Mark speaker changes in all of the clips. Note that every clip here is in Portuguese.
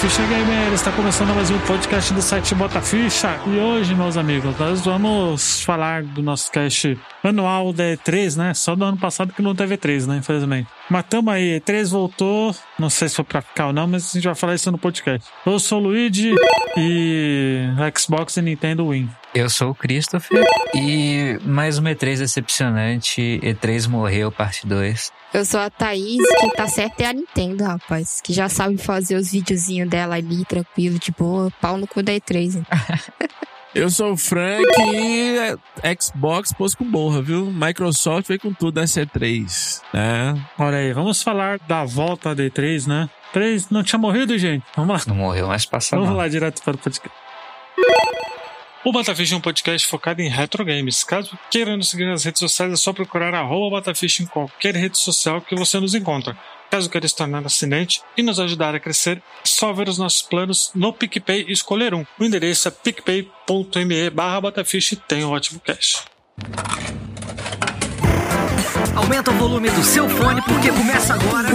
Speaker 1: Ficha Gamer, está começando mais um podcast do site Bota Ficha. E hoje, meus amigos, nós vamos falar do nosso cast anual da E3, né? Só do ano passado que não teve E3, né? Infelizmente. Mas tamo aí, E3 voltou. Não sei se foi pra ficar ou não, mas a gente vai falar isso no podcast. Eu sou o Luigi e Xbox e Nintendo Win.
Speaker 2: Eu sou o Christopher e mais uma E3 decepcionante, E3 morreu, parte 2.
Speaker 3: Eu sou a Thaís, quem tá certa é a Nintendo, rapaz. Que já sabe fazer os videozinhos dela ali, tranquilo, de boa. Pau no cu da então. E3. hein?
Speaker 4: Eu sou o Frank e é, Xbox pôs com borra, viu? Microsoft veio com tudo nessa E3, né?
Speaker 1: Olha aí, vamos falar da volta da E3, né? 3 não tinha morrido, gente? Vamos lá.
Speaker 2: Não morreu, mas passa
Speaker 1: Vamos
Speaker 2: mal.
Speaker 1: lá direto para o podcast. O Batafish é um podcast focado em retro games. Caso queira nos seguir nas redes sociais, é só procurar arroba Batafish em qualquer rede social que você nos encontra. Caso queira se tornar assinante e nos ajudar a crescer, é só ver os nossos planos no PicPay e escolher um. O endereço é picpay.me barra Batafish e tem um ótimo cash.
Speaker 5: Aumenta o volume do seu fone porque começa agora.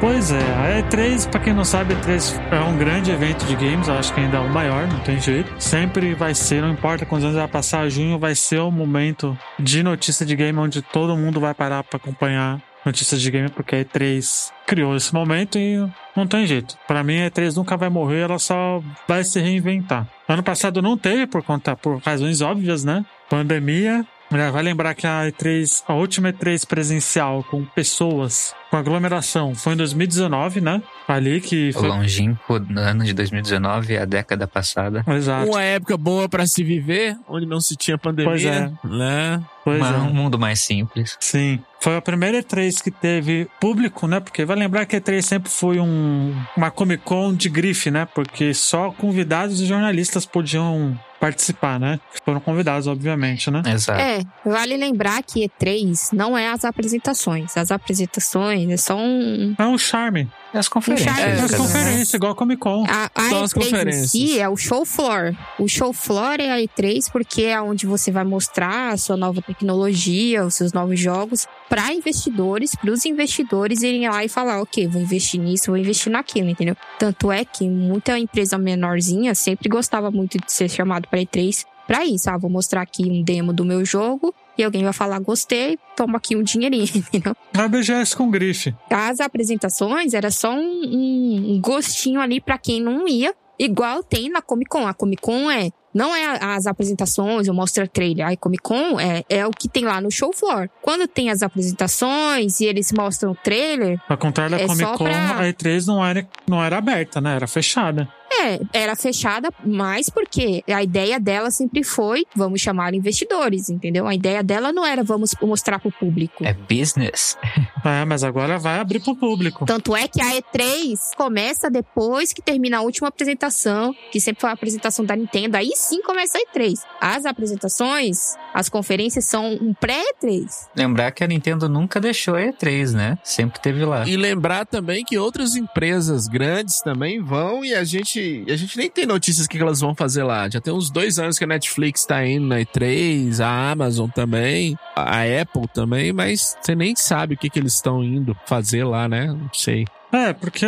Speaker 1: Pois é, a E3, pra quem não sabe, a E3 é um grande evento de games, eu acho que ainda é o maior, não tem jeito. Sempre vai ser, não importa quantos anos vai passar, junho vai ser o momento de notícia de game onde todo mundo vai parar pra acompanhar notícias de game, porque a E3 criou esse momento e não tem jeito. Pra mim, a E3 nunca vai morrer, ela só vai se reinventar. Ano passado não teve, por conta, por razões óbvias, né? Pandemia, Mulher, vai lembrar que a E3, a última E3 presencial com pessoas, com aglomeração, foi em 2019, né? Ali que
Speaker 2: O
Speaker 1: foi.
Speaker 2: longínquo ano de 2019, a década passada.
Speaker 1: Exato.
Speaker 4: Uma época boa pra se viver, onde não se tinha pandemia,
Speaker 1: Pois é.
Speaker 4: né?
Speaker 1: Pois
Speaker 2: Mas
Speaker 1: é.
Speaker 2: um mundo mais simples.
Speaker 1: Sim. Foi a primeira E3 que teve público, né? Porque vai lembrar que a E3 sempre foi um, uma Comic Con de grife, né? Porque só convidados e jornalistas podiam participar, né? Foram convidados, obviamente, né?
Speaker 2: Exato.
Speaker 3: É, vale lembrar que E3 não é as apresentações. As apresentações é só um.
Speaker 1: É um charme.
Speaker 2: E as conferências. né?
Speaker 3: É,
Speaker 1: É, uma
Speaker 3: isso,
Speaker 2: cara.
Speaker 1: conferência, igual a Comic Con.
Speaker 3: A, a
Speaker 4: Só as
Speaker 3: E3 em
Speaker 4: conferências.
Speaker 3: si é o show floor. O show floor é a E3 porque é onde você vai mostrar a sua nova tecnologia, os seus novos jogos para investidores, para os investidores irem lá e falar, ok, vou investir nisso, vou investir naquilo, entendeu? Tanto é que muita empresa menorzinha sempre gostava muito de ser chamado para E3 para isso. Ah, vou mostrar aqui um demo do meu jogo e alguém vai falar, gostei, toma aqui um dinheirinho, entendeu?
Speaker 1: A BGS com grife.
Speaker 3: as apresentações era só um, um- um gostinho ali pra quem não ia, igual tem na Comic Con. A Comic Con é não é a- as apresentações, ou mostra trailer. A Comic Con é, é o que tem lá no show floor. Quando tem as apresentações e eles mostram o trailer,
Speaker 1: Ao contrário da
Speaker 3: É só
Speaker 1: Comic Con,
Speaker 3: pra-
Speaker 1: a E3 não era, não era aberta, né? Era fechada.
Speaker 3: é, era fechada, mas porque a ideia dela sempre foi vamos chamar investidores, entendeu? A ideia dela não era vamos mostrar pro público.
Speaker 2: É business.
Speaker 1: É, mas agora vai abrir pro público.
Speaker 3: Tanto é que a E3 começa depois que termina a última apresentação, que sempre foi a apresentação da Nintendo. Aí sim começa a E3. As apresentações, as conferências são um pré-E3.
Speaker 2: Lembrar que a Nintendo nunca deixou a E3, né? Sempre teve lá.
Speaker 4: E lembrar também que outras empresas grandes também vão e a gente, a gente nem tem notícias do que elas vão fazer lá. Já tem uns dois anos que a Netflix tá indo na E3, a Amazon também, a Apple também, mas você nem sabe o que, que eles estão indo fazer lá, né? Não sei.
Speaker 1: É, porque.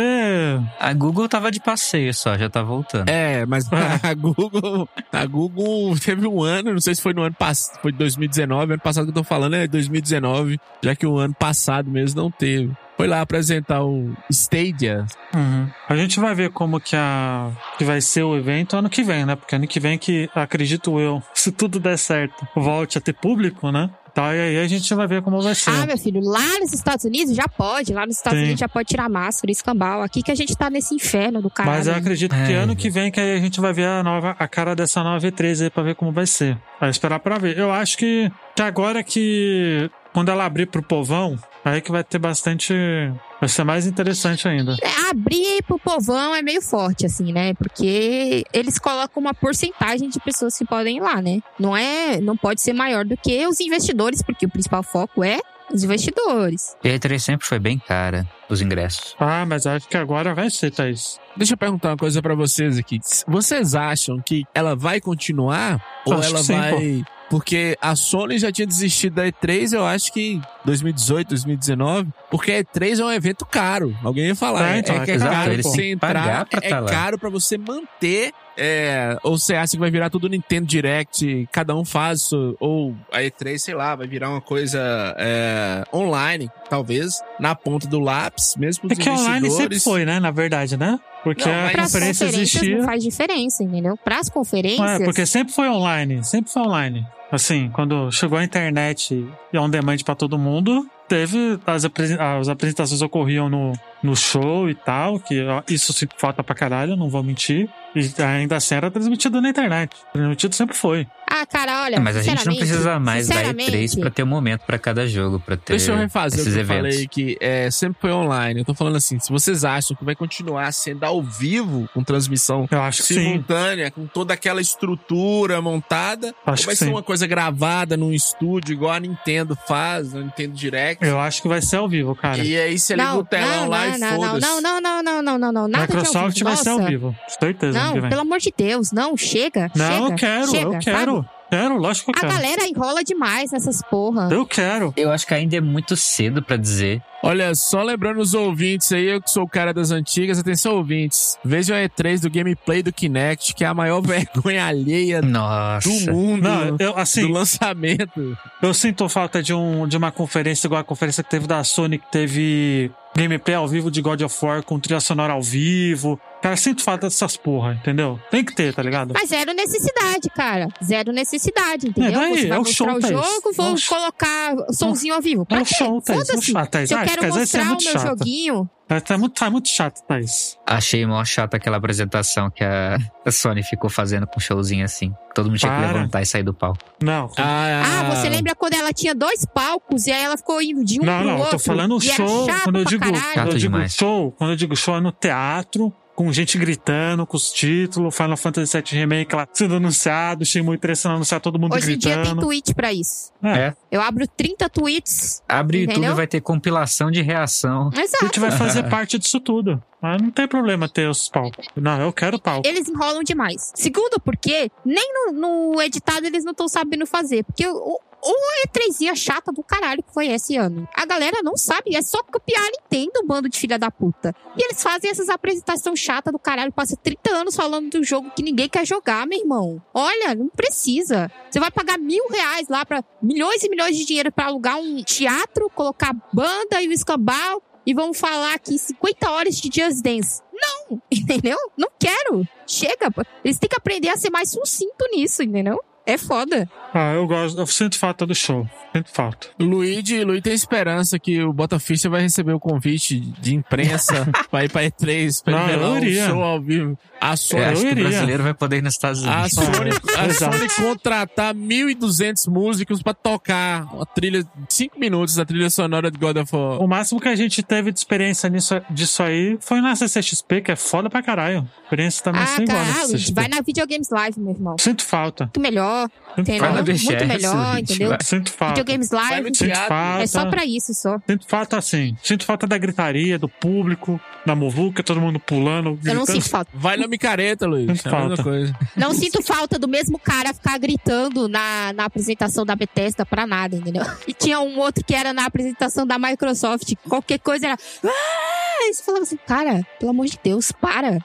Speaker 2: A Google tava de passeio só, já tá voltando.
Speaker 4: É, mas a Google, a Google teve um ano, não sei se foi no ano passado, foi 2019, ano passado que eu tô falando é 2019, já que o ano passado mesmo não teve. foi lá apresentar o Stadia.
Speaker 1: Uhum. A gente vai ver como que, a, que vai ser o evento ano que vem, né? Porque ano que vem que, acredito eu, se tudo der certo, volte a ter público, né? Tá, e aí a gente vai ver como vai ser.
Speaker 3: Ah, meu filho, lá nos Estados Unidos já pode. Lá nos Estados
Speaker 1: Sim.
Speaker 3: Unidos já pode tirar máscara, escambau. Aqui que a gente tá nesse inferno do caralho.
Speaker 1: Mas eu acredito que
Speaker 2: É.
Speaker 1: ano que vem que aí a gente vai ver a nova a cara dessa nova E3 aí pra ver como vai ser. Vai esperar pra ver. Eu acho que, que agora que quando ela abrir pro povão, aí que vai ter bastante vai ser mais interessante ainda.
Speaker 3: É, Abrir pro povão é meio forte, assim, né? Porque eles colocam uma porcentagem de pessoas que podem ir lá, né? Não é, não pode ser maior do que os investidores, porque o principal foco é os investidores.
Speaker 2: E a E3 sempre foi bem cara, os ingressos.
Speaker 1: Ah, mas acho que agora vai ser, Thaís.
Speaker 4: Deixa eu perguntar uma coisa pra vocês aqui. Vocês acham que ela vai continuar? Ou
Speaker 1: Acho que
Speaker 4: ela
Speaker 1: sim,
Speaker 4: vai. Porque a Sony já tinha desistido da E3, eu acho que 2018, 2019. Porque a E3 é um evento caro. Alguém ia falar.
Speaker 1: É,
Speaker 4: É,
Speaker 1: então,
Speaker 4: é que é
Speaker 1: exato,
Speaker 4: caro pra
Speaker 1: eles
Speaker 2: têm
Speaker 4: você
Speaker 2: que
Speaker 4: entrar.
Speaker 2: pagar pra
Speaker 4: é
Speaker 2: tá lá.
Speaker 4: caro pra você manter. é, ou você acha que vai virar tudo Nintendo Direct, cada um faz, isso, ou a E3, sei lá, vai virar uma coisa é, online, talvez, na ponta do lápis, mesmo
Speaker 1: É
Speaker 4: os
Speaker 1: que online sempre
Speaker 4: investidores.
Speaker 1: foi, né? Na verdade, né? Porque
Speaker 4: Não,
Speaker 1: a
Speaker 4: mas-
Speaker 3: Para as
Speaker 1: conferência
Speaker 3: conferências
Speaker 1: existia.
Speaker 3: não faz diferença, entendeu? Para as conferências,
Speaker 1: É, porque sempre foi online, sempre foi online. Assim, quando chegou a internet e on demand pra todo mundo, teve as, apresen- as apresentações ocorriam no, no show e tal, que ó, isso se falta pra caralho, não vou mentir. E ainda assim era transmitido na internet. Transmitido sempre foi.
Speaker 3: ah, cara, olha,
Speaker 2: Mas a gente não
Speaker 3: sinceramente-
Speaker 2: precisa mais da
Speaker 3: sinceramente,
Speaker 2: E3 pra ter um momento pra cada jogo, pra ter
Speaker 4: Deixa eu refazer
Speaker 2: esses
Speaker 4: o que eu
Speaker 2: eventos.
Speaker 4: falei que é, sempre foi online. Eu tô falando assim, se vocês acham que vai continuar sendo ao vivo, com transmissão
Speaker 1: Eu acho que sim.
Speaker 4: simultânea, com toda aquela estrutura montada,
Speaker 1: Acho
Speaker 4: ou vai
Speaker 1: que
Speaker 4: ser
Speaker 1: sim.
Speaker 4: uma coisa gravada num estúdio, igual a Nintendo faz, no Nintendo Direct.
Speaker 1: Eu acho que vai ser ao vivo, cara.
Speaker 4: E aí você liga
Speaker 3: Não,
Speaker 4: o telão
Speaker 3: não,
Speaker 4: lá
Speaker 3: não,
Speaker 4: e
Speaker 3: não, não,
Speaker 4: foda-se.
Speaker 3: não, não, não, não, não, não, não, nada
Speaker 1: Microsoft
Speaker 3: de ao vivo.
Speaker 1: vai ser ao
Speaker 3: Nossa,
Speaker 1: vivo. Certeza ano que
Speaker 3: Não,
Speaker 1: vem.
Speaker 3: pelo amor de Deus, não, chega.
Speaker 1: Não,
Speaker 3: chega,
Speaker 1: eu quero,
Speaker 3: chega,
Speaker 1: eu
Speaker 3: sabe?
Speaker 1: quero. Quero, lógico que
Speaker 3: A
Speaker 1: eu quero.
Speaker 3: galera enrola demais nessas porra.
Speaker 1: Eu quero.
Speaker 2: Eu acho que ainda é muito cedo pra dizer.
Speaker 4: Olha, só lembrando os ouvintes aí, eu que sou o cara das antigas, atenção ouvintes, vejam a E3 do gameplay do Kinect, que é a maior vergonha alheia
Speaker 2: Nossa.
Speaker 4: do mundo,
Speaker 1: Não, eu, assim,
Speaker 4: do lançamento.
Speaker 1: Eu sinto falta de, um, de uma conferência igual a conferência que teve da Sony, que teve gameplay ao vivo de God of War com trilha sonora ao vivo. Cara, sinto falta dessas porra, entendeu? Tem que ter, tá ligado?
Speaker 3: Mas zero necessidade, cara. Zero necessidade, entendeu?
Speaker 1: daí,
Speaker 3: Você vai
Speaker 1: é o
Speaker 3: mostrar
Speaker 1: show,
Speaker 3: o
Speaker 1: Thaís.
Speaker 3: jogo, vou
Speaker 1: Nossa.
Speaker 3: colocar somzinho ao vivo. Pra
Speaker 1: É um
Speaker 3: quê?
Speaker 1: show, Thaís. Não
Speaker 3: Foda-se.
Speaker 1: chato, Thaís.
Speaker 3: Se eu
Speaker 1: Ah,
Speaker 3: quero
Speaker 1: Thaís, isso é
Speaker 3: mostrar o
Speaker 1: muito
Speaker 3: meu
Speaker 1: chato.
Speaker 3: joguinho,
Speaker 1: Thaís, Tá muito, tá muito chato, Thaís.
Speaker 2: Achei mó chata aquela apresentação que a a Sony ficou fazendo com um showzinho assim. Todo mundo tinha que
Speaker 1: Para.
Speaker 2: levantar e sair do palco.
Speaker 1: Não.
Speaker 3: ah, você lembra quando ela tinha dois palcos e aí ela ficou indo de um
Speaker 1: não,
Speaker 3: pro
Speaker 1: não, eu
Speaker 3: outro?
Speaker 1: tô falando
Speaker 3: e era
Speaker 1: show.
Speaker 3: chato
Speaker 1: Quando eu
Speaker 3: pra
Speaker 1: digo,
Speaker 3: caralho.
Speaker 1: quando eu
Speaker 2: Chato
Speaker 1: digo
Speaker 2: demais.
Speaker 1: show, quando eu digo show é no teatro, com gente gritando, com os títulos, Final Fantasy VII Remake lá sendo anunciado, achei muito interessante anunciar todo mundo
Speaker 3: Hoje em dia tem
Speaker 1: gritando.
Speaker 3: tweet pra isso.
Speaker 1: É.
Speaker 3: Eu abro 30 tweets.
Speaker 2: Abre o YouTube e
Speaker 3: Entendeu?
Speaker 2: vai ter compilação de reação.
Speaker 1: A
Speaker 3: Exato.
Speaker 1: gente vai fazer parte disso tudo. Mas não tem problema ter os palcos. Não, eu quero palco.
Speaker 3: Eles enrolam demais. Segundo, porque nem no, no editado eles não estão sabendo fazer. Porque o, o E3zinha chata do caralho que foi esse ano. A galera não sabe, é só copiar a Nintendo, bando de filha da puta. E eles fazem essas apresentações chatas do caralho, passa 30 anos falando de um jogo que ninguém quer jogar, meu irmão. Olha, não precisa. Você vai pagar mil reais lá pra milhões e milhões de dinheiro pra alugar um teatro, colocar banda e o escambau. E vamos falar aqui 50 horas de Just Dance. Entendeu? Não quero. Chega. pô. Eles têm que aprender a ser mais sucinto nisso, entendeu? É foda.
Speaker 1: Ah, eu gosto. Eu sinto falta do show. Sinto falta.
Speaker 4: Luigi, Luigi tem esperança que o Botafista vai receber o convite de imprensa pra ir pra E3, pra
Speaker 1: Não,
Speaker 4: ele ver
Speaker 1: eu
Speaker 4: lá um
Speaker 1: iria.
Speaker 4: show ao vivo. A
Speaker 2: Eu
Speaker 4: Sony,
Speaker 1: É,
Speaker 2: acho que o
Speaker 1: iria.
Speaker 2: brasileiro vai poder ir nos Estados
Speaker 4: a
Speaker 2: Unidos.
Speaker 4: Sony, a
Speaker 1: Exato.
Speaker 4: Sony contratar 1.200 músicos pra tocar uma trilha, 5 minutos da trilha sonora de God of War.
Speaker 1: O máximo que a gente teve de experiência nisso, disso aí foi na CCXP, que é foda pra caralho. A experiência também é
Speaker 3: Ah,
Speaker 1: sem igual na
Speaker 3: caralho,
Speaker 1: CCXP.
Speaker 3: vai na Videogames Live, meu irmão.
Speaker 1: Sinto falta.
Speaker 3: Muito melhor,
Speaker 1: Sinto
Speaker 3: entendeu?
Speaker 2: Vai na
Speaker 1: falta.
Speaker 2: BGS,
Speaker 3: Muito melhor,
Speaker 2: gente,
Speaker 3: entendeu?
Speaker 2: vai. tá.
Speaker 1: Sinto falta.
Speaker 3: Videogames
Speaker 4: Vai no
Speaker 3: Live
Speaker 1: Sinto
Speaker 4: teatro.
Speaker 1: falta.
Speaker 3: é só pra isso, só.
Speaker 1: Sinto falta assim. Sinto falta da gritaria, do público, da muvuca, todo mundo pulando,
Speaker 3: Eu
Speaker 1: gritando.
Speaker 3: não sinto falta.
Speaker 4: Vai na micareta, Luiz.
Speaker 1: Sinto
Speaker 4: É a mesma
Speaker 1: falta.
Speaker 4: coisa.
Speaker 3: Não sinto falta do mesmo cara ficar gritando na, na apresentação da Bethesda pra nada, entendeu? E tinha um outro que era na apresentação da Microsoft. Qualquer coisa era. Ah! E você falava assim, cara, pelo amor de Deus, para.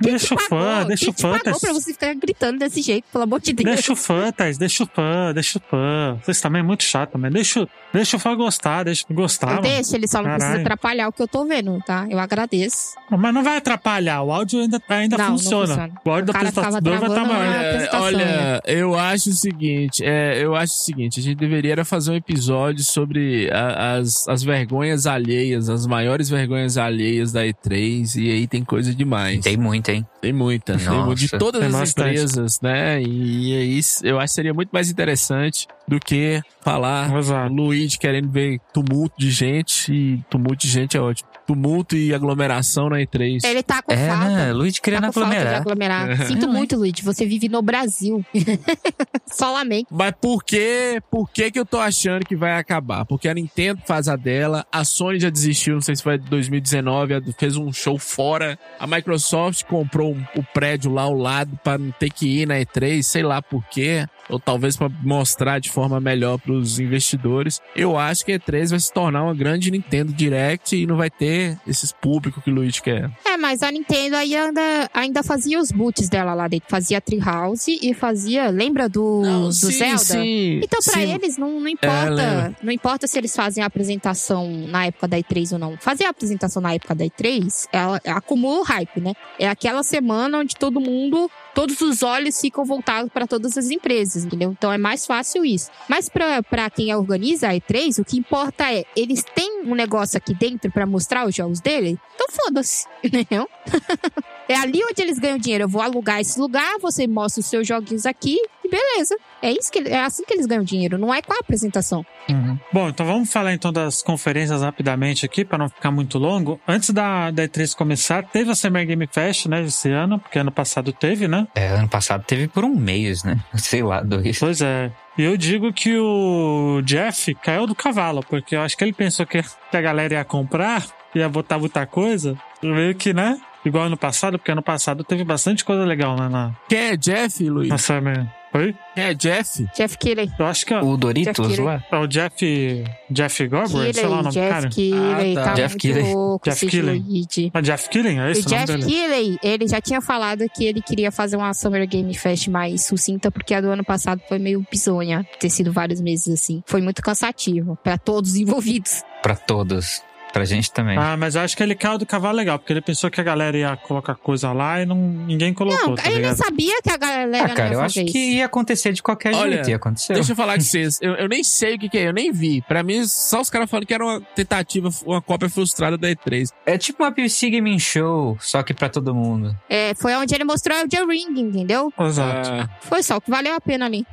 Speaker 3: Quem
Speaker 1: Deixa o
Speaker 3: te
Speaker 1: fã,
Speaker 3: pagou?
Speaker 1: deixa
Speaker 3: Quem
Speaker 1: o
Speaker 3: te
Speaker 1: fã, tá
Speaker 3: pagou
Speaker 1: Thaís.
Speaker 3: pra você ficar gritando desse jeito, pelo amor de Deus.
Speaker 1: Deixa o fã, Thaís, deixa o fã, deixa o fã. Vocês também é muito chato, mas deixa, o- deixa o fã gostar, deixa gostar. mano.
Speaker 3: Deixa, ele só não precisa
Speaker 1: Caralho.
Speaker 3: atrapalhar o que eu tô vendo, tá? Eu agradeço.
Speaker 1: Mas não vai atrapalhar, o áudio ainda, ainda
Speaker 3: Não, não
Speaker 1: funciona.
Speaker 3: funciona.
Speaker 1: O áudio
Speaker 3: O
Speaker 1: do
Speaker 3: cara ficava
Speaker 1: apresentador vai estar
Speaker 3: travando
Speaker 1: maior.
Speaker 3: a
Speaker 4: É,
Speaker 3: apresentação,
Speaker 4: olha, eu acho o seguinte, é, eu acho o seguinte, a gente deveria era fazer um episódio sobre a- as, as vergonhas alheias, as maiores vergonhas alheias da E3, e aí tem coisa demais.
Speaker 2: Tem muito, hein?
Speaker 4: Tem muita, tem
Speaker 2: Nossa.
Speaker 4: muita. de todas
Speaker 1: Tem
Speaker 4: as
Speaker 1: bastante.
Speaker 4: empresas, né? E, e aí eu acho que seria muito mais interessante do que falar
Speaker 3: né?
Speaker 1: Exato.
Speaker 4: Luigi querendo ver tumulto de gente, e tumulto de gente é ótimo. Tumulto e aglomeração na E3.
Speaker 3: Ele tá com
Speaker 2: é,
Speaker 3: falta.
Speaker 2: né? Luiz
Speaker 3: Tá
Speaker 2: querendo
Speaker 3: com falta de
Speaker 2: aglomerar.
Speaker 3: aglomerar.
Speaker 2: É,
Speaker 3: Sinto
Speaker 2: ué.
Speaker 3: muito, Luiz. Você vive no Brasil. Só lamento.
Speaker 4: Mas por que, por que que eu tô achando que vai acabar? Porque a Nintendo faz a dela, a Sony já desistiu, não sei se foi em 2019, ela fez um show fora. A Microsoft comprou um- o prédio lá ao lado pra não ter que ir na E3, sei lá por quê. Ou talvez pra mostrar de forma melhor pros investidores. Eu acho que a E3 vai se tornar uma grande Nintendo Direct e não vai ter esses público que o Luigi quer.
Speaker 3: É, mas a Nintendo aí ainda, ainda fazia os boots dela lá dentro. Fazia Treehouse e fazia. Lembra do, do Zelda?
Speaker 4: Sim,
Speaker 3: Então, pra
Speaker 4: sim.
Speaker 3: eles, não, não
Speaker 4: É,
Speaker 3: importa.
Speaker 4: lembra.
Speaker 3: não importa se eles fazem a apresentação na época da E3 ou não. Fazer a apresentação na época da E3, ela ela acumula o hype, né? É aquela semana onde todo mundo, todos os olhos ficam voltados pra todas as empresas, entendeu? Então é mais fácil isso. Mas pra pra quem organiza a E3, o que importa é, eles têm um negócio aqui dentro pra mostrar os jogos dele? Então foda-se, entendeu? É ali onde eles ganham dinheiro. Eu vou alugar esse lugar, você mostra os seus joguinhos aqui e beleza. É isso que ele- é assim que eles ganham dinheiro, não é com a apresentação.
Speaker 1: Uhum. Bom, então vamos falar então das conferências rapidamente aqui, para não ficar muito longo. Antes da, da E3 começar, teve a Summer Game Fest, né, esse ano, porque ano passado teve, né?
Speaker 2: É, ano passado teve por um mês, né? Sei lá, dois.
Speaker 1: Pois é. E eu digo que o Jeff caiu do cavalo, porque eu acho que ele pensou que que a galera ia comprar, ia botar muita coisa. Meio que, né? Igual ano passado, porque ano passado teve bastante coisa legal, né? Na,
Speaker 4: Quem é Jeff, Luiz?
Speaker 1: na Summer. Oi?
Speaker 4: Quem é Jeff?
Speaker 3: Jeff Keighley.
Speaker 1: Eu acho que é
Speaker 2: O Doritos
Speaker 3: Aquele-
Speaker 2: lá.
Speaker 1: é o Jeff. Jeff Gorber, sei lá o
Speaker 3: Keighley,
Speaker 1: nome do cara.
Speaker 3: Jeff Keighley,
Speaker 4: Ah, tá.
Speaker 3: tá,
Speaker 2: Jeff
Speaker 3: muito
Speaker 2: Keighley.
Speaker 3: louco
Speaker 1: Jeff
Speaker 3: esse
Speaker 1: Keighley.
Speaker 3: Luigi.
Speaker 1: Ah, Jeff Killing, é
Speaker 3: O
Speaker 1: esse o nome
Speaker 3: Jeff
Speaker 1: dele?
Speaker 3: Keighley, ele já tinha falado que ele queria fazer uma Summer Game Fest mais sucinta, porque a do ano passado foi meio bizonha, ter sido vários meses assim. Foi muito cansativo pra todos os envolvidos.
Speaker 2: Pra todos. Pra gente também.
Speaker 1: Ah, mas eu acho que ele caiu do cavalo legal, porque ele pensou que a galera ia colocar coisa lá e não, ninguém colocou,
Speaker 3: não,
Speaker 1: tá
Speaker 3: ele nem
Speaker 1: ligado?
Speaker 3: sabia que a galera
Speaker 2: Ah, cara,
Speaker 3: não
Speaker 2: eu
Speaker 3: ia
Speaker 2: acho
Speaker 3: fazer
Speaker 2: que
Speaker 3: isso.
Speaker 2: ia acontecer de qualquer
Speaker 4: Olha,
Speaker 2: jeito. E aconteceu.
Speaker 4: Deixa eu falar com vocês. Eu, eu nem sei o que, que é, eu nem vi. Pra mim, só os caras falando que era uma tentativa, uma cópia frustrada da E3.
Speaker 2: É tipo uma PC Gaming Show, só que pra todo mundo.
Speaker 3: É, foi onde ele mostrou o The Ring, entendeu?
Speaker 1: Exato.
Speaker 4: Ah,
Speaker 3: Foi só o que valeu a pena ali.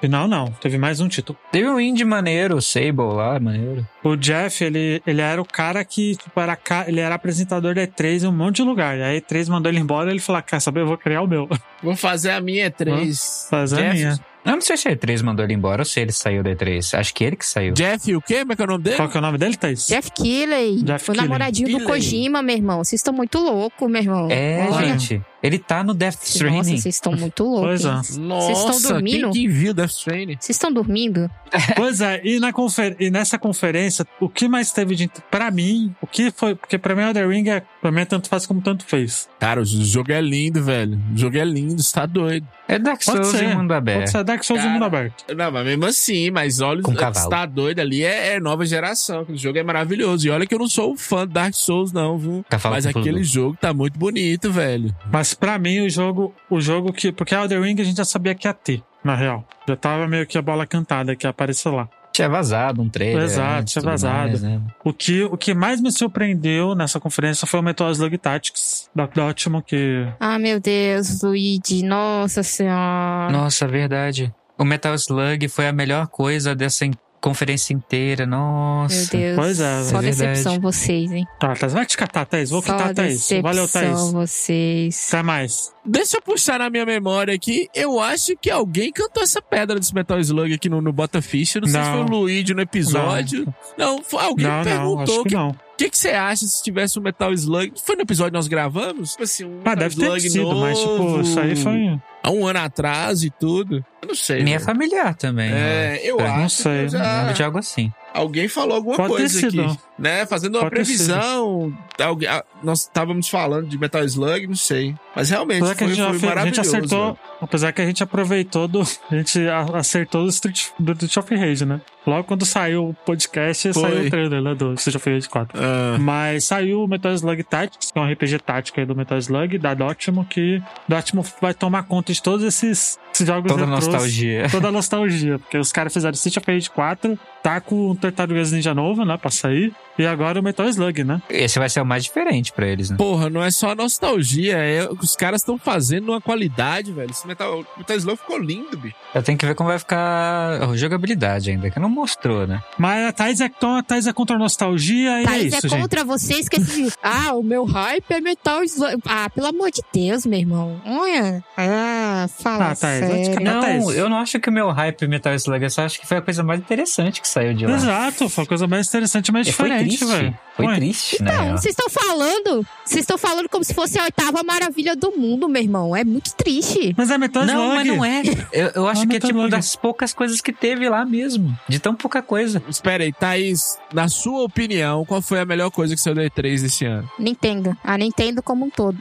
Speaker 1: Final não, teve mais um título.
Speaker 2: Teve um indie maneiro, o Sable lá, maneiro.
Speaker 1: O Jeff, ele, ele era o cara que, tipo, era, ca- ele era apresentador da E3 em um monte de lugar. E aí a E3 mandou ele embora e ele falou, "Ah, quer saber, eu vou criar o meu.
Speaker 4: vou fazer a minha E3.
Speaker 1: Fazer a
Speaker 4: Jeff,
Speaker 1: minha.
Speaker 2: Eu não sei se a E3 mandou ele embora ou se ele saiu da E3. Acho que ele que saiu.
Speaker 4: Jeff, o quê? Como é que é o nome dele?
Speaker 1: Qual que é o nome dele, Thaís?
Speaker 3: Jeff Keighley.
Speaker 1: Jeff
Speaker 3: o
Speaker 1: Keighley.
Speaker 3: namoradinho do
Speaker 4: Keighley.
Speaker 3: Kojima, meu irmão. Vocês estão muito loucos, meu irmão.
Speaker 2: É,
Speaker 1: Olha.
Speaker 2: gente. Ele tá no Death
Speaker 3: Nossa,
Speaker 2: Stranding.
Speaker 3: vocês estão muito loucos.
Speaker 1: Pois é.
Speaker 3: hein? Vocês
Speaker 4: Nossa,
Speaker 3: estão
Speaker 4: quem,
Speaker 3: dormindo?
Speaker 4: quem viu Death Stranding?
Speaker 3: Vocês estão dormindo?
Speaker 1: Pois é, e, na confer- e nessa conferência, o que mais teve de. Pra mim, o que foi. Porque pra mim, Elder Ring é. Pra mim, é tanto faz como tanto fez.
Speaker 4: Cara, o jogo é lindo, velho. O jogo é lindo, você tá doido.
Speaker 2: É Dark
Speaker 1: Pode
Speaker 2: Souls
Speaker 1: ser.
Speaker 2: e Mundo
Speaker 1: Pode
Speaker 2: Aberto.
Speaker 1: ser Dark Souls e
Speaker 4: É. Cara.
Speaker 1: Mundo Aberto.
Speaker 4: Não, mas mesmo assim, mas olha,
Speaker 2: Com
Speaker 4: você
Speaker 2: cavalo.
Speaker 4: tá doido ali, é, é nova geração. O jogo é maravilhoso. E olha que eu não sou um fã de Dark Souls, não, viu?
Speaker 2: Tá falando
Speaker 4: Mas
Speaker 2: com tudo.
Speaker 4: aquele jogo tá muito bonito, velho.
Speaker 1: Mas pra mim, o jogo. O jogo que. Porque Elder Ring a gente já sabia que ia ter, na real. Já tava meio que a bola cantada que ia aparecer lá.
Speaker 2: Tinha vazado um trailer.
Speaker 1: Exato,
Speaker 2: antes,
Speaker 1: tinha
Speaker 2: tudo
Speaker 1: vazado.
Speaker 2: mais, né?
Speaker 1: O que, o que mais me surpreendeu nessa conferência foi o Metal Slug Tactics da Dotimo, que.
Speaker 3: Ah, meu Deus, Luigi. Nossa
Speaker 1: Ah.
Speaker 3: senhora.
Speaker 2: Nossa, é verdade. O Metal Slug foi a melhor coisa dessa in- conferência inteira. Nossa.
Speaker 3: Meu Deus.
Speaker 1: Pois é,
Speaker 3: Só
Speaker 2: é verdade.
Speaker 3: decepção vocês, hein?
Speaker 1: Tá, Thaís, vai te catar, Thaís. Vou
Speaker 3: Só
Speaker 1: quitar, Thaís.
Speaker 3: decepção
Speaker 1: Valeu, Thaís.
Speaker 3: vocês.
Speaker 1: Até mais.
Speaker 4: Deixa eu puxar na minha memória aqui. Eu acho que alguém cantou essa pedra desse Metal Slug aqui no, no Botafish. Eu Não, sei se
Speaker 1: Não.
Speaker 4: foi o Luigi no episódio. Não, foi- alguém
Speaker 1: não, não,
Speaker 4: perguntou
Speaker 1: acho
Speaker 4: o
Speaker 1: que
Speaker 4: que,
Speaker 1: não.
Speaker 4: que, que você acha se tivesse um Metal Slug. Foi no episódio que nós gravamos? Tipo assim, um
Speaker 1: Ah,
Speaker 4: Metal
Speaker 1: deve ter
Speaker 4: Slug
Speaker 1: sido, mas tipo,
Speaker 4: novo.
Speaker 1: isso aí foi.
Speaker 4: há um ano atrás e tudo. Eu não sei.
Speaker 2: Minha é
Speaker 4: velho.
Speaker 2: familiar também.
Speaker 4: É, eu
Speaker 2: Não
Speaker 4: acho. que
Speaker 1: sei, né?
Speaker 4: eu
Speaker 2: eu
Speaker 4: já-
Speaker 1: Ah.
Speaker 2: lembro de algo assim.
Speaker 4: Alguém falou alguma
Speaker 1: Pode ter
Speaker 4: coisa aqui,
Speaker 1: sido.
Speaker 4: né? Fazendo uma
Speaker 1: Pode ter sido.
Speaker 4: previsão. Alguém- ah, nós estávamos falando de Metal Slug, não sei. Mas realmente
Speaker 1: Apesar que a
Speaker 4: foi,
Speaker 1: gente, já
Speaker 4: foi
Speaker 1: fez- a gente
Speaker 4: maravilhoso. né?
Speaker 1: acertou.
Speaker 4: velho.
Speaker 1: Apesar que a gente aproveitou do. A gente a- acertou do Street, do Street of Rage, né? Logo quando saiu o podcast,
Speaker 4: Foi.
Speaker 1: saiu o trailer né, do Street of Rage 4.
Speaker 4: Ah,
Speaker 1: Mas saiu o Metal Slug Tactics, que é um RPG tático aí do Metal Slug, da Dotmo, que Dotmo vai tomar conta de todos esses, esses jogos
Speaker 2: Toda a
Speaker 1: retrôs.
Speaker 2: nostalgia.
Speaker 1: Toda a nostalgia, porque os caras fizeram Street of Rage 4, tá com um Tortarugas Ninja novo, né, pra sair, e agora o Metal Slug, né?
Speaker 2: Esse vai ser o mais diferente pra eles, né?
Speaker 4: Porra, não é só nostalgia, é os caras estão fazendo uma qualidade, velho. Esse Metal, Metal Slug ficou lindo, bicho.
Speaker 2: Eu tenho que ver como vai ficar a jogabilidade ainda, que não mostrou, né?
Speaker 1: Mas a Thais é, então, a Thais é contra a nostalgia e é
Speaker 3: Thaís
Speaker 1: isso,
Speaker 3: é
Speaker 1: gente.
Speaker 3: contra você, esqueci de. Ah, o meu hype é metal slug. Ah, pelo amor de Deus, meu irmão. Olha. Ah, fala
Speaker 1: Ah, Thaís, vai te catar.
Speaker 3: sério.
Speaker 2: Não,
Speaker 1: Thaís.
Speaker 2: eu não acho que o meu hype Metal Slug, eu só acho que foi a coisa mais interessante que saiu de lá.
Speaker 1: Exato, foi a coisa mais interessante, mais
Speaker 2: E É, foi
Speaker 1: diferente,
Speaker 2: triste,
Speaker 1: velho.
Speaker 2: foi
Speaker 1: Ué,
Speaker 2: triste, né?
Speaker 3: Não, vocês estão falando. Vocês estão falando como se fosse a oitava maravilha do mundo, meu irmão. É muito triste.
Speaker 1: Mas é Metal
Speaker 2: Não,
Speaker 1: Slug.
Speaker 2: mas não é. Eu, eu acho
Speaker 1: Ah,
Speaker 2: que é
Speaker 1: Metal
Speaker 2: tipo
Speaker 1: Slug.
Speaker 2: das poucas coisas que teve lá mesmo. De tão pouca coisa.
Speaker 4: Espera aí, Thaís, na sua opinião, qual foi a melhor coisa que saiu da E3 desse ano?
Speaker 3: Nintendo. A Nintendo como um todo.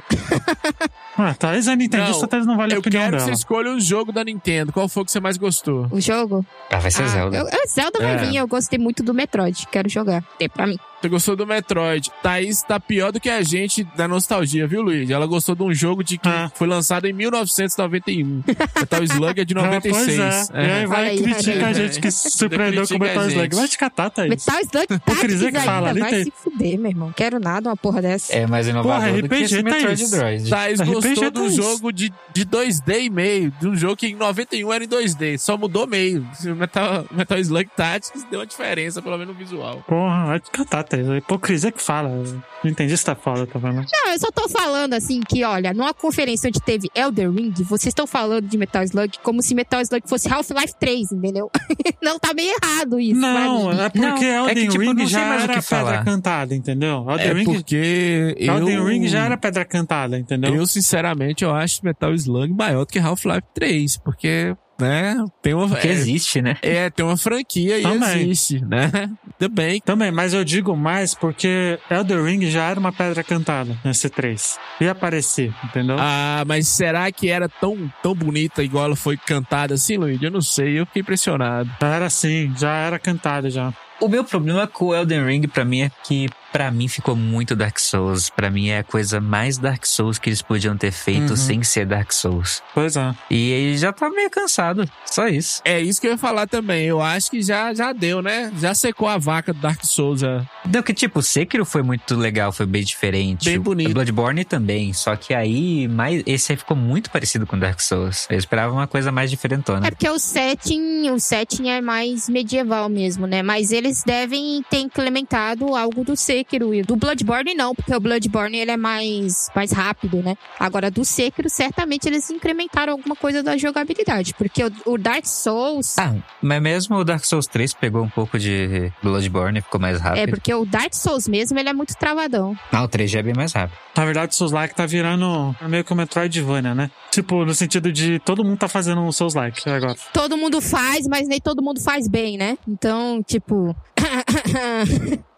Speaker 1: Ah, Thais é Nintendista,
Speaker 4: Não,
Speaker 1: Thais não vale a
Speaker 4: Eu
Speaker 1: opinião
Speaker 4: quero que
Speaker 1: dela.
Speaker 4: você escolha um jogo da Nintendo. Qual foi o que você mais gostou?
Speaker 3: O jogo.
Speaker 2: Ah, vai
Speaker 1: é
Speaker 2: ser
Speaker 3: Ah,
Speaker 2: Zelda.
Speaker 3: eu- eu- Zelda vai
Speaker 4: É.
Speaker 3: vir. Eu gostei muito do Metroid. Quero jogar. Tem pra mim.
Speaker 4: Você gostou do Metroid. Thaís tá pior do que a gente da nostalgia, viu, Luigi? Ela gostou de um jogo de que
Speaker 1: Ah.
Speaker 4: foi lançado em 1991. Metal Slug é de
Speaker 1: Ah,
Speaker 4: 96.
Speaker 1: pois é. E aí vai
Speaker 3: Olha aí,
Speaker 1: criticar
Speaker 3: olha
Speaker 1: a
Speaker 4: aí.
Speaker 1: gente que se surpreendeu com o
Speaker 4: Critica a
Speaker 1: Metal Slug.
Speaker 4: gente.
Speaker 1: Vai te catar, Thaís.
Speaker 3: Metal Slug Tactics
Speaker 1: Cris é que fala,
Speaker 3: ainda.
Speaker 1: ali
Speaker 3: Vai
Speaker 1: tem.
Speaker 3: se fuder, meu irmão. Quero nada, uma porra dessa.
Speaker 2: É mais inovador
Speaker 1: Porra,
Speaker 2: do que esse
Speaker 1: RPG tá
Speaker 2: Metroid
Speaker 1: isso.
Speaker 2: Droid.
Speaker 4: Thaís
Speaker 1: RPG
Speaker 4: gostou de um
Speaker 1: Thaís.
Speaker 4: jogo de, de 2D e meio. De um jogo que em 91 era em 2D. Só mudou meio. O Metal, Metal Slug Tactics deu uma diferença, pelo menos no visual.
Speaker 1: Porra, vai te catar, Thaís. A hipocrisia que fala. Nintendista foda, tá vendo?
Speaker 3: Não, eu só tô falando assim que, olha, numa conferência onde teve Elder Ring, vocês estão falando de Metal Slug como se Metal Slug fosse Half-Life 3, entendeu? não, tá meio errado isso.
Speaker 1: Não,
Speaker 3: pra mim.
Speaker 1: é porque
Speaker 2: Não, é
Speaker 1: Elden
Speaker 2: que, tipo,
Speaker 1: Ring
Speaker 2: não sei
Speaker 1: já
Speaker 2: mais o
Speaker 1: era
Speaker 2: que
Speaker 1: pedra
Speaker 2: falar.
Speaker 1: cantada, entendeu? Elden,
Speaker 4: É
Speaker 1: Ring,
Speaker 4: porque eu...
Speaker 1: Elden Ring já era pedra cantada, entendeu?
Speaker 4: Eu, sinceramente, eu acho Metal Slug maior do que Half-Life 3. Porque, né, tem uma...
Speaker 2: Porque
Speaker 4: é-
Speaker 2: existe, né?
Speaker 4: É, tem uma franquia e
Speaker 1: Também.
Speaker 4: existe, né? Ainda bem.
Speaker 1: Também, mas eu digo mais porque Elden Ring já era uma pedra cantada nesse 3. Ia aparecer, entendeu?
Speaker 4: Ah, mas será que era tão, tão bonita igual ela foi cantada assim, Luigi? Eu não sei, eu fiquei impressionado.
Speaker 1: Já era assim, já era cantada já.
Speaker 2: O meu problema com o Elden Ring pra mim é que pra mim ficou muito Dark Souls. Pra mim é a coisa mais Dark Souls que eles podiam ter feito
Speaker 1: Uhum.
Speaker 2: sem ser Dark Souls.
Speaker 1: Pois é.
Speaker 2: E aí já tá meio cansado. Só isso.
Speaker 4: É isso que eu ia falar também. Eu acho que já, já deu, né? Já secou a vaca do Dark Souls. já.
Speaker 2: Não, que tipo, Sekiro foi muito legal, foi bem diferente.
Speaker 4: Bem bonito.
Speaker 2: Bloodborne também, só que aí mais, esse aí ficou muito parecido com Dark Souls. Eu esperava uma coisa mais diferentona.
Speaker 3: É porque o setting, o setting é mais medieval mesmo, né? Mas eles devem ter implementado algo do Sekiro. E do Bloodborne não, porque o Bloodborne ele é mais, mais rápido, né? Agora, do Sekiro, certamente eles incrementaram alguma coisa da jogabilidade. Porque o, o Dark Souls...
Speaker 2: Ah, mas mesmo o Dark Souls 3 pegou um pouco de Bloodborne, ficou mais
Speaker 3: É,
Speaker 2: rápido.
Speaker 3: porque o Dark Souls mesmo, ele é muito travadão.
Speaker 2: Não, o 3 já é bem mais rápido.
Speaker 1: Na verdade, o Souls Like tá virando meio que o Metroidvania, né? Tipo, no sentido de todo mundo tá fazendo um Souls Like agora.
Speaker 3: Todo mundo faz, mas nem todo mundo faz bem, né? Então, tipo...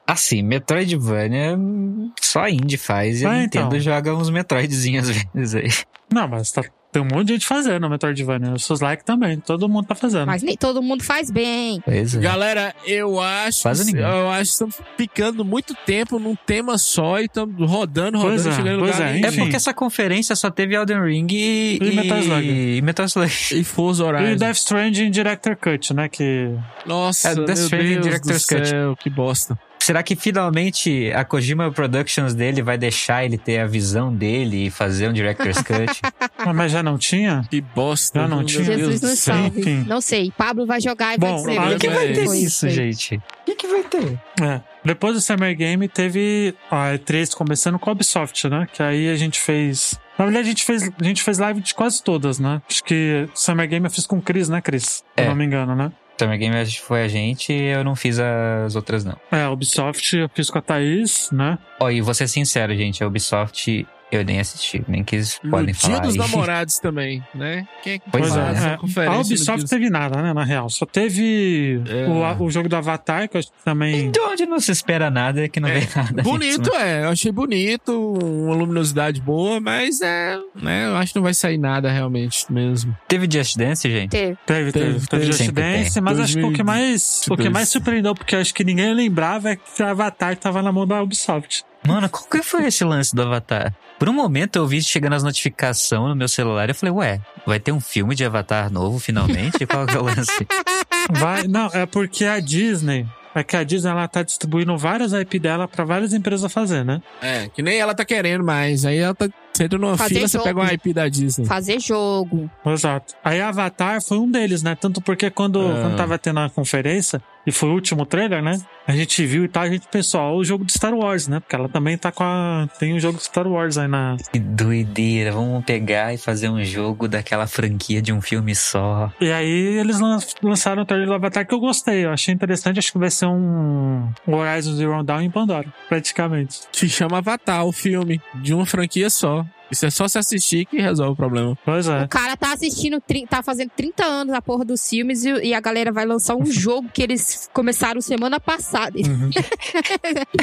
Speaker 2: Assim, Metroidvania hum, só indie faz e
Speaker 1: Ah,
Speaker 2: a Nintendo
Speaker 1: então.
Speaker 2: joga uns Metroidzinhos às vezes aí.
Speaker 1: Não, mas tá, tem um monte de gente fazendo o Metroidvania. O Souls Like também, todo mundo tá fazendo.
Speaker 3: mas nem todo mundo faz bem.
Speaker 2: Pois é.
Speaker 4: Galera, eu acho.
Speaker 2: Quase ninguém.
Speaker 4: Eu acho que estamos ficando muito tempo num tema só e estamos rodando, rodando,
Speaker 1: Pois é,
Speaker 4: chegando em
Speaker 1: pois
Speaker 4: lugar
Speaker 1: é,
Speaker 4: nenhum.
Speaker 2: É
Speaker 1: enfim.
Speaker 2: porque essa conferência só teve Elden Ring e,
Speaker 1: E Metal Slug.
Speaker 2: e Metal Slug.
Speaker 4: E Forza
Speaker 1: E
Speaker 4: Horizon.
Speaker 1: Death Stranding Director Cut, né? Que
Speaker 4: Nossa,
Speaker 2: É,
Speaker 4: meu
Speaker 2: Death
Speaker 4: Deus
Speaker 2: Stranding
Speaker 4: do
Speaker 2: Director's Cut.
Speaker 4: céu, que bosta.
Speaker 2: Será que finalmente a Kojima Productions dele vai deixar ele ter a visão dele e fazer um Director's Cut?
Speaker 1: Ah, mas já não tinha?
Speaker 4: Que bosta.
Speaker 1: Já não
Speaker 4: meu
Speaker 1: tinha.
Speaker 4: Deus
Speaker 3: Jesus
Speaker 4: do
Speaker 3: nos
Speaker 4: céu.
Speaker 1: céu.
Speaker 3: salve.
Speaker 1: Enfim.
Speaker 3: Não sei. Pablo vai jogar e
Speaker 1: Bom,
Speaker 3: vai dizer.
Speaker 1: o que
Speaker 4: vai ter
Speaker 3: Foi
Speaker 2: é.
Speaker 3: isso aí.
Speaker 2: gente? O que, que vai ter?
Speaker 1: É. Depois do Summer Game teve a E3 começando com a Ubisoft, né? Que aí a gente fez. Na verdade, a gente fez, a gente fez live de quase todas, né? Acho que Summer Game eu fiz com o Cris, né, Cris? Se
Speaker 2: É.
Speaker 1: eu não me engano, né?
Speaker 2: Summer Game acho que foi a gente e eu não fiz as outras, não.
Speaker 1: É, a Ubisoft eu fiz com a Thaís, né?
Speaker 2: Ó, e vou ser sincero, gente, a Ubisoft. Eu nem assisti, nem quis
Speaker 4: E o
Speaker 2: podem
Speaker 4: Dia
Speaker 2: falar.
Speaker 4: dos
Speaker 2: aí.
Speaker 4: Namorados também, né? Quem é que
Speaker 2: Pois
Speaker 4: faz
Speaker 2: é.
Speaker 4: essa
Speaker 1: É,
Speaker 4: conferência
Speaker 1: A
Speaker 4: no
Speaker 1: Ubisoft
Speaker 4: Dia-
Speaker 1: teve nada, né, na real. Só teve
Speaker 4: É.
Speaker 1: o, a- o jogo do Avatar, que eu acho que também.
Speaker 4: Então,
Speaker 2: De Então, onde não se espera nada, que não
Speaker 4: É,
Speaker 2: vem nada. né?
Speaker 4: Bonito,
Speaker 1: né?
Speaker 4: é. Eu achei bonito, uma luminosidade boa, mas é. Né, eu acho que não vai sair nada realmente mesmo.
Speaker 2: Teve Just Dance, gente?
Speaker 3: Teve.
Speaker 1: Teve, teve,
Speaker 4: Teve,
Speaker 1: teve,
Speaker 4: teve.
Speaker 1: Just
Speaker 2: Sempre
Speaker 1: Dance, mas acho que o que mais, o que
Speaker 4: 2022.
Speaker 1: mais surpreendeu, porque acho que ninguém lembrava, é que o Avatar tava na mão da Ubisoft.
Speaker 2: Mano, qual que foi esse lance do Avatar? Por um momento eu vi chegando as notificações no meu celular e eu falei, ué, vai ter um filme de Avatar novo finalmente? qual que é o lance?
Speaker 1: Vai, não, é porque a Disney. É que a Disney ela tá distribuindo várias IP dela pra várias empresas fazer, né?
Speaker 4: É, que nem ela tá querendo mais. Aí ela tá. Você entra numa
Speaker 3: Fazer
Speaker 4: fila, você
Speaker 3: jogo.
Speaker 4: pega uma IP da Disney.
Speaker 3: Fazer jogo.
Speaker 1: Exato. Aí Avatar foi um deles, né? Tanto porque quando,
Speaker 2: É.
Speaker 4: Ah.
Speaker 1: quando tava tendo a conferência, e foi o último trailer, né? A gente viu e tal, a gente pensou, ó, o jogo de Star Wars, né? Porque ela também tá com a. Tem um jogo de Star Wars aí na.
Speaker 2: Que doideira, vamos pegar e fazer um jogo daquela franquia de um filme só.
Speaker 1: E aí eles lan- lançaram o trailer do Avatar que eu gostei, eu achei interessante, acho que vai ser um um Horizon Zero Dawn em Pandora, praticamente.
Speaker 4: Se chama Avatar, o filme. De uma franquia só. Isso é só se assistir que resolve o problema.
Speaker 1: Pois é.
Speaker 3: O cara tá assistindo, tri- tá fazendo 30 anos a porra dos filmes e, e a galera vai lançar um jogo que eles começaram semana passada.
Speaker 1: Uhum.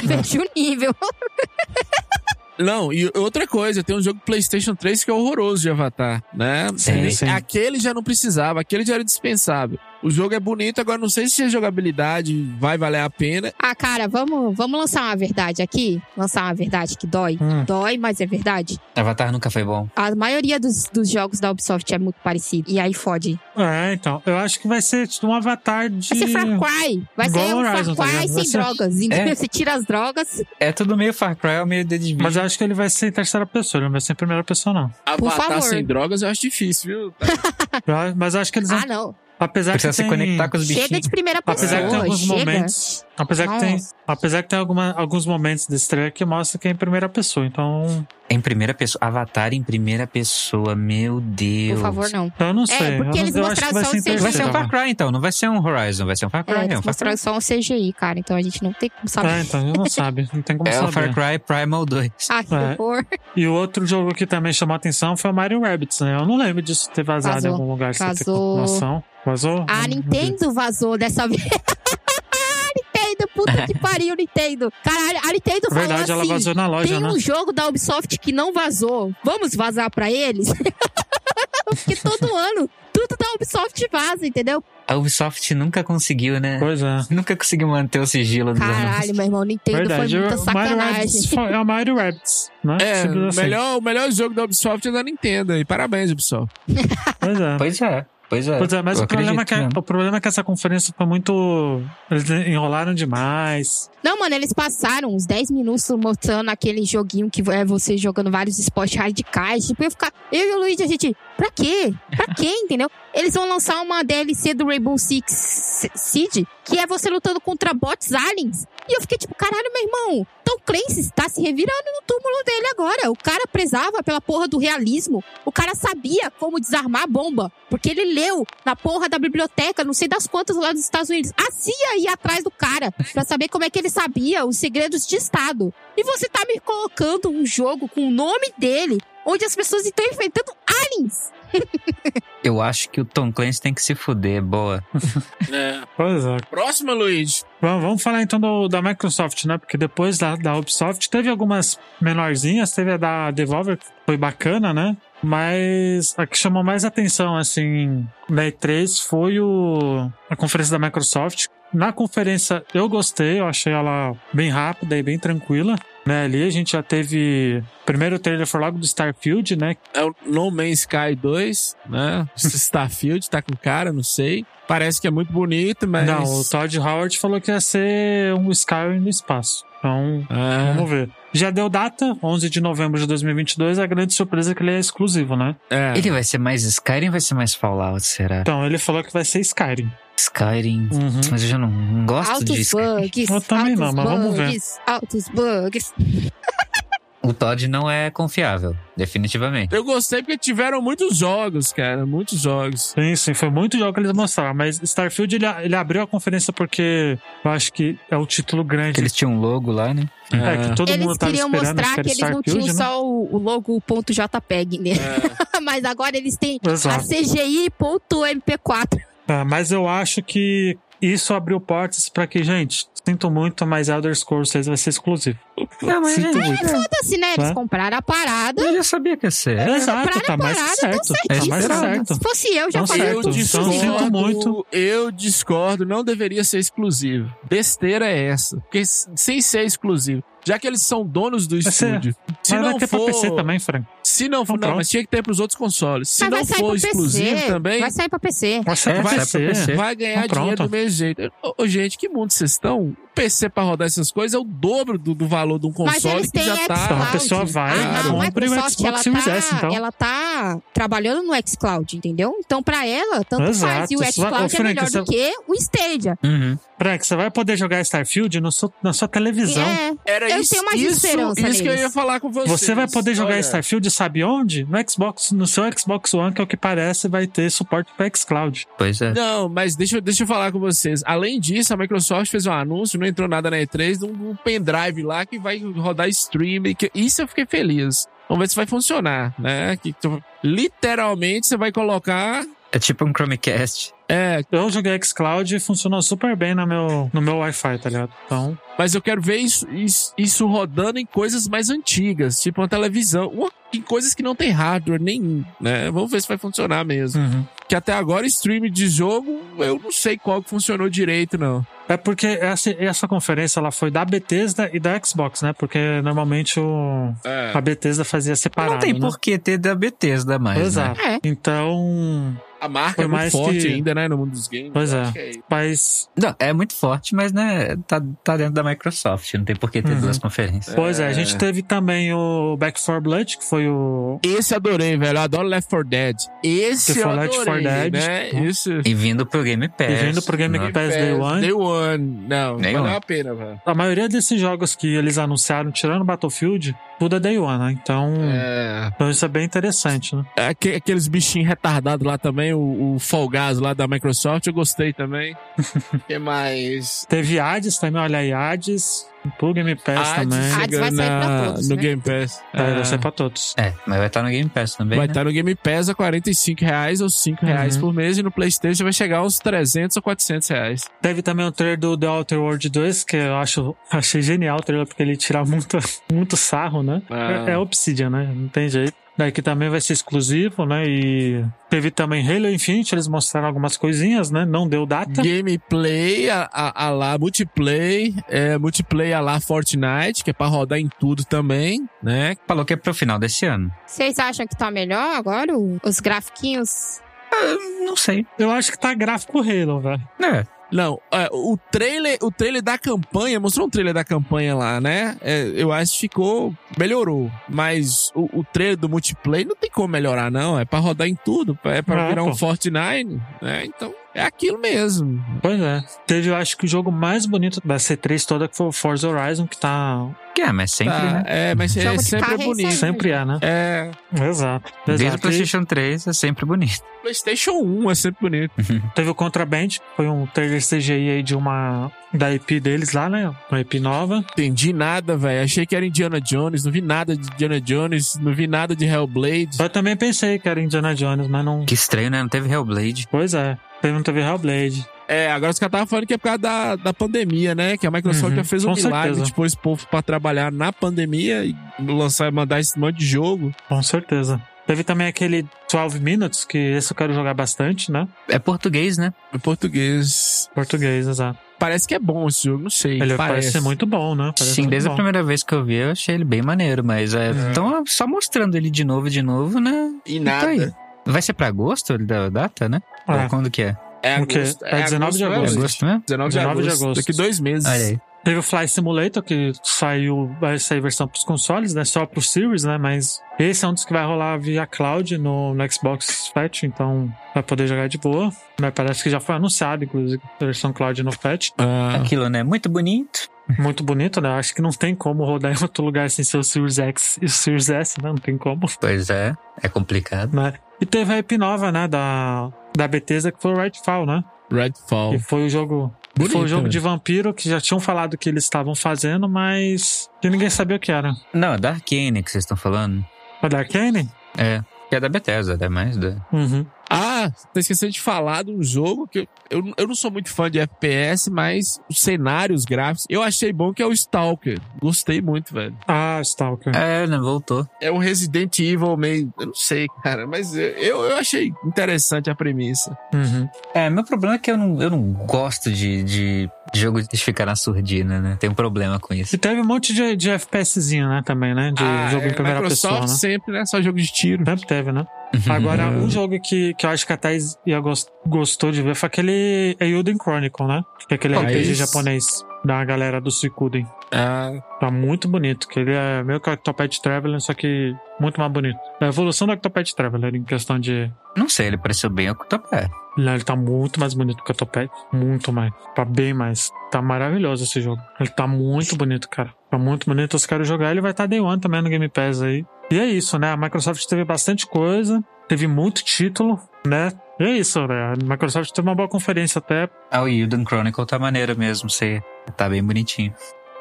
Speaker 3: Veja o nível.
Speaker 4: Não, e outra coisa, tem um jogo PlayStation 3 que é horroroso de Avatar, né?
Speaker 2: Sim,
Speaker 4: Ele-
Speaker 1: sim.
Speaker 3: É.
Speaker 4: Aquele já não precisava, aquele já era dispensável. O jogo é bonito, agora não sei se a jogabilidade vai valer a pena.
Speaker 3: Ah, cara, vamos, vamos lançar uma verdade aqui? Lançar uma verdade que dói?
Speaker 1: Hum.
Speaker 3: Dói, mas é verdade.
Speaker 2: Avatar nunca foi bom.
Speaker 3: A maioria dos, dos jogos da Ubisoft é muito parecida. E aí fode.
Speaker 1: É, então, eu acho que vai ser tipo, um Avatar de
Speaker 3: Vai ser Far Cry. Vai
Speaker 1: Igual
Speaker 3: ser um
Speaker 1: Horizon, tá
Speaker 3: Far Cry
Speaker 1: ligado? Vai
Speaker 3: sem
Speaker 1: ser-
Speaker 3: drogas. Entendeu?
Speaker 2: É.
Speaker 3: Você tira as drogas.
Speaker 2: É tudo meio Far Cry, é meio Dead Beat.
Speaker 1: mas eu acho que ele vai ser em terceira pessoa, ele não vai ser em primeira pessoa, não.
Speaker 3: Por
Speaker 4: Avatar
Speaker 3: favor. Tá
Speaker 4: sem drogas eu acho difícil, viu?
Speaker 1: Eu- Mas eu acho que eles. vão.
Speaker 3: Ah, não.
Speaker 1: Apesar que
Speaker 2: Precisa se
Speaker 1: tem,
Speaker 2: conectar com os
Speaker 3: Chega
Speaker 2: bichinhos.
Speaker 3: de primeira pessoa.
Speaker 1: Apesar que tem alguns
Speaker 3: chega.
Speaker 1: momentos. Apesar que tem,
Speaker 3: Nossa.
Speaker 1: apesar que tem alguma- alguns momentos desse trailer que mostra que é em primeira pessoa. Então,
Speaker 2: Em primeira pessoa. Avatar em primeira pessoa, meu Deus.
Speaker 3: Por favor, não.
Speaker 1: eu não sei.
Speaker 3: É, porque
Speaker 1: eu,
Speaker 3: eles
Speaker 1: eu acho que
Speaker 3: mostraram
Speaker 1: vai
Speaker 3: só
Speaker 1: ser em
Speaker 3: o CG.
Speaker 2: Vai ser
Speaker 1: terceira.
Speaker 2: um Far Cry então, não vai ser um Horizon, vai ser um Far Cry.
Speaker 3: É,
Speaker 2: É, um
Speaker 3: eles
Speaker 2: Far Cry.
Speaker 3: mostraram só um CGI, cara. Então a gente não tem como saber.
Speaker 1: É, então, eu não sabe. Não tem como
Speaker 2: É o
Speaker 1: saber.
Speaker 2: Far Cry Primal 2.
Speaker 3: Ah, que
Speaker 1: É.
Speaker 3: horror.
Speaker 1: E o outro jogo que também chamou a atenção foi o Mario Rabbids, né? Eu não lembro disso ter vazado
Speaker 3: Vazou.
Speaker 1: em algum lugar. se Você tem
Speaker 3: Vazou. Ah,
Speaker 1: noção? Vazou? Não-
Speaker 3: A
Speaker 1: não vi.
Speaker 3: Nintendo vazou dessa vez. Nintendo, puta que pariu, Nintendo. Caralho, a Nintendo falou
Speaker 1: Verdade, ela
Speaker 3: assim,
Speaker 1: vazou na loja,
Speaker 3: Tem
Speaker 1: né?
Speaker 3: um jogo da Ubisoft que não vazou. Vamos vazar pra eles? Porque todo ano tudo da Ubisoft vaza, entendeu?
Speaker 2: A Ubisoft nunca conseguiu, né?
Speaker 1: Pois é.
Speaker 2: Nunca conseguiu manter o sigilo dos anúncios.
Speaker 3: Caralho, meu irmão, Nintendo
Speaker 1: Verdade.
Speaker 3: um foi muita
Speaker 1: o Mario Rabbids
Speaker 3: sacanagem.
Speaker 1: foi- é o Mario Rabbids, né?
Speaker 4: É,
Speaker 1: Simples
Speaker 4: o
Speaker 1: assim.
Speaker 4: melhor, o melhor jogo da Ubisoft é da Nintendo. E parabéns, Ubisoft.
Speaker 1: Pois é.
Speaker 2: Pois é, pois é.
Speaker 1: Pois é, mas
Speaker 2: Eu
Speaker 1: o problema, é que,
Speaker 2: acredito né?
Speaker 1: o problema é que essa conferência foi muito. Eles enrolaram demais.
Speaker 3: Não, mano, eles passaram uns 10 minutos mostrando aquele joguinho que é você jogando vários esportes radicais. Tipo, eu ficar. Eu e o Luigi, a gente. Pra quê? Pra quê, entendeu? Eles vão lançar uma DLC do Rainbow Six Siege, que é você lutando contra bots aliens. E eu fiquei tipo, caralho, meu irmão. Tom Clancy tá se revirando no túmulo dele agora. O cara prezava pela porra do realismo. O cara sabia como desarmar a bomba. Porque ele leu na porra da biblioteca, não sei das quantas lá dos Estados Unidos. Assim, A CIA ia atrás do cara pra saber como é que ele sabia os segredos de Estado. E você tá me colocando um jogo com o nome dele, onde as pessoas estão enfrentando aliens.
Speaker 2: Eu acho que o Tom Clancy tem que se fuder, boa.
Speaker 1: Pois é.
Speaker 4: Próxima, Luigi.
Speaker 1: Vamos, vamos falar então do- da Microsoft, né? Porque depois da, da Ubisoft teve algumas menorzinhas, teve a da Devolver, que foi bacana, né? Mas a que chamou mais atenção, assim, da E3 foi o, a conferência da Microsoft. Na conferência eu gostei, eu achei ela bem rápida e bem tranquila. Né, ali a gente já teve. O primeiro trailer foi logo do Starfield, né?
Speaker 4: É o No Man's Sky 2, né? Starfield, tá com cara, não sei. Parece que é muito bonito, mas.
Speaker 1: Não, o Todd Howard falou que ia ser um Skyrim no espaço. Então,
Speaker 4: Ah,
Speaker 1: Vamos ver. Já deu data, 11 de novembro de 2022. A grande surpresa é que ele é exclusivo, né?
Speaker 4: é.
Speaker 2: Ele vai ser mais Skyrim ou vai ser mais Fallout, será?
Speaker 1: Então, ele falou que vai ser Skyrim.
Speaker 2: Skyrim.
Speaker 1: Uhum.
Speaker 2: Mas eu já não, não gosto de
Speaker 3: Altos
Speaker 2: Skyrim.
Speaker 3: bugs.
Speaker 1: Eu também
Speaker 3: altos
Speaker 1: não, mas vamos ver.
Speaker 3: bugs, Altos bugs.
Speaker 2: O O Todd não é confiável, definitivamente.
Speaker 4: Eu gostei porque tiveram muitos jogos, cara. Muitos jogos.
Speaker 1: Sim, sim, foi muito jogo que eles mostraram. Mas Starfield, ele, ele abriu a conferência porque eu acho que é o título grande.
Speaker 2: Eles tinham um logo lá, né?
Speaker 1: É, que todo
Speaker 3: eles
Speaker 1: mundo tava
Speaker 3: queriam
Speaker 1: esperando
Speaker 3: mostrar que
Speaker 1: era
Speaker 3: eles não
Speaker 1: Starfield,
Speaker 3: tinham
Speaker 1: né?
Speaker 3: só o o logo ponto .jpeg, né?
Speaker 4: É,
Speaker 3: Mas agora eles têm a
Speaker 1: Exato.
Speaker 3: CGI.mp4.
Speaker 1: Tá, mas eu acho que isso abriu portas pra que, gente, sinto muito, mas Elder Scrolls 6 vai ser exclusivo.
Speaker 2: Não, mas
Speaker 1: Sinto
Speaker 2: é-
Speaker 1: muito.
Speaker 3: Foda-se, né? Eles
Speaker 1: Tá.
Speaker 3: compraram a parada.
Speaker 2: Eu já sabia que ia ser.
Speaker 1: Exato,
Speaker 3: compraram
Speaker 1: tá
Speaker 3: a
Speaker 1: mais que
Speaker 3: parada,
Speaker 1: certo.
Speaker 3: tão
Speaker 1: Tá mais que
Speaker 2: certíssimo.
Speaker 1: certo.
Speaker 3: Se fosse eu, já
Speaker 1: Então,
Speaker 3: falei.
Speaker 1: certo.
Speaker 4: Eu
Speaker 3: tudo.
Speaker 1: Então,
Speaker 4: discordo,
Speaker 1: sinto muito.
Speaker 4: eu discordo, não deveria ser exclusivo. Besteira é essa. Porque s- sem ser exclusivo. Já que eles são donos do
Speaker 1: Mas será-
Speaker 4: estúdio. Se
Speaker 1: mas vai
Speaker 4: não,
Speaker 1: ter pra
Speaker 4: for,
Speaker 1: PC também, Frank.
Speaker 4: se não for.
Speaker 1: Então,
Speaker 4: Não, mas tinha que ter pros outros consoles. Se
Speaker 3: Mas vai
Speaker 4: não
Speaker 3: sair
Speaker 4: for
Speaker 3: pro
Speaker 4: exclusivo
Speaker 3: PC.
Speaker 4: também,
Speaker 3: Vai sair pra PC.
Speaker 1: Nossa,
Speaker 2: É,
Speaker 1: vai
Speaker 2: sai pra
Speaker 1: ser.
Speaker 2: PC.
Speaker 4: vai ganhar
Speaker 1: Então,
Speaker 4: dinheiro
Speaker 1: pronto.
Speaker 4: do mesmo jeito. Ô, ô, gente, que mundo vocês estão? O PC pra rodar essas coisas é o dobro do, do valor de um
Speaker 3: Mas
Speaker 4: console
Speaker 3: eles
Speaker 4: que
Speaker 3: têm
Speaker 4: já tá.
Speaker 1: Então,
Speaker 3: xCloud.
Speaker 1: a pessoa vai,
Speaker 3: ah, não, a
Speaker 1: compra e o
Speaker 3: Microsoft, ela
Speaker 1: Xbox Series
Speaker 3: tá,
Speaker 1: S, então.
Speaker 3: ela tá trabalhando no xCloud, entendeu? Então, pra ela, tanto faz.
Speaker 1: Exato.
Speaker 3: E o
Speaker 1: Isso vai- Ô,
Speaker 3: xCloud é
Speaker 1: Frank,
Speaker 3: melhor
Speaker 1: isso-
Speaker 3: do que o Stadia.
Speaker 2: Uhum.
Speaker 1: Frank, você vai poder jogar Starfield no seu- na sua televisão.
Speaker 3: É,
Speaker 4: Era
Speaker 3: Eu
Speaker 4: isso,
Speaker 3: tenho mais
Speaker 4: isso,
Speaker 3: esperança
Speaker 4: isso que eu
Speaker 3: neles.
Speaker 4: ia falar com vocês.
Speaker 1: Você vai poder jogar
Speaker 4: Olha,
Speaker 1: Starfield, sabe onde? No Xbox, no seu Xbox One, que é o que parece, vai ter suporte para xCloud.
Speaker 2: Pois é.
Speaker 4: Não, mas deixa, eu- deixa eu falar com vocês. Além disso, a Microsoft fez um anúncio, não entrou nada na E3, de um, um pendrive lá que vai rodar streaming. que- isso eu fiquei feliz. Vamos ver se vai funcionar, né? Que tu- literalmente você vai colocar.
Speaker 2: É tipo um Chromecast.
Speaker 4: É,
Speaker 1: Eu joguei xCloud e funcionou super bem no meu, no meu Wi-Fi, tá ligado? Então,
Speaker 4: mas eu quero ver isso, isso, isso rodando em coisas mais antigas, tipo uma televisão, uma- em coisas que não tem hardware nenhum, né? Vamos ver se vai funcionar mesmo.
Speaker 1: Uhum.
Speaker 4: Que até agora, streaming de jogo, eu não sei qual que funcionou direito, não.
Speaker 1: É porque essa, essa conferência ela foi da Bethesda e da Xbox, né? Porque normalmente o,
Speaker 4: É.
Speaker 1: a Bethesda fazia separado.
Speaker 2: não tem
Speaker 1: né?
Speaker 2: por que ter da Bethesda mais, né?
Speaker 1: Exato.
Speaker 3: É.
Speaker 1: Então,
Speaker 4: A marca
Speaker 1: Por
Speaker 4: é muito
Speaker 1: mais
Speaker 4: forte
Speaker 1: que-
Speaker 4: ainda, né? No mundo dos games.
Speaker 1: Pois é.
Speaker 4: Acho que é isso.
Speaker 1: mas.
Speaker 2: Não, é muito forte, mas né, tá, tá dentro da Microsoft. Não tem por que ter
Speaker 1: Uhum.
Speaker 2: duas conferências.
Speaker 1: Pois é, a
Speaker 4: É.
Speaker 1: gente teve também o Back 4 Blood, que foi o.
Speaker 4: Esse eu adorei, velho. Eu adoro Left 4 Dead. Esse
Speaker 1: Se
Speaker 4: eu
Speaker 1: for
Speaker 4: adorei,
Speaker 1: Left 4 Dead,
Speaker 4: né?
Speaker 1: bom.
Speaker 4: Isso.
Speaker 2: E vindo pro Game Pass.
Speaker 1: E vindo pro Game
Speaker 2: né?
Speaker 1: Pass Day One.
Speaker 4: Day One. Não,
Speaker 2: Day
Speaker 4: valeu
Speaker 2: One.
Speaker 4: a pena, velho.
Speaker 1: A maioria desses jogos que eles anunciaram, tirando Battlefield, tudo é Day One, né? Então.
Speaker 4: É.
Speaker 1: Então isso é bem interessante, né?
Speaker 4: Aque- Aqueles bichinhos retardados lá também, o, o Fall Guys lá da Microsoft, eu gostei também. que mais?
Speaker 1: Teve Hades também, olha aí, Hades, pro Game Pass
Speaker 4: Hades
Speaker 1: também.
Speaker 3: Hades vai
Speaker 4: chegando
Speaker 3: sair pra
Speaker 4: na-
Speaker 3: todos,
Speaker 4: no
Speaker 3: né?
Speaker 4: Game Pass.
Speaker 1: É, vai
Speaker 4: É.
Speaker 1: ser pra todos.
Speaker 2: É, mas vai estar no Game Pass também.
Speaker 4: Vai
Speaker 2: né?
Speaker 4: estar no Game Pass a R$ 45 reais ou R$ 5 reais
Speaker 1: Uhum.
Speaker 4: por mês e no Playstation vai chegar aos 300 ou 400 reais.
Speaker 1: Teve também o trailer do The Outer World 2, que eu acho, achei genial o trailer, porque ele tira muito, muito sarro, né?
Speaker 4: Ah.
Speaker 1: É, é Obsidian, né? Não tem jeito. Daí que também vai ser exclusivo, né? E teve também Halo Infinite, eles mostraram algumas coisinhas, né? Não deu data.
Speaker 4: Gameplay a, a, a lá multiplayer, é, multiplayer a lá Fortnite, que é pra rodar em tudo também, né?
Speaker 1: tá.
Speaker 2: Falou que é pro final desse ano.
Speaker 3: Vocês acham que tá melhor agora o- os grafiquinhos?
Speaker 2: Não sei.
Speaker 1: Eu acho que tá gráfico Halo, velho.
Speaker 2: É,
Speaker 4: Não, é, o trailer, o trailer da campanha, mostrou um trailer da campanha lá, né? É, eu acho que ficou, melhorou, mas o, o trailer do multiplayer não tem como melhorar não, é pra rodar em tudo, é pra
Speaker 1: Ah,
Speaker 4: virar um
Speaker 1: pô.
Speaker 4: Fortnite, né? Então é aquilo mesmo.
Speaker 1: Pois é. Teve, eu acho que o jogo mais bonito da C3 toda, que foi o Forza Horizon, que tá.
Speaker 2: que é, mas sempre,
Speaker 4: Tá,
Speaker 2: né?
Speaker 4: É, mas é,
Speaker 3: Jogo de
Speaker 4: sempre é
Speaker 3: carro é isso aí.
Speaker 4: bonito.
Speaker 1: Sempre é, né?
Speaker 4: É,
Speaker 1: Exato.
Speaker 2: Desde o
Speaker 1: Exato. E
Speaker 2: PlayStation 3 é sempre bonito.
Speaker 4: PlayStation 1 é sempre bonito.
Speaker 1: Teve o Contraband, que foi um trailer CGI aí de uma. da IP deles lá, né? Uma IP nova.
Speaker 4: Entendi nada, velho. Achei que era Indiana Jones, não vi nada de Indiana Jones, não vi nada de Hellblade.
Speaker 1: Eu também pensei que era Indiana Jones, mas não.
Speaker 2: Que estranho, né? Não teve Hellblade.
Speaker 1: Pois é. Teve, não teve Hellblade.
Speaker 4: É, agora os caras estavam falando que é por causa da, da pandemia, né? Que a Microsoft
Speaker 1: Uhum,
Speaker 4: já fez um
Speaker 1: com
Speaker 4: milagre
Speaker 1: certeza.
Speaker 4: de pôr esse povo pra trabalhar na pandemia e lançar, mandar esse monte de jogo.
Speaker 1: Com certeza. Teve também aquele 12 Minutes, que esse eu quero jogar bastante, né?
Speaker 2: É português, né?
Speaker 4: Em português.
Speaker 1: Português, exato.
Speaker 4: Parece que é bom esse jogo, não sei.
Speaker 1: Ele parece,
Speaker 4: parece
Speaker 1: ser muito bom, né? Parece
Speaker 2: Sim,
Speaker 1: muito
Speaker 2: desde a
Speaker 1: bom.
Speaker 2: primeira vez que eu vi, eu achei ele bem maneiro, mas é,
Speaker 1: Uhum.
Speaker 2: tão- só mostrando ele de novo, de novo, né?
Speaker 4: E
Speaker 2: Tá
Speaker 1: Então
Speaker 2: aí. Vai ser pra agosto da data, né?
Speaker 1: É.
Speaker 2: Ou quando que é?
Speaker 4: É
Speaker 1: O quê?
Speaker 4: agosto.
Speaker 1: É 19 de
Speaker 4: né,
Speaker 2: É
Speaker 1: agosto.
Speaker 4: gente?
Speaker 2: agosto mesmo?
Speaker 4: 19 de
Speaker 1: 19 de
Speaker 4: agosto.
Speaker 1: agosto.
Speaker 4: Daqui dois meses.
Speaker 2: Olha aí.
Speaker 1: Teve o Fly Simulator, que saiu, vai sair versão para os consoles, né? Só para o Series, né? Mas esse é um dos que vai rolar via cloud no, no Xbox Fat, então vai poder jogar de boa. Mas parece que já foi anunciado, inclusive, a versão cloud no Fat.
Speaker 4: Ah,
Speaker 2: Aquilo, né? Muito bonito.
Speaker 1: Muito bonito, né? Acho que não tem como rodar em outro lugar sem ser o Series X e o Series S, né? Não tem como.
Speaker 2: Pois é, é complicado.
Speaker 1: né? E teve a IP nova, né? Da, da Bethesda, que foi o Rightfall, né?
Speaker 4: Redfall.
Speaker 1: E foi o jogo.
Speaker 4: Bonito,
Speaker 1: foi o jogo
Speaker 4: né?
Speaker 1: de vampiro que já tinham falado que eles estavam fazendo, mas que ninguém sabia o que era.
Speaker 2: Não, é da Arkane que vocês estão falando.
Speaker 1: A da Arkane?
Speaker 2: É. Que é da Bethesda, né? Mas da...
Speaker 1: Uhum.
Speaker 4: Ah, tá esquecendo de falar de um jogo que eu, eu, eu não sou muito fã de FPS, mas os cenários gráficos eu achei bom que é o Stalker. Gostei muito, velho.
Speaker 1: Ah, Stalker.
Speaker 2: É, né? Voltou.
Speaker 4: É um Resident Evil meio. Eu não sei, cara, mas eu, eu, eu achei interessante a premissa.
Speaker 1: Uhum.
Speaker 2: É, meu problema é que eu não, eu não gosto de, de jogo de ficar na surdina, né? Tem um problema com isso.
Speaker 1: E teve um monte de, de FPSzinho, né? Também, né? De
Speaker 4: Ah,
Speaker 1: jogo
Speaker 4: é,
Speaker 1: em primeira
Speaker 4: Microsoft
Speaker 1: pessoa, né?
Speaker 4: sempre, né? Só jogo de tiro.
Speaker 1: Sempre teve, né? Agora,
Speaker 4: É.
Speaker 1: um jogo que, que eu acho que a Thais ia gos- gostou de ver foi aquele Euden Chronicle, né? Que é aquele
Speaker 4: Ah,
Speaker 1: RPG
Speaker 4: esse-
Speaker 1: japonês da galera do Suikoden.
Speaker 4: Ah,
Speaker 1: Tá muito bonito, que ele é meio que o Octopath Traveler, só que muito mais bonito. É a evolução do Octopath Traveler em questão de...
Speaker 2: Não sei, ele pareceu bem octopé.
Speaker 1: Não, ele tá muito mais bonito que o Octopath, muito mais. Tá bem mais. Tá maravilhoso esse jogo. Ele tá muito bonito, cara. Tá muito bonito, eu quero jogar. Ele vai estar Day One também no Game Pass aí. E é isso, né? A Microsoft teve bastante coisa, teve muito título, né? E é isso, né? A Microsoft teve uma boa conferência até.
Speaker 2: Ah, o Yuden Chronicle tá maneiro mesmo, você tá bem bonitinho.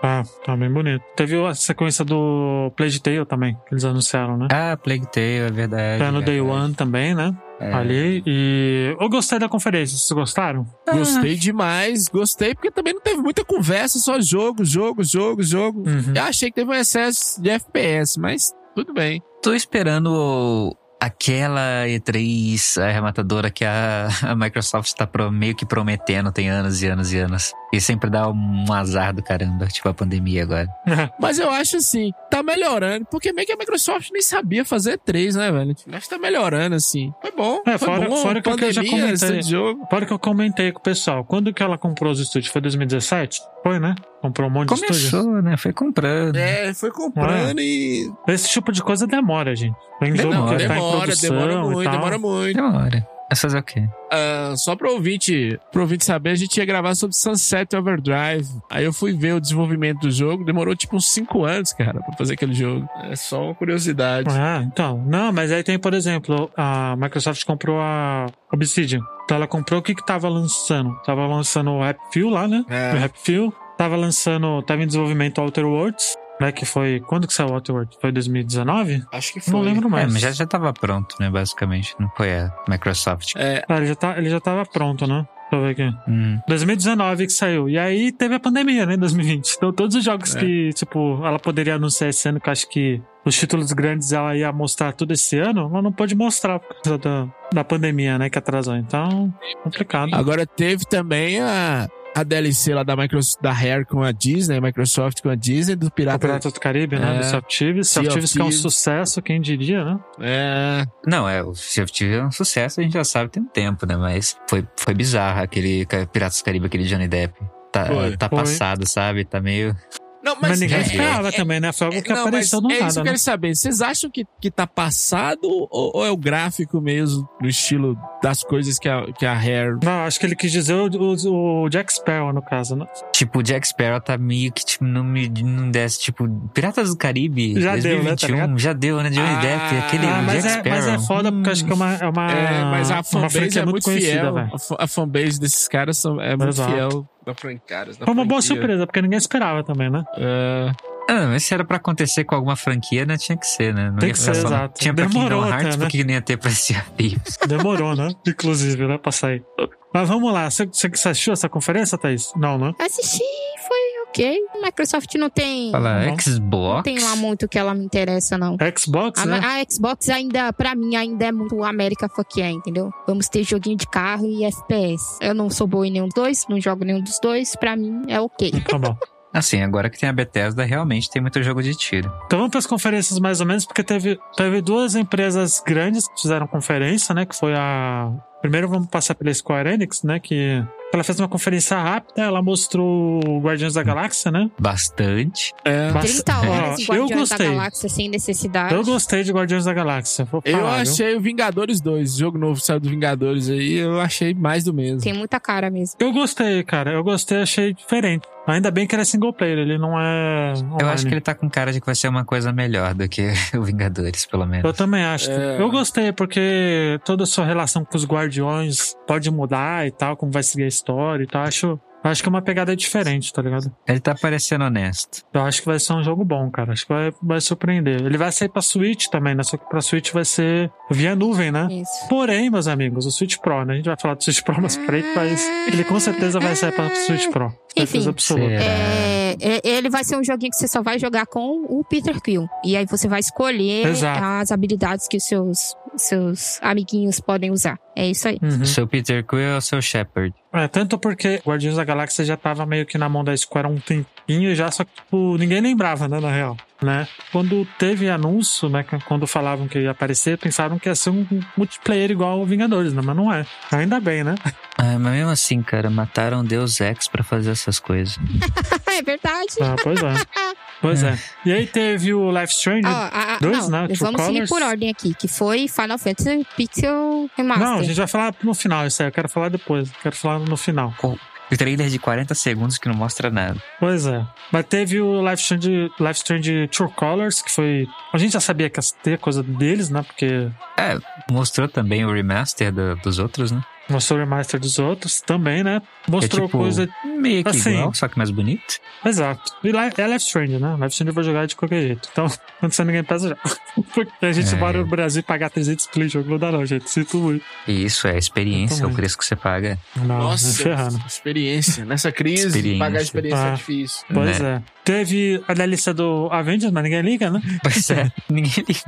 Speaker 1: Ah, tá bem bonito. Teve a sequência do Plague Tale também, que eles anunciaram, né?
Speaker 2: Ah, Plague Tale, é verdade.
Speaker 1: Tá no Day
Speaker 2: verdade.
Speaker 1: One também, né?
Speaker 2: É.
Speaker 1: ali. E eu gostei da conferência, vocês gostaram?
Speaker 2: Ah,
Speaker 4: Gostei demais, gostei, porque também não teve muita conversa, só jogo, jogo, jogo, jogo.
Speaker 1: Uhum.
Speaker 4: Eu achei que teve um excesso de FPS, mas tudo bem.
Speaker 2: Tô esperando o- aquela E3 arrematadora que a, a Microsoft tá pro- meio que prometendo tem anos e anos e anos. E sempre dá um azar do caramba, tipo a pandemia agora.
Speaker 4: Mas eu acho assim, tá melhorando, porque meio que a Microsoft nem sabia fazer três, né, velho? Acho que tá melhorando, assim. Foi bom.
Speaker 1: É,
Speaker 4: foi
Speaker 1: fora-
Speaker 4: bom.
Speaker 1: fora que eu já comentei.
Speaker 4: esse jogo.
Speaker 1: Para que eu comentei com o pessoal, quando que ela comprou os estúdios? Foi 2017? Foi, né? Comprou um monte de estúdio.
Speaker 2: Começou, né? Foi comprando.
Speaker 4: É, foi comprando e.
Speaker 1: Esse tipo de coisa demora, gente. Tem jogo
Speaker 4: Não,
Speaker 1: que tá em
Speaker 4: demora,
Speaker 1: produção
Speaker 4: demora
Speaker 1: e
Speaker 4: muito,
Speaker 1: tal.
Speaker 4: demora muito.
Speaker 2: Demora. Mas fazer o quê?
Speaker 4: Ah, só pro ouvinte, pro ouvinte saber, a gente ia gravar sobre Sunset Overdrive. Aí eu fui ver o desenvolvimento do jogo, demorou tipo uns 5 anos, cara, pra fazer aquele jogo. É só uma curiosidade.
Speaker 1: Ah, então. Não, mas aí tem, por exemplo, a Microsoft comprou a Obsidian. Então ela comprou o que que tava lançando? Tava lançando o Happy Few lá, né?
Speaker 4: É.
Speaker 1: O Happy Few. Tava lançando, tava em desenvolvimento o Outer Worlds, né? Que foi, quando que saiu o Outer Worlds? Foi 2019?
Speaker 4: Acho que
Speaker 1: Não lembro mais.
Speaker 2: É, mas já, já tava pronto, né? Basicamente. Não foi a Microsoft.
Speaker 4: É,
Speaker 1: Ah, ele já, tá, ele já tava pronto, né? Deixa eu ver aqui.
Speaker 2: Hum.
Speaker 1: 2019 que saiu. E aí teve a pandemia, né? Em 2020. Então todos os jogos
Speaker 4: É.
Speaker 1: que, tipo, ela poderia anunciar esse ano, que eu acho que os títulos grandes ela ia mostrar tudo esse ano, ela não pôde mostrar por causa da, da pandemia, né? Que atrasou. Então, complicado.
Speaker 4: agora teve também a, a DLC lá da Microsoft, da Rare com a Disney, Microsoft com a Disney, do
Speaker 1: O
Speaker 4: Pirata.
Speaker 1: Piratas do Caribe, né?
Speaker 4: É.
Speaker 1: Do Self-Tives.
Speaker 4: Sea of
Speaker 1: Self-Tives que é um
Speaker 4: Thieves.
Speaker 1: sucesso, quem diria, né?
Speaker 4: É,
Speaker 2: Não, é, o Shift Tier é um sucesso, a gente já sabe tem um tempo, né? Mas foi, foi bizarro aquele ca- Piratas do Caribe, aquele Johnny Depp. Tá,
Speaker 4: Foi.
Speaker 2: tá
Speaker 1: Foi.
Speaker 2: passado, sabe? Tá meio.
Speaker 4: Não,
Speaker 1: Mas, ninguém
Speaker 2: é-
Speaker 1: esperava também, né? Foi algo que
Speaker 4: não,
Speaker 1: apareceu do
Speaker 4: mas é isso que
Speaker 1: nada,
Speaker 4: eu
Speaker 1: né?
Speaker 4: quero saber. Vocês acham que, que tá passado ou, ou é o gráfico mesmo, no estilo das coisas que a, que a Rare
Speaker 1: Não, acho que ele quis dizer o, o- o Jack Sparrow, no caso, né?
Speaker 2: Tipo, o Jack Sparrow tá meio que tipo, não me não desse, tipo, Piratas do Caribe
Speaker 1: Já deu, né, tá
Speaker 2: 2021,
Speaker 1: ligado?
Speaker 2: já deu, né? Johnny
Speaker 4: Ah,
Speaker 2: Depp, aquele
Speaker 1: Ah,
Speaker 2: o
Speaker 1: mas,
Speaker 2: Jack
Speaker 1: é,
Speaker 2: Sparrow.
Speaker 1: mas é foda porque eu acho que é uma. É, uma,
Speaker 4: É, mas a
Speaker 1: uma
Speaker 4: fanbase
Speaker 1: franquia
Speaker 4: é muito
Speaker 1: conhecida,
Speaker 4: fiel.
Speaker 1: velho.
Speaker 4: A fa- A fanbase desses caras são, é muito
Speaker 1: Exato.
Speaker 4: fiel da franquia. caras, da
Speaker 1: Foi uma boa
Speaker 4: franquia.
Speaker 1: surpresa, porque ninguém esperava também, né?
Speaker 4: É,
Speaker 2: Ah, mas se era pra acontecer com alguma franquia, né? Tinha que ser, né? Não
Speaker 1: Tem
Speaker 2: ia
Speaker 1: que
Speaker 2: ficar
Speaker 1: ser,
Speaker 2: só-
Speaker 1: exato.
Speaker 2: Tinha pra
Speaker 1: Demorou
Speaker 2: Kingdom
Speaker 1: até,
Speaker 2: Hearts,
Speaker 1: né?
Speaker 2: por que nem ia ter pra CRP?
Speaker 1: Demorou, né? Inclusive, né? Pra sair. Mas vamos lá. Você, você você assistiu essa conferência, Thaís? Não, né?
Speaker 3: Assisti, foi ok. A Microsoft não tem,
Speaker 2: Fala,
Speaker 1: Não.
Speaker 2: Xbox.
Speaker 3: não tem lá muito que ela me interessa, não.
Speaker 1: Xbox,
Speaker 2: Ah,
Speaker 3: A,
Speaker 1: né?
Speaker 3: a Xbox ainda, pra mim, ainda é muito América Fuck yeah, entendeu? Vamos ter joguinho de carro e FPS. Eu não sou boa em nenhum dos dois, não jogo nenhum dos dois, pra mim é ok.
Speaker 1: Tá bom.
Speaker 2: Assim, agora que tem a Bethesda, realmente tem muito jogo de tiro.
Speaker 1: Então vamos para as conferências mais ou menos, porque teve, teve duas empresas grandes que fizeram conferência, né? Que foi a. Primeiro vamos passar pela Square Enix, né? Que ela fez uma conferência rápida, ela mostrou o Guardiões da Galáxia, né?
Speaker 2: Bastante.
Speaker 3: tá
Speaker 4: É.
Speaker 1: Bast-
Speaker 3: 30
Speaker 1: Ó,
Speaker 3: horas de
Speaker 1: eu
Speaker 3: Guardiões da
Speaker 1: gostei.
Speaker 3: Galáxia sem necessidade.
Speaker 1: Eu gostei de Guardiões da Galáxia. Vou
Speaker 4: Eu
Speaker 1: falar, viu?
Speaker 4: achei o Vingadores 2, jogo novo saiu do Vingadores aí, eu achei mais do mesmo.
Speaker 3: Tem muita cara mesmo.
Speaker 1: Eu gostei, cara. Eu gostei, achei diferente. Ainda bem que ele é single player, ele não é.
Speaker 2: Eu
Speaker 1: online.
Speaker 2: acho que ele tá com cara de que vai ser uma coisa melhor do que o Vingadores, pelo
Speaker 1: Eu
Speaker 2: menos.
Speaker 1: também acho.
Speaker 4: É.
Speaker 1: Eu gostei, porque toda a sua relação com os guardiões pode mudar e tal, como vai seguir a história e tal. Acho, acho que é uma pegada diferente, tá ligado?
Speaker 2: Ele tá parecendo honesto.
Speaker 1: Eu acho que vai ser um jogo bom, cara. Acho que vai, vai surpreender. Ele vai sair pra Switch também, né? Só que pra Switch vai ser via nuvem, né?
Speaker 3: Isso.
Speaker 1: Porém, meus amigos, o Switch Pro, né? A gente vai falar do Switch Pro mais pra frente, mas ele com certeza vai sair pra Switch Pro. Certeza
Speaker 3: Enfim.
Speaker 1: absoluta.
Speaker 2: Será?
Speaker 3: É, é- ele vai ser um joguinho que você só vai jogar com o Peter Quill. E aí você vai escolher
Speaker 1: Exato.
Speaker 3: as habilidades que os seus, seus amiguinhos podem usar. É isso aí.
Speaker 1: Uhum.
Speaker 2: Seu Peter Quill ou seu Shepard?
Speaker 1: É, tanto porque Guardiões da Galáxia já tava meio que na mão da Square há um tempinho já, só que tipo, ninguém lembrava, né, na real, né? Quando teve anúncio, né, que- quando falavam que ia aparecer, pensaram que ia ser um multiplayer igual ao Vingadores, né? Mas não é. Ainda bem, né?
Speaker 2: Ah, mas mesmo assim, cara, mataram Deus Ex pra fazer essas coisas.
Speaker 3: é verdade.
Speaker 1: Ah, pois é. Pois é. E aí teve o Life Strange.
Speaker 3: Ó, a- a-
Speaker 1: Hum. Dois,
Speaker 3: não,
Speaker 1: né? Two
Speaker 3: vamos seguir
Speaker 1: Colors.
Speaker 3: por ordem aqui, que foi Final Fantasy Pixel Remaster.
Speaker 1: não, a gente vai falar no final isso aí. Eu quero falar depois. Quero falar no final.
Speaker 2: O trailer é de 40 segundos que não mostra nada.
Speaker 1: Pois é. Mas teve o Life Strange, Life Strange True Colors, que foi. A gente já sabia que ia ter coisa deles, né? Porque
Speaker 2: Mostrou também o remaster do- dos outros, né?
Speaker 1: Mostrou o remaster dos outros também, né? Mostrou
Speaker 2: é tipo,
Speaker 1: coisa.
Speaker 2: meio que
Speaker 1: assim.
Speaker 2: igual, só que mais bonito.
Speaker 1: Exato. E lá é Life Strange, né? Life Strange eu vou jogar de qualquer jeito. Então, quando você ninguém pesa já. Porque a gente
Speaker 2: É.
Speaker 1: mora no Brasil e pagar 300 pelo jogo não dá, não, gente. Sinto muito.
Speaker 2: E isso é experiência,
Speaker 1: Muito
Speaker 2: o preço que você paga.
Speaker 1: Não, nem
Speaker 4: Nossa,
Speaker 1: Ah, tá ferrando.
Speaker 4: experiência. Nessa crise,
Speaker 2: Experiência.
Speaker 4: pagar experiência
Speaker 1: Ah.
Speaker 4: é difícil.
Speaker 1: Pois
Speaker 2: Né?
Speaker 1: é. Teve a lista do Avengers, mas ninguém liga, né?
Speaker 2: Pois é, ninguém liga.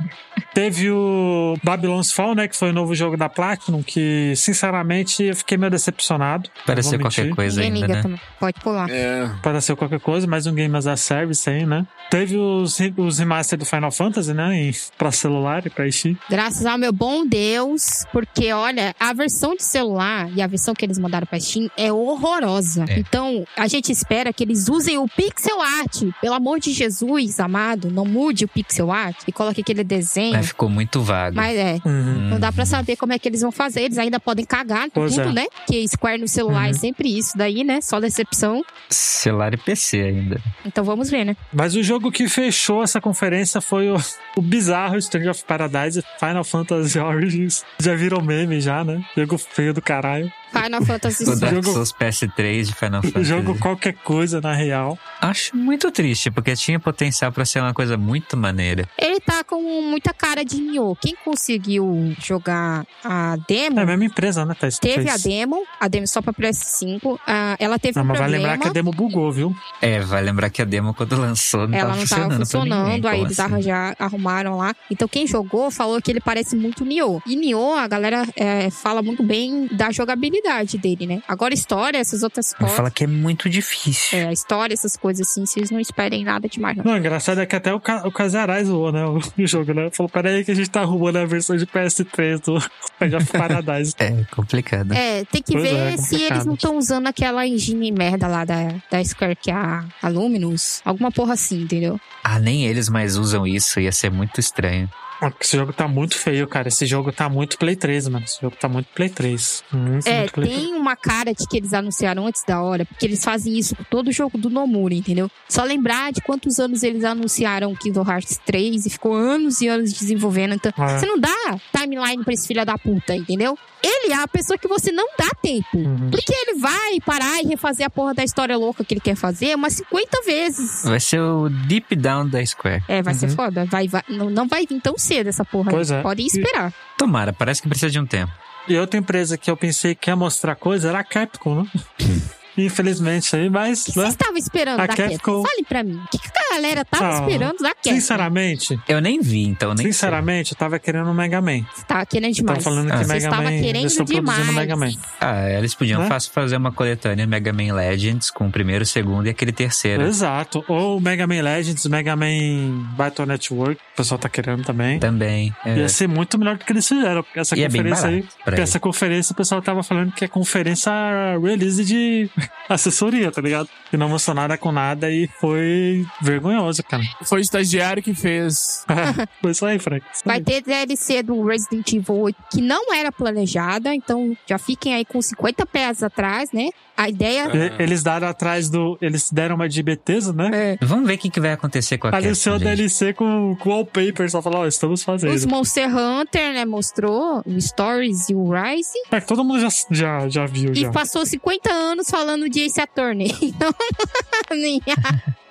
Speaker 1: Teve o Babylon's Fall, né? Que foi o novo jogo da Platinum, que, sinceramente, eu fiquei meio decepcionado. Não
Speaker 2: Pareceu
Speaker 1: vou
Speaker 2: qualquer
Speaker 1: mentir.
Speaker 2: coisa
Speaker 3: Ninguém
Speaker 2: ainda,
Speaker 3: liga
Speaker 2: né?
Speaker 3: também. Pode pular.
Speaker 4: É.
Speaker 1: Pareceu qualquer coisa, mais um game as a service aí, né? Teve os, re- os remaster do Final Fantasy, né? Em, pra celular e pra Steam.
Speaker 3: Graças ao meu bom Deus, porque olha, a versão de celular e a versão que eles mandaram pra Steam é horrorosa.
Speaker 2: É.
Speaker 3: Então, a gente espera que eles usem o pixel art. Pelo amor de Jesus, amado, não mude o pixel art e coloque aquele desenho.
Speaker 2: Mas ficou muito vago. Hum,
Speaker 3: Mas é,
Speaker 1: Uhum.
Speaker 3: não dá pra saber como é que eles vão fazer. Eles ainda podem cagar com
Speaker 1: Pois
Speaker 3: tudo,
Speaker 1: é.
Speaker 3: né? Que Square no celular é
Speaker 1: Uhum.
Speaker 3: sempre isso daí, né? Só decepção.
Speaker 2: Celular e PC ainda.
Speaker 3: Então vamos ver, né?
Speaker 1: Mas o jogo que fechou essa conferência foi o, o bizarro Strange of Paradise Final Fantasy Origins. Já virou meme já, né? Jogo feio do caralho.
Speaker 3: Final Fantasy
Speaker 2: O
Speaker 1: Esse
Speaker 2: Dark
Speaker 1: jogo-
Speaker 2: Souls PS3 de Final Fantasy.
Speaker 1: Jogo qualquer coisa, na real.
Speaker 2: Acho muito triste, porque tinha potencial pra ser uma coisa muito maneira.
Speaker 3: Ele tá com muita cara de Nioh. Quem conseguiu jogar a demo
Speaker 1: É a mesma empresa, né, Thais?
Speaker 3: Teve a
Speaker 1: Fez.
Speaker 3: demo, a demo só pra PS5. ah, ela teve
Speaker 1: Não,
Speaker 3: um
Speaker 1: mas vai
Speaker 3: problema.
Speaker 1: lembrar que a demo bugou, viu?
Speaker 2: É, vai lembrar que a demo quando lançou não
Speaker 3: ela
Speaker 2: tava
Speaker 3: não
Speaker 2: funcionando,
Speaker 3: tava
Speaker 2: pra
Speaker 3: funcionando,
Speaker 2: ninguém,
Speaker 3: aí
Speaker 2: como
Speaker 3: eles
Speaker 2: assim?
Speaker 3: arranjar, arrumaram lá. Então quem jogou falou que ele parece muito Nioh. E Nioh, a galera é, fala muito bem da jogabilidade dele, né? Agora história, essas outras
Speaker 2: Ele
Speaker 3: coisas.
Speaker 2: fala que é muito difícil.
Speaker 3: É, história, essas coisas assim, vocês não esperem nada demais, não.
Speaker 1: Não, o engraçado é que até o, Ca- o Casarais zoou, né? O, o jogo, né? Falou, peraí que a gente tá roubando a versão de PS3 do Strange of Paradise.
Speaker 2: É complicado.
Speaker 3: É, tem que
Speaker 1: Pois
Speaker 3: ver
Speaker 1: é,
Speaker 3: se
Speaker 1: complicado.
Speaker 3: eles não estão usando aquela engine merda lá da, da Square, que é a, a Luminous. Alguma porra assim, entendeu?
Speaker 2: Ah, nem eles mais usam isso, ia ser muito estranho.
Speaker 1: Ah, porque Esse jogo tá muito feio, cara. Esse jogo tá muito Play 3, mano. Esse jogo tá muito Play 3. Muito,
Speaker 3: É,
Speaker 1: muito Play 3.
Speaker 3: tem uma cara de que eles anunciaram antes da hora, porque eles fazem isso com todo jogo do Nomura, entendeu? Só lembrar de quantos anos eles anunciaram o Kingdom Hearts 3 e ficou anos e anos desenvolvendo. Então,
Speaker 1: É.
Speaker 3: você não dá timeline pra esse filho da puta, entendeu? Ele é a pessoa que você não dá tempo.
Speaker 1: Uhum.
Speaker 3: Porque ele vai parar e refazer a porra da história louca que ele quer fazer umas 50 vezes.
Speaker 2: Vai ser o Deep Down da Square.
Speaker 3: É, vai ser
Speaker 1: Uhum.
Speaker 3: foda. Vai, vai- não, não vai vir tão cedo essa porra.
Speaker 1: Pois é.
Speaker 3: Podem esperar.
Speaker 2: Tomara, parece que precisa de um tempo.
Speaker 1: E outra empresa que eu pensei que ia mostrar coisa era a Capcom, né? Infelizmente aí, mas.
Speaker 3: O que
Speaker 1: né?
Speaker 3: vocês estavam esperando
Speaker 1: A
Speaker 3: da
Speaker 1: Capcom-
Speaker 3: Capcom? Fale pra mim. O que, que a galera tava
Speaker 1: Ah,
Speaker 3: esperando da Capcom?
Speaker 1: Sinceramente,
Speaker 2: Eu nem vi, então nem
Speaker 1: sinceramente, eu tava querendo o Mega Man.
Speaker 3: Você tava querendo
Speaker 1: Tava
Speaker 3: demais.
Speaker 1: falando que
Speaker 3: Você
Speaker 1: Mega
Speaker 3: estava
Speaker 1: Man-
Speaker 3: querendo
Speaker 1: eles tão produzindo
Speaker 3: demais.
Speaker 1: Mega Man.
Speaker 2: sei. Ah, eles podiam
Speaker 1: Né?
Speaker 2: fácil fazer uma coletânea Mega Man Legends com o primeiro, o segundo e aquele terceiro.
Speaker 1: Exato. Ou Mega Man Legends, Mega Man Battle Network, o pessoal tá querendo também.
Speaker 2: Também. é.
Speaker 1: Ia ser muito melhor do que eles fizeram, porque essa
Speaker 2: E é bem
Speaker 1: conferência aí.
Speaker 2: barato pra
Speaker 1: Porque essa conferência o pessoal tava falando que é conferência release de assessoria, tá ligado? E não mostrou nada com nada e foi vergonhoso, cara.
Speaker 4: Foi o estagiário que fez.
Speaker 1: Foi isso aí, Frank. Isso
Speaker 3: Vai
Speaker 1: aí.
Speaker 3: ter DLC do Resident Evil 8 que não era planejada, então já fiquem aí com 50 pés atrás, né? A ideia
Speaker 1: E- Eles deram atrás do. Eles deram uma de Bethesda, né?
Speaker 3: é
Speaker 2: Vamos ver o que, que vai acontecer com a
Speaker 1: Fazer o
Speaker 2: Capcom,
Speaker 1: seu
Speaker 2: gente.
Speaker 1: DLC com, com wallpaper, só falar, ó, estamos
Speaker 3: os
Speaker 1: fazendo.
Speaker 3: Monster Hunter, né? Mostrou o Stories e o Rise
Speaker 1: É que todo mundo já, já, já viu, já.
Speaker 3: e passou 50 anos falando de Ace Attorney. Então, nem-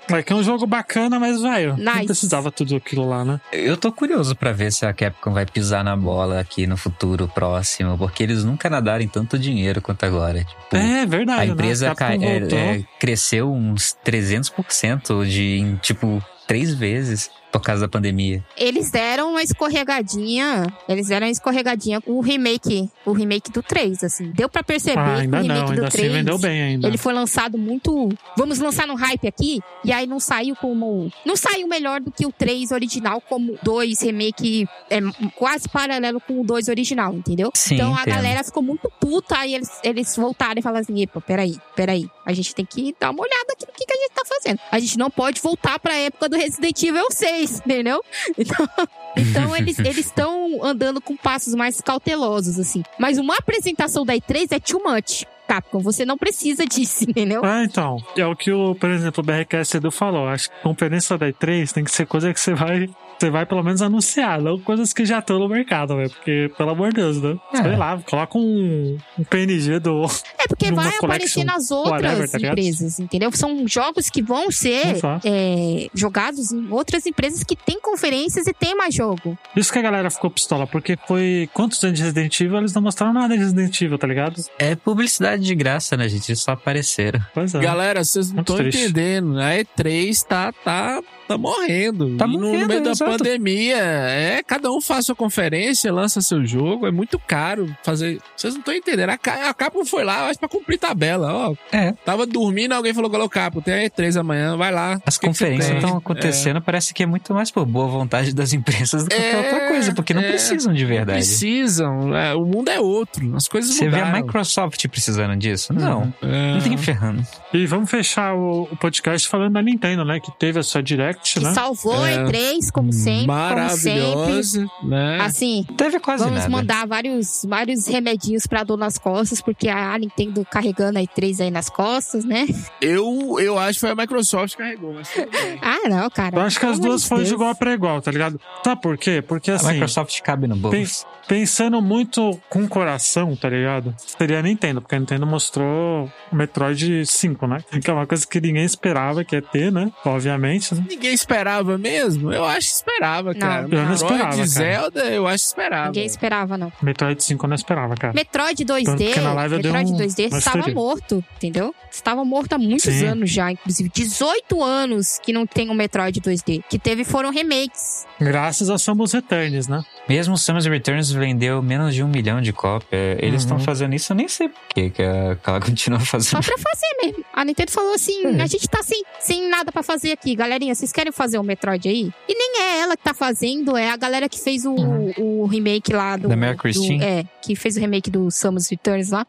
Speaker 1: É que é um jogo bacana, mas, velho, não
Speaker 3: Nice.
Speaker 1: precisava tudo aquilo lá, né?
Speaker 2: Eu tô curioso pra ver se a Capcom vai pisar na bola aqui no futuro próximo, porque eles nunca nadaram em tanto dinheiro quanto agora. Tipo,
Speaker 1: É verdade,
Speaker 2: a
Speaker 1: né?
Speaker 2: empresa
Speaker 1: Capcom
Speaker 2: cai- é-
Speaker 1: voltou.
Speaker 2: é, cresceu uns 300% de, em, tipo, três vezes por causa da pandemia.
Speaker 3: eles deram uma escorregadinha, eles deram uma escorregadinha com o remake, o remake do 3, assim. Deu pra perceber
Speaker 1: Ah,
Speaker 3: que o
Speaker 1: ainda
Speaker 3: remake
Speaker 1: não,
Speaker 3: do
Speaker 1: ainda
Speaker 3: 3
Speaker 1: assim vendeu bem ainda.
Speaker 3: Ele foi lançado muito. Vamos lançar no hype aqui. E aí não saiu como. Não saiu melhor do que o 3 original, como o 2 remake. É quase paralelo com o 2 original, entendeu?
Speaker 2: Sim,
Speaker 3: então a
Speaker 2: entendo.
Speaker 3: galera ficou muito puta. Aí eles, eles voltaram e falaram assim: epa, peraí, peraí. A gente tem que dar uma olhada aqui no que, que a gente tá fazendo. A gente não pode voltar pra época do Resident Evil 6, entendeu? Então, então eles eles estão andando com passos mais cautelosos, assim. Mas uma apresentação da E3 é too much. Capcom, você não precisa disso, entendeu?
Speaker 1: Ah, então. É o que, o, por exemplo, o BRKS Edu falou. Acho que conferência da E3 tem que ser coisa que você vai. Você vai pelo menos anunciar, não coisas que já estão no mercado, velho. Porque, pelo amor de Deus, né?
Speaker 2: É.
Speaker 1: Sei lá, coloca um, um PNG do.
Speaker 3: É porque
Speaker 1: Numa
Speaker 3: vai
Speaker 1: collection,
Speaker 3: aparecer nas
Speaker 1: whatever,
Speaker 3: outras
Speaker 1: tá ligado?
Speaker 3: empresas, entendeu? São jogos que vão ser
Speaker 1: Exato.
Speaker 3: é, jogados em outras empresas que têm conferências e tem mais jogo.
Speaker 1: Isso que a galera ficou pistola, porque foi. Quantos anos de Resident Evil? Eles não mostraram nada de Resident Evil, tá ligado?
Speaker 2: É publicidade de graça, né, gente? Eles só apareceram.
Speaker 1: Pois é.
Speaker 4: Galera, vocês não
Speaker 1: Muito
Speaker 4: estão
Speaker 1: triste.
Speaker 4: entendendo. né? A E3 tá, tá, tá morrendo.
Speaker 2: Tá
Speaker 4: E no-
Speaker 2: morrendo,
Speaker 4: No meio da
Speaker 2: exato.
Speaker 4: pandemia. É, cada um faz sua conferência, lança seu jogo. É muito caro fazer. Vocês não estão entendendo. A, Ca- a Capcom foi lá, eu acho, pra cumprir tabela. Ó,
Speaker 2: É.
Speaker 4: Tava dormindo, alguém falou: Galo Capcom, tem a E3 amanhã, vai lá.
Speaker 2: As
Speaker 4: O que que você
Speaker 2: conferências
Speaker 4: tem?
Speaker 2: estão acontecendo, parece que é muito mais por boa vontade das empresas do que qualquer
Speaker 4: É,
Speaker 2: outra coisa, porque não
Speaker 4: é.
Speaker 2: precisam de verdade.
Speaker 4: Precisam. é, o mundo é outro. As coisas
Speaker 2: Você vê
Speaker 4: mudaram.
Speaker 2: a Microsoft precisando disso? Não.
Speaker 4: É.
Speaker 2: Não tem ferrando.
Speaker 1: E vamos fechar o, o podcast falando da Nintendo, né? Que teve a sua Direct,
Speaker 3: Que
Speaker 1: né?
Speaker 3: salvou
Speaker 4: É.
Speaker 3: a E3, como sempre. Como sempre.
Speaker 4: Maravilhosa, né?
Speaker 3: Assim,
Speaker 2: Teve É. quase
Speaker 3: vamos
Speaker 2: nada.
Speaker 3: mandar vários, vários remedinhos pra dor nas costas, porque a Nintendo carregando a E3 aí nas costas, né?
Speaker 4: Eu, eu acho que foi a Microsoft que carregou, mas tudo bem.
Speaker 3: Ah, não, cara.
Speaker 1: Eu acho que as
Speaker 3: Pelo amor
Speaker 1: duas
Speaker 3: de
Speaker 1: foi de
Speaker 3: Deus.
Speaker 1: igual para igual, tá ligado? Sabe por quê? Porque
Speaker 2: A
Speaker 1: assim.
Speaker 2: Microsoft cabe no bolso.
Speaker 1: Pens- pensando muito com o coração, tá ligado? Seria a Nintendo, porque a Nintendo mostrou o Metroid 5, né? Que é uma coisa que ninguém esperava que ia ter, né? Obviamente, né?
Speaker 4: Ninguém esperava mesmo? Eu acho que esperava,
Speaker 3: Não,
Speaker 4: cara.
Speaker 3: Eu
Speaker 1: não
Speaker 4: Metroid,
Speaker 1: esperava, cara.
Speaker 4: Zelda, eu acho que esperava.
Speaker 3: Ninguém esperava, não.
Speaker 1: Metroid 5 eu não esperava,
Speaker 2: Ah.
Speaker 1: cara.
Speaker 3: Metroid
Speaker 1: Tanto
Speaker 3: 2D,
Speaker 1: que na live eu dei
Speaker 3: Metroid
Speaker 1: um-
Speaker 3: 2D
Speaker 1: uma
Speaker 3: estava
Speaker 1: estudei.
Speaker 3: morto, entendeu? Estava morto há muitos
Speaker 1: Sim.
Speaker 3: anos já, inclusive 18 anos que não tem um Metroid 2D, que teve foram remakes.
Speaker 1: Graças a Samus Returns, né?
Speaker 2: Mesmo o Samus Returns vendeu menos de um milhão de cópias. Eles estão
Speaker 1: Uhum.
Speaker 2: fazendo isso, eu nem sei por que que a- que ela continua
Speaker 3: Só
Speaker 2: fazendo.
Speaker 3: pra fazer mesmo. A Nintendo falou assim:
Speaker 2: É.
Speaker 3: a gente tá sem, sem nada pra fazer aqui, galerinha. Vocês querem fazer um Metroid aí? E nem é ela que tá fazendo, é a galera que fez o,
Speaker 1: Uhum.
Speaker 3: o remake lá do.
Speaker 2: Da Mary
Speaker 3: do-
Speaker 2: Christine?
Speaker 3: É, que fez o remake do Samus Returns lá.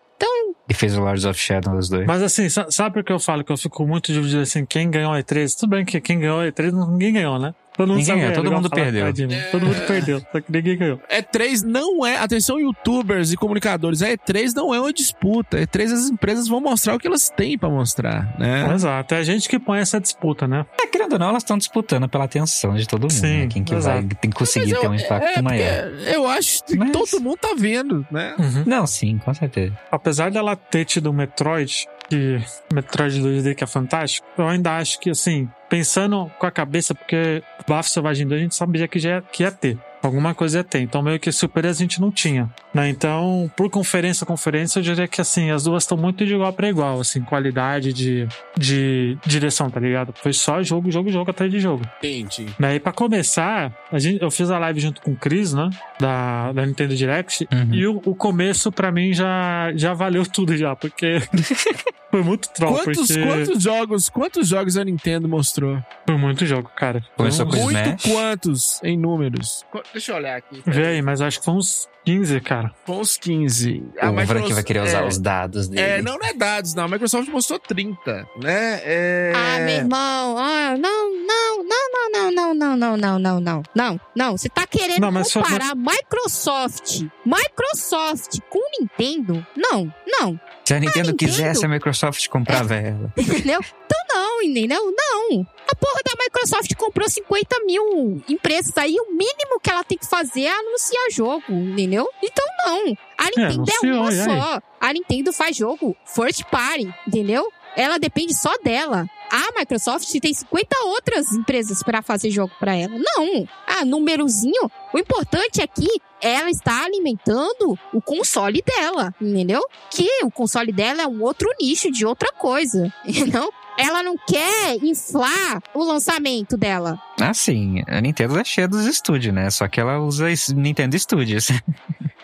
Speaker 2: E fez o Lords of Shadow os dois.
Speaker 1: Mas assim, sa- sabe por que eu falo que eu fico muito dividido assim? Quem ganhou a E3? Tudo bem que quem ganhou a E3, não- ninguém ganhou, né? Todo mundo
Speaker 2: Ninguém
Speaker 1: sabe,
Speaker 2: ganhou,
Speaker 1: é
Speaker 2: todo
Speaker 1: legal
Speaker 2: mundo
Speaker 1: falar,
Speaker 2: perdeu.
Speaker 1: tadinho. Todo mundo perdeu, só que ninguém ganhou.
Speaker 4: E3 não é. Atenção, youtubers e comunicadores. A E3 não é uma disputa. A E3 as empresas vão mostrar o que elas têm pra mostrar, né?
Speaker 1: Exato, é a gente que põe essa disputa, né?
Speaker 2: É, querendo ou não, elas estão disputando pela atenção de todo mundo.
Speaker 1: Sim,
Speaker 2: né? Quem que
Speaker 1: exato.
Speaker 2: vai tem que conseguir
Speaker 4: Mas
Speaker 2: ter
Speaker 4: eu-
Speaker 2: um impacto
Speaker 4: é,
Speaker 2: maior.
Speaker 4: porque Eu acho que
Speaker 2: Mas-
Speaker 4: todo mundo tá vendo, né?
Speaker 2: Não, sim, com certeza.
Speaker 1: apesar dela ter tido o Metroid, que Metroid 2D que é fantástico, eu ainda acho que assim, pensando com a cabeça, porque Bafo Selvagem 2 a gente sabia que já ia, que ia ter. Alguma coisa ia ter. Então meio que surpresa a gente não tinha. Né? Então, por conferência a conferência, eu diria que assim, as duas estão muito de igual para igual, assim, qualidade de, de direção, tá ligado? Foi só jogo, jogo, jogo atrás de jogo.
Speaker 4: Entendi.
Speaker 1: Né? E pra começar, a gente, eu fiz a live junto com o Cris, né? Da, da Nintendo Direct.
Speaker 4: Hum.
Speaker 2: Uhum.
Speaker 1: E o, o começo, pra mim, já, já valeu tudo já, porque foi muito troll,
Speaker 4: Quantos,
Speaker 1: porque
Speaker 4: quantos jogos, quantos jogos a Nintendo mostrou?
Speaker 1: foi muito jogo, cara.
Speaker 2: Começou com
Speaker 1: Foi uns-
Speaker 2: Smash.
Speaker 4: Muito quantos em números? Qu- Deixa eu olhar aqui.
Speaker 1: é. Vê aí, mas acho que foi uns 15, cara.
Speaker 4: Com os 15.
Speaker 2: o
Speaker 4: A
Speaker 2: Microsoft...
Speaker 4: Microsoft-
Speaker 2: vai querer usar
Speaker 4: é,
Speaker 2: os dados dele.
Speaker 4: É, não, não é dados, não. A Microsoft mostrou 30, né? É...
Speaker 3: Ah, meu irmão, ah, não, não, não, não, não, não, não, não, não, não, não, não. Você tá querendo
Speaker 1: Não, mas só-
Speaker 3: comparar Microsoft, Microsoft com Nintendo? Não, não,
Speaker 4: é,
Speaker 2: Se a Nintendo
Speaker 3: Nintendo-
Speaker 2: quisesse, a Microsoft comprava ela.
Speaker 3: entendeu? Então não, entendeu? Não. A porra da Microsoft comprou 50 mil empresas aí, o mínimo que ela tem que fazer é anunciar jogo, entendeu? Então não. A Nintendo é,
Speaker 1: anunciou,
Speaker 3: uma
Speaker 1: e aí?
Speaker 3: só. A Nintendo faz jogo first party, entendeu? Ela depende só dela. A Microsoft tem 50 outras empresas pra fazer jogo pra ela. Não. Ah, númerozinho. O importante é que ela está alimentando o console dela, entendeu? Que o console dela é um outro nicho de outra coisa, entendeu? Ela não quer inflar o lançamento dela.
Speaker 2: Assim, a Nintendo é cheia dos estúdios, né? Só que ela usa esse Nintendo Studios.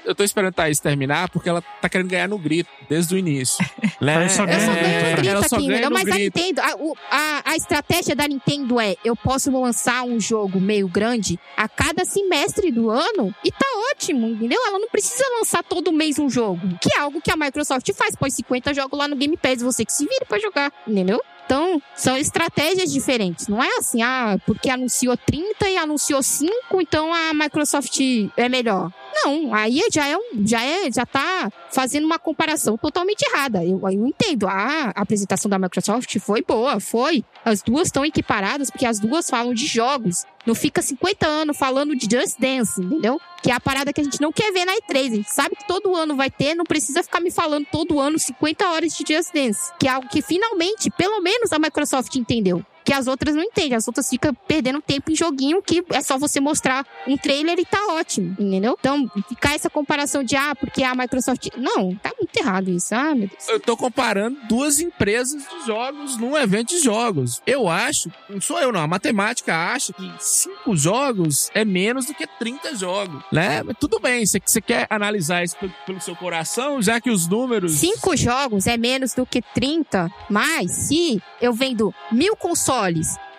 Speaker 4: Eu tô esperando a Thaís terminar porque ela tá querendo ganhar no grito desde o início. Né?
Speaker 1: Thaís só
Speaker 3: Eu só
Speaker 1: É,
Speaker 3: ganho no grito
Speaker 4: Ela só
Speaker 3: aqui,
Speaker 4: ganha
Speaker 3: entendeu?
Speaker 4: no
Speaker 3: Mas a
Speaker 4: grito.
Speaker 3: Nintendo, a, o- a- a estratégia da Nintendo é: eu posso lançar um jogo meio grande a cada semestre do ano e tá ótimo, entendeu? Ela não precisa lançar todo mês um jogo, que é algo que a Microsoft faz. Põe 50 jogos lá no Game Pass, você que se vira pra jogar, entendeu? Então, são estratégias diferentes. Não é assim, ah, porque anunciou 30 e anunciou 5, então a Microsoft é melhor. Não, aí já é um, já é, já tá fazendo uma comparação totalmente errada. Eu, eu entendo. Ah, a apresentação da Microsoft foi boa, foi. As duas estão equiparadas porque as duas falam de jogos. Não fica 50 anos falando de Just Dance, entendeu? Que é a parada que a gente não quer ver na E3. A gente sabe que todo ano vai ter, não precisa ficar me falando todo ano 50 horas de Just Dance. Que é algo que finalmente, pelo menos a Microsoft entendeu. Que as outras não entendem, as outras ficam perdendo tempo em joguinho que é só você mostrar um trailer e tá ótimo, entendeu? Então, ficar essa comparação de, ah, porque a Microsoft. Não, tá muito errado isso, ah, meu Deus.
Speaker 4: Eu tô comparando duas empresas de jogos num evento de jogos. Eu acho, não sou eu não, a matemática acha que cinco jogos é menos do que 30 jogos, né? Mas tudo bem, você você quer analisar isso pelo, pelo seu coração, já que os números...
Speaker 3: Cinco jogos é menos do que 30, mas se eu vendo mil consoles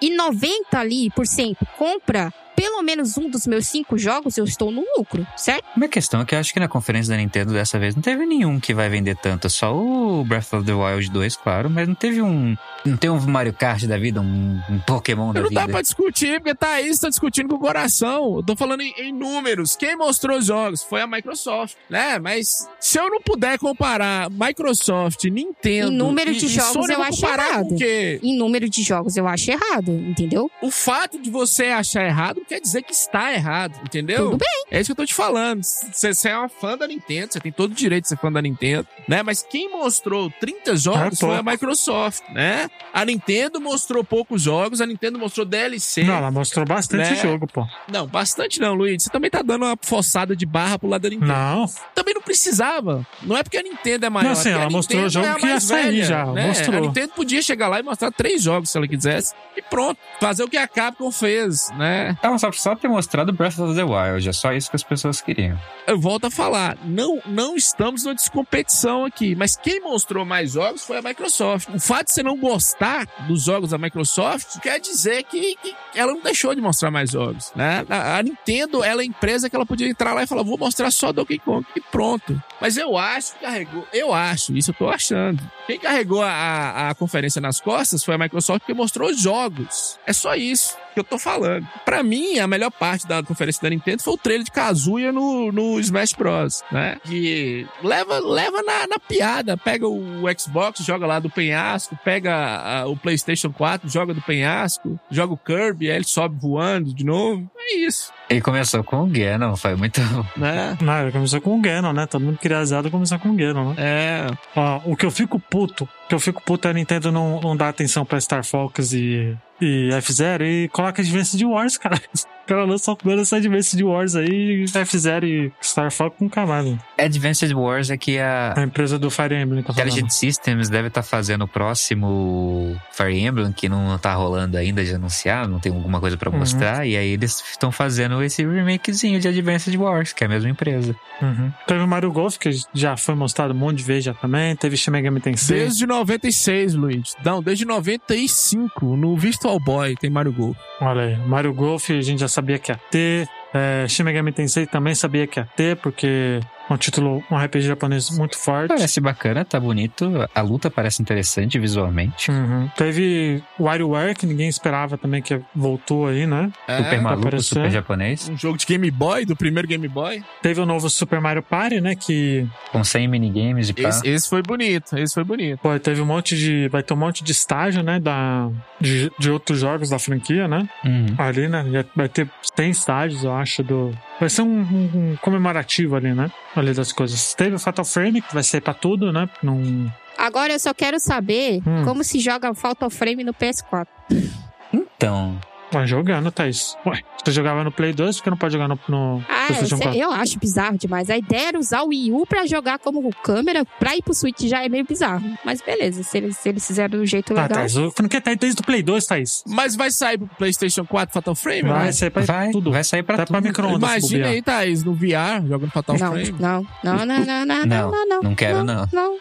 Speaker 3: e 90 ali por cento compra pelo menos um dos meus cinco jogos, eu estou no lucro, certo?
Speaker 2: Uma questão é que eu acho que na conferência da Nintendo dessa vez não teve nenhum que vai vender tanto. Só o Breath of the Wild 2, claro, mas não teve um. Não tem um Mario Kart da vida, um, um Pokémon da
Speaker 4: Não
Speaker 2: vida.
Speaker 4: dá pra discutir, porque Thaís tá discutindo com o coração. Eu tô falando em, em números. Quem mostrou os jogos foi a Microsoft, né? Mas se eu não puder comparar Microsoft, Nintendo...
Speaker 3: Em número
Speaker 4: e-
Speaker 3: de
Speaker 4: e
Speaker 3: jogos,
Speaker 4: Sony,
Speaker 3: eu
Speaker 4: vou
Speaker 3: acho
Speaker 4: comparar Com
Speaker 3: errado.
Speaker 4: o quê?
Speaker 3: Em número de jogos eu acho errado, entendeu?
Speaker 4: O fato de você achar errado não quer dizer que está errado, entendeu?
Speaker 3: Tudo
Speaker 4: bem. É isso que eu tô te falando. Você você é uma fã da Nintendo, você tem todo o direito de ser fã da Nintendo, né? Mas quem mostrou 30
Speaker 1: Ah,
Speaker 4: jogos
Speaker 1: tô.
Speaker 4: foi a Microsoft, né? A Nintendo mostrou poucos jogos, a Nintendo mostrou DLC.
Speaker 2: é
Speaker 1: Não, ela mostrou bastante
Speaker 4: Né?
Speaker 1: jogo, pô.
Speaker 4: Não, bastante não, Luiz. Você também tá dando uma forçada de barra pro lado da Nintendo.
Speaker 1: Não,
Speaker 4: Também não precisava. Não é porque a Nintendo é maior.
Speaker 1: Não, sim,
Speaker 4: é porque a
Speaker 1: ela mostrou
Speaker 4: Nintendo
Speaker 1: o jogo
Speaker 4: é a
Speaker 1: que ia
Speaker 4: mais
Speaker 1: sair
Speaker 4: velha,
Speaker 1: já,
Speaker 4: né?
Speaker 1: mostrou.
Speaker 4: A Nintendo podia chegar lá e mostrar três jogos se ela quisesse. E pronto. Fazer o que a Capcom fez, né?
Speaker 2: Então, só precisava ter mostrado Breath of the Wild. É só isso que as pessoas queriam.
Speaker 4: Eu volto a falar. Não, não estamos numa descompetição aqui. Mas quem mostrou mais jogos foi a Microsoft. O fato de você não gostar dos jogos da Microsoft quer dizer que, que ela não deixou de mostrar mais jogos, né? A, a Nintendo, ela é a empresa que ela podia entrar lá e falar, vou mostrar só Donkey Kong e pronto. Mas eu acho que carregou, eu acho, isso eu tô achando. Quem carregou a- a, a conferência nas costas foi a Microsoft porque mostrou jogos. É só isso que eu tô falando. Pra mim, a melhor parte da conferência da Nintendo foi o trailer de Kazuya no, no Smash Bros, né? Que leva, leva na, na piada. Pega o Xbox, joga lá do penhasco, pega a- o PlayStation 4, joga do penhasco, joga o Kirby, aí ele sobe voando de novo. É isso,
Speaker 2: E começou com o Ganon, foi muito.
Speaker 4: né?
Speaker 1: não, ela começou com o Ganon, né? Todo mundo criazado começou com o Ganon, né?
Speaker 4: É,
Speaker 1: Ó, o que eu fico puto Que eu fico puto, é a Nintendo não, não dá atenção pra Star Fox e, e F-Zero e coloca Advanced Wars, cara. O cara lança essa Advanced Wars aí, F-Zero e Star Fox né? com cavalo.
Speaker 2: Advanced Wars é que a
Speaker 1: A empresa do Fire Emblem tá falando.
Speaker 2: Intelligent Systems deve estar fazendo o próximo Fire Emblem, que não tá rolando ainda de anunciar, não tem alguma coisa pra
Speaker 1: Uhum.
Speaker 2: mostrar. E aí eles estão fazendo esse remakezinho de Advanced Wars, que é a mesma empresa.
Speaker 1: Uhum. Teve o Mario Golf, que já foi mostrado um monte de vezes já também. Teve Shin Megami Tensei.
Speaker 4: Desde 96, Luiz. Não, desde 95. No Virtual Boy tem Mario Golf.
Speaker 1: Olha aí, Mario Golf a gente já sabia que ia ter. É, Shin Megami Tensei também sabia que ia ter, porque é um título, um RPG japonês muito forte.
Speaker 2: Parece bacana, tá bonito. A luta parece interessante visualmente.
Speaker 1: Uhum. Teve WarioWare, que ninguém esperava também que voltou aí, né?
Speaker 2: super maluco,
Speaker 1: aparecendo.
Speaker 2: super japonês.
Speaker 4: É. Um jogo de Game Boy, do primeiro Game Boy.
Speaker 1: Teve o novo Super Mario Party, né? Que
Speaker 2: Com 100 minigames e pá.
Speaker 4: Esse, esse foi bonito, esse foi bonito.
Speaker 1: pô, teve um monte de. Vai ter um monte de estágio, né? Da, de, de outros jogos da franquia, né?
Speaker 2: Uhum.
Speaker 1: Ali, né? Já vai ter 100 estágios, eu acho, do. Vai ser um, um- um comemorativo ali, né? Ali das coisas. Teve o Fatal Frame, que vai ser pra tudo, né? Num...
Speaker 3: Agora eu só quero saber
Speaker 1: Hum.
Speaker 3: como se joga Fatal Frame no PS4.
Speaker 2: Então,
Speaker 1: Vai jogando, Thaís. Ué, você jogava no Play 2, por que não pode jogar no. no
Speaker 3: Ah,
Speaker 1: PlayStation
Speaker 3: eu,
Speaker 1: 4?
Speaker 3: sei- eu acho bizarro demais. A ideia era usar o Wii U pra jogar como câmera, pra ir pro Switch já é meio bizarro. Mas beleza, se eles, se eles fizeram do jeito
Speaker 1: Tá,
Speaker 3: legal.
Speaker 1: Thaís. Eu não quer Thaís desde o Play 2, Thaís.
Speaker 4: Mas vai sair pro PlayStation 4 Fatal Frame?
Speaker 1: Vai
Speaker 4: Vai.
Speaker 1: ser pra
Speaker 2: vai,
Speaker 1: tudo.
Speaker 2: vai sair pra
Speaker 1: Dá
Speaker 2: tudo.
Speaker 1: pra micro-ondas.
Speaker 4: Imagina
Speaker 1: bobear.
Speaker 4: aí, Thaís, no VR, jogando Fatal
Speaker 3: não, tipo-
Speaker 4: Frame.
Speaker 3: não, não, não, não, não, não, não, não.
Speaker 2: Não quero, não.
Speaker 3: Não.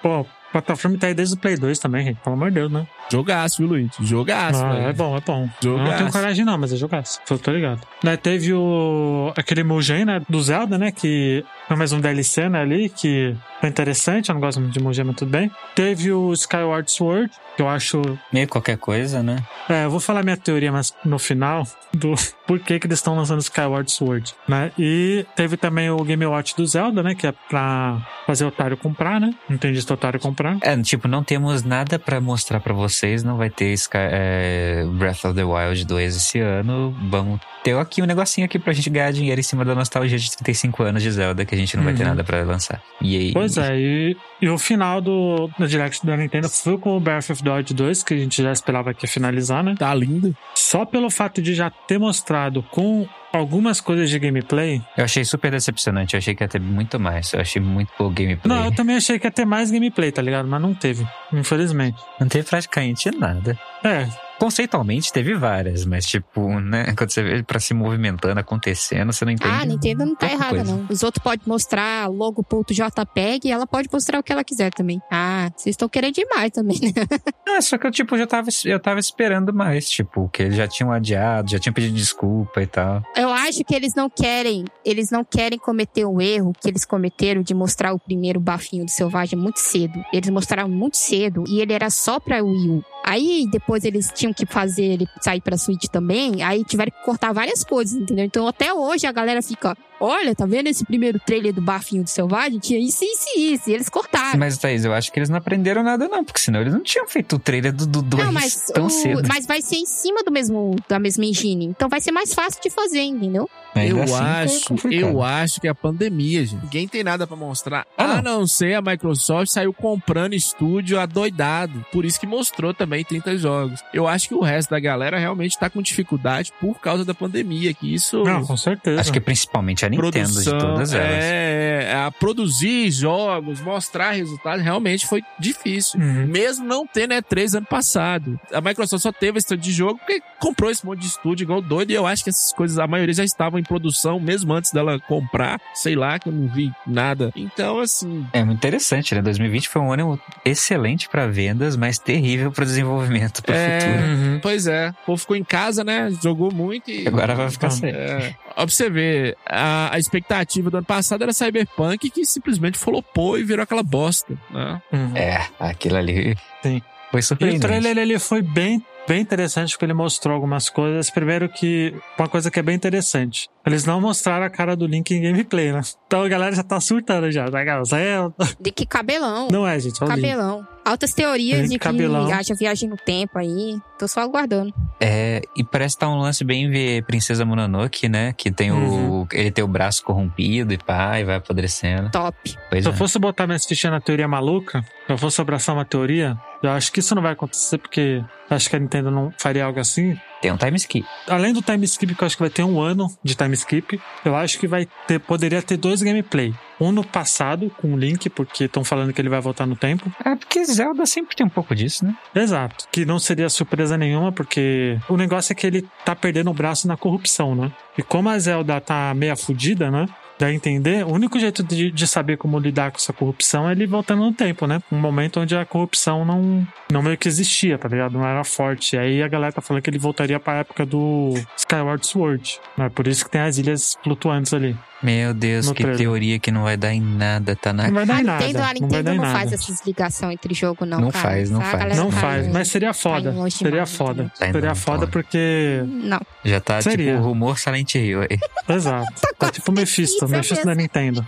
Speaker 1: Pô, o plataforma tá aí desde o Play 2 também, gente. Pelo amor de Deus, né?
Speaker 4: Jogaço, viu, Luiz? Jogaço,
Speaker 1: Ah,
Speaker 4: velho.
Speaker 1: é bom, é bom. Eu
Speaker 4: Jogaço.
Speaker 1: Não tenho coragem, não, mas é jogaço. Eu tô ligado. Né, teve o. aquele Mugen, né? Do Zelda, né? Que foi mais um DLC, né, ali, que foi interessante. Eu não gosto muito de Mugen, mas tudo bem. Teve o Skyward Sword, que eu acho.
Speaker 2: Meio qualquer coisa, né?
Speaker 1: É, eu vou falar minha teoria, mas no final, do por que, que eles estão lançando Skyward Sword, né? E teve também o Game Watch do Zelda, né? Que é pra fazer o otário comprar, né? Não tem disso otário comprar.
Speaker 2: É, tipo, não temos nada pra mostrar pra vocês, não vai ter Sky- é, Breath of the Wild 2 esse ano. Vamos ter aqui um negocinho aqui pra gente ganhar dinheiro em cima da nostalgia de 35 anos de Zelda, que a gente não vai ter
Speaker 1: Uhum.
Speaker 2: nada pra lançar. E aí,
Speaker 1: Pois é, e, e o final do, do Direct da Nintendo foi com o Breath of the Wild 2, que a gente já esperava que ia finalizar, né?
Speaker 4: Tá lindo.
Speaker 1: Só pelo fato de já ter mostrado com algumas coisas de gameplay.
Speaker 2: eu achei super decepcionante, eu achei que ia ter muito mais, eu achei muito pouco gameplay.
Speaker 1: Não, eu
Speaker 2: Não,
Speaker 1: também achei que ia ter mais gameplay, tá ligado? Mas não teve, infelizmente.
Speaker 2: teve praticamente nada.
Speaker 1: É,
Speaker 2: Conceitualmente teve várias, mas tipo, né, quando você vê pra se movimentando, acontecendo, você não entende.
Speaker 3: Ah, Nintendo não tá
Speaker 2: pouca
Speaker 3: errada,
Speaker 2: coisa.
Speaker 3: não. Os outros podem mostrar logo.jpg e ela pode mostrar o que ela quiser também. Ah, vocês estão querendo demais também, né?
Speaker 2: Ah, só que eu, tipo, já tava, eu tava esperando mais, tipo, que eles já tinham adiado, já tinham pedido desculpa e tal.
Speaker 3: Eu acho que eles não querem, eles não querem cometer o erro que eles cometeram de mostrar o primeiro bafinho do selvagem muito cedo. Eles mostraram muito cedo e ele era só pra Wii U. Aí depois eles tinham que fazer ele sair pra Switch também, aí tiveram que cortar várias coisas, entendeu? Então até hoje a galera fica, olha, tá vendo esse primeiro trailer do bafinho do selvagem? Tinha isso, isso e isso, e eles cortaram.
Speaker 2: Mas, Thaís, eu acho que eles não aprenderam nada, não, porque senão eles não tinham feito o trailer do do
Speaker 3: Não,
Speaker 2: 2
Speaker 3: mas,
Speaker 2: tão
Speaker 3: o-
Speaker 2: cedo.
Speaker 3: mas vai ser em cima do mesmo da mesma engine, então vai ser mais fácil de fazer, entendeu?
Speaker 2: Ainda
Speaker 4: eu
Speaker 2: assim, é
Speaker 4: acho,
Speaker 2: complicado.
Speaker 4: eu acho que é a pandemia, gente. Ninguém tem nada pra mostrar.
Speaker 2: Ah, não.
Speaker 4: a não ser a Microsoft saiu comprando estúdio adoidado. Por isso que mostrou também 30 jogos. Eu acho que o resto da galera realmente tá com dificuldade por causa da pandemia, que isso
Speaker 1: não, com certeza.
Speaker 2: Acho que principalmente a Nintendo de todas elas.
Speaker 4: é, é, a produzir jogos, mostrar resultados, realmente foi difícil.
Speaker 1: Uhum.
Speaker 4: Mesmo não tendo E3 ano passado. A Microsoft só teve esse tanto de jogo porque comprou esse monte de estúdio igual doido. E eu acho que essas coisas, a maioria já estavam em produção mesmo antes dela comprar. Sei lá, que eu não vi nada. Então, assim,
Speaker 2: É muito interessante, né? 2020 foi um ano excelente pra vendas, mas terrível pra desenvolvimento pro
Speaker 4: É.
Speaker 2: futuro.
Speaker 1: Uhum.
Speaker 4: pois é. O povo ficou em casa, né? Jogou muito e.
Speaker 2: Agora vai ficar
Speaker 1: Então,
Speaker 2: certo.
Speaker 4: É, ó, pra você ver, a, a expectativa do ano passado era Cyberpunk que simplesmente flopou e virou aquela bosta, né?
Speaker 1: Uhum.
Speaker 2: É, aquilo ali
Speaker 1: Sim.
Speaker 2: foi
Speaker 1: E o
Speaker 2: surpreendente.
Speaker 1: trailer ele foi bem bem interessante porque ele mostrou algumas coisas. Primeiro que uma coisa que é bem interessante. Eles não mostraram a cara do Link em gameplay, né? Então a galera já tá surtando já. Tá, galera? É-
Speaker 3: De que cabelão.
Speaker 1: Não é, gente. É o Link.
Speaker 3: Cabelão. Altas teorias
Speaker 1: Link
Speaker 3: de que
Speaker 1: cabelão.
Speaker 3: haja viagem no tempo aí. Tô só aguardando.
Speaker 2: É, e parece que tá um lance bem ver Princesa Mononoke, né? Que tem
Speaker 1: Uhum.
Speaker 2: o. Ele tem o braço corrompido e pá, e vai apodrecendo.
Speaker 3: Top.
Speaker 2: Pois
Speaker 1: Se
Speaker 2: é.
Speaker 1: eu fosse botar minhas fichas na teoria maluca, se eu fosse abraçar uma teoria, eu acho que isso não vai acontecer porque eu acho que a Nintendo não faria algo assim.
Speaker 2: Tem um time skip.
Speaker 1: Além do time skip, que eu acho que vai ter um ano de time skip, eu acho que vai ter, poderia ter dois gameplay. Um no passado, com o Link, porque estão falando que ele vai voltar no tempo.
Speaker 2: É porque Zelda sempre tem um pouco disso, né?
Speaker 1: Exato. Que não seria surpresa nenhuma, porque o negócio é que ele tá perdendo o braço na corrupção, né? E como a Zelda tá meia fudida, né? Dá a entender, o único jeito de, de saber como lidar com essa corrupção é ele voltando no tempo, né? Um momento onde a corrupção não, não meio que existia, tá ligado? Não era forte. Aí a galera tá falando que ele voltaria pra época do Skyward Sword. Né? Por isso que tem as ilhas flutuantes ali.
Speaker 2: Meu Deus,
Speaker 1: No
Speaker 2: que
Speaker 1: trailer.
Speaker 2: teoria que não vai dar em nada, tá na.
Speaker 1: Não vai dar
Speaker 3: a
Speaker 1: em nada.
Speaker 3: Nintendo, a
Speaker 1: não vai
Speaker 3: Nintendo
Speaker 1: dar
Speaker 3: não,
Speaker 1: em nada.
Speaker 3: faz essas ligações entre jogo, não.
Speaker 2: Não
Speaker 3: cara.
Speaker 2: faz, não
Speaker 3: Essa
Speaker 2: faz.
Speaker 3: galera
Speaker 1: Não
Speaker 3: tá
Speaker 1: faz,
Speaker 3: longe.
Speaker 1: mas seria foda.
Speaker 3: longe
Speaker 1: Seria
Speaker 3: demais,
Speaker 1: foda.
Speaker 3: né?
Speaker 2: Tá indo
Speaker 1: Seria
Speaker 2: muito
Speaker 1: foda
Speaker 2: longe.
Speaker 1: porque
Speaker 3: Não.
Speaker 2: Já tá
Speaker 1: Seria.
Speaker 2: tipo o rumor Silent Hill aí.
Speaker 1: Exato. Tá tipo Mephisto,
Speaker 3: isso
Speaker 1: Mephisto da
Speaker 3: mesmo.
Speaker 1: Nintendo.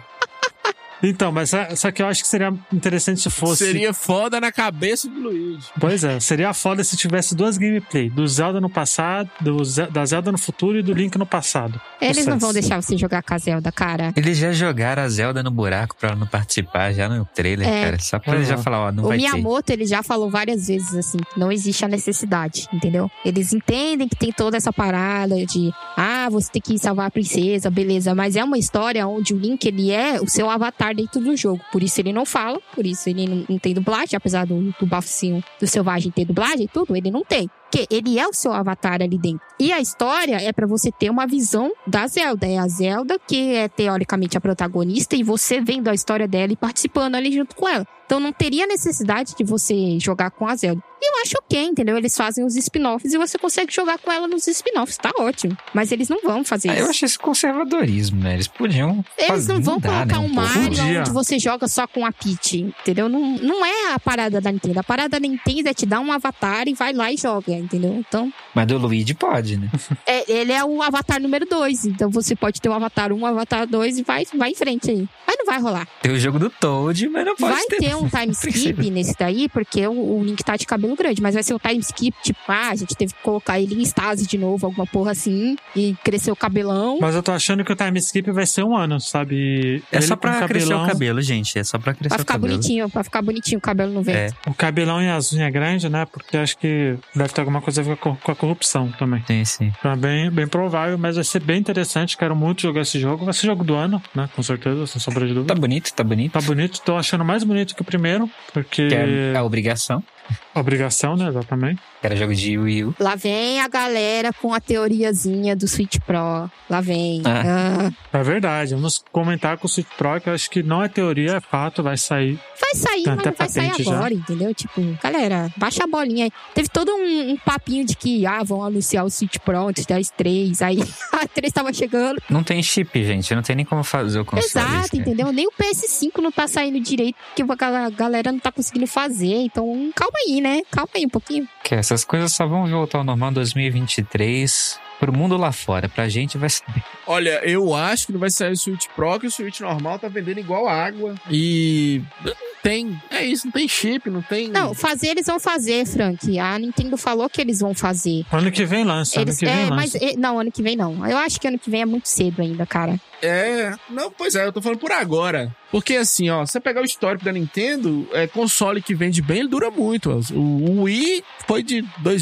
Speaker 1: Então, mas só- só que eu acho que seria interessante se fosse.
Speaker 4: Seria foda na cabeça do Luigi.
Speaker 1: Pois é, seria foda se tivesse duas gameplay: do Zelda no passado, do Ze- da Zelda no futuro e do Link no passado.
Speaker 3: Eles não vão
Speaker 1: Sucesso.
Speaker 3: deixar você jogar com a Zelda, cara.
Speaker 2: Eles já jogaram a Zelda no buraco pra ela não participar já no trailer,
Speaker 3: É.
Speaker 2: cara. Só pra
Speaker 1: Uhum.
Speaker 2: eles já falar, ó, não
Speaker 3: o
Speaker 2: vai
Speaker 3: Miyamoto, ele já falou várias vezes, assim, que não existe a necessidade, entendeu? Eles entendem que tem toda essa parada de, ah, você tem que salvar a princesa, beleza. Mas é uma história onde o Link, ele é o seu avatar dentro do jogo. Por isso ele não fala, por isso ele não, não tem dublagem, apesar do, do bafinho do Selvagem ter dublagem e tudo, ele não tem. Porque ele é o seu avatar ali dentro. E a história é pra você ter uma visão da Zelda. É a Zelda que é teoricamente a protagonista e você vendo a história dela e participando ali junto com ela. Então não teria necessidade de você jogar com a Zelda. E eu acho ok, entendeu? Eles fazem os spin-offs e você consegue jogar com ela nos spin-offs, tá ótimo. Mas eles não vão fazer
Speaker 2: ter. Ah, eu
Speaker 3: isso.
Speaker 2: achei esse conservadorismo, né? Eles podiam.
Speaker 3: Eles
Speaker 2: fazer-
Speaker 3: não vão
Speaker 2: mudar, né,
Speaker 3: colocar um
Speaker 2: pouco.
Speaker 3: Mario
Speaker 1: Podia.
Speaker 3: onde você joga só com a Peach, entendeu? Não, não é a parada da Nintendo. A parada da Nintendo é te dar um avatar e vai lá e joga, entendeu? Então
Speaker 2: Mas do Luigi pode, né?
Speaker 3: É, ele é o avatar número 2. Então você pode ter um avatar 1, um avatar 2 e vai, vai em frente aí. Mas não vai rolar.
Speaker 2: Tem o jogo do Toad, mas não pode
Speaker 3: vai
Speaker 2: ter.
Speaker 3: ter um time skip nesse daí, porque o, o Link tá de cabelo grande. Mas vai ser um time skip, tipo, ah, a gente teve que colocar ele em estase de novo, alguma porra assim. E crescer o cabelão.
Speaker 1: Mas eu tô achando que o time skip vai ser um ano, sabe?
Speaker 2: É
Speaker 1: Ele
Speaker 2: só
Speaker 1: com um
Speaker 2: pra crescer o
Speaker 1: cabelão-
Speaker 2: cabelo, gente. É só pra crescer
Speaker 3: Pra
Speaker 2: o
Speaker 3: ficar
Speaker 2: cabelo.
Speaker 3: bonitinho, pra ficar bonitinho o cabelo no vento.
Speaker 1: O um cabelão e as unhas grandes, né? Porque eu acho que deve ter alguma coisa a ver com a com a corrupção também.
Speaker 2: Sim, sim.
Speaker 1: Então é bem, bem provável, mas vai ser bem interessante. Quero muito jogar esse jogo. Vai ser jogo do ano, né? Com certeza, sem sombra de dúvida.
Speaker 2: Tá bonito, tá bonito.
Speaker 1: Tá bonito, tô achando mais bonito que o primeiro, porque.
Speaker 2: Que é a obrigação.
Speaker 1: Obrigação, né? Exatamente.
Speaker 2: Que era jogo de Wii U.
Speaker 3: Lá vem a galera com a teoriazinha do Switch Pro. Lá vem. Ah.
Speaker 1: É verdade. Vamos comentar com o Switch Pro, que eu acho que não é teoria, é fato, vai sair.
Speaker 3: Vai sair,
Speaker 1: Tem
Speaker 3: mas
Speaker 1: Tá até
Speaker 3: não vai sair
Speaker 1: patente já.
Speaker 3: agora, entendeu? Tipo, galera, baixa a bolinha aí. Teve todo um, um papinho de que, ah, vão anunciar o Switch Pro antes das 3. Aí a 3 tava chegando.
Speaker 2: Não tem chip, gente. Não tem nem como fazer o console. é
Speaker 3: Exato,
Speaker 1: é
Speaker 2: cara.
Speaker 3: entendeu? Nem o PS5 não tá saindo direito, porque a gal- galera não tá conseguindo fazer. Então, calma aí, né? Calma aí um pouquinho.
Speaker 2: Que essas coisas só vão voltar ao normal em 2023. Pro mundo lá fora. Pra gente vai ser.
Speaker 4: Olha, eu acho que não vai sair o Switch Pro, que o Switch normal tá vendendo igual água. E. Não tem. É isso, não tem chip, não tem.
Speaker 3: Não, fazer eles vão fazer, Frank. A Nintendo falou que eles vão fazer.
Speaker 1: Ano que vem lança, ano
Speaker 3: Eles,
Speaker 1: que vem
Speaker 3: é,
Speaker 1: lança.
Speaker 3: mas eh, não, ano que vem não. Eu acho que ano que vem é muito cedo ainda, cara.
Speaker 4: É, não, pois é, eu tô falando por agora. Porque assim, ó, se você pegar o histórico da Nintendo, é, console que vende bem, ele dura muito. ó. O Wii foi de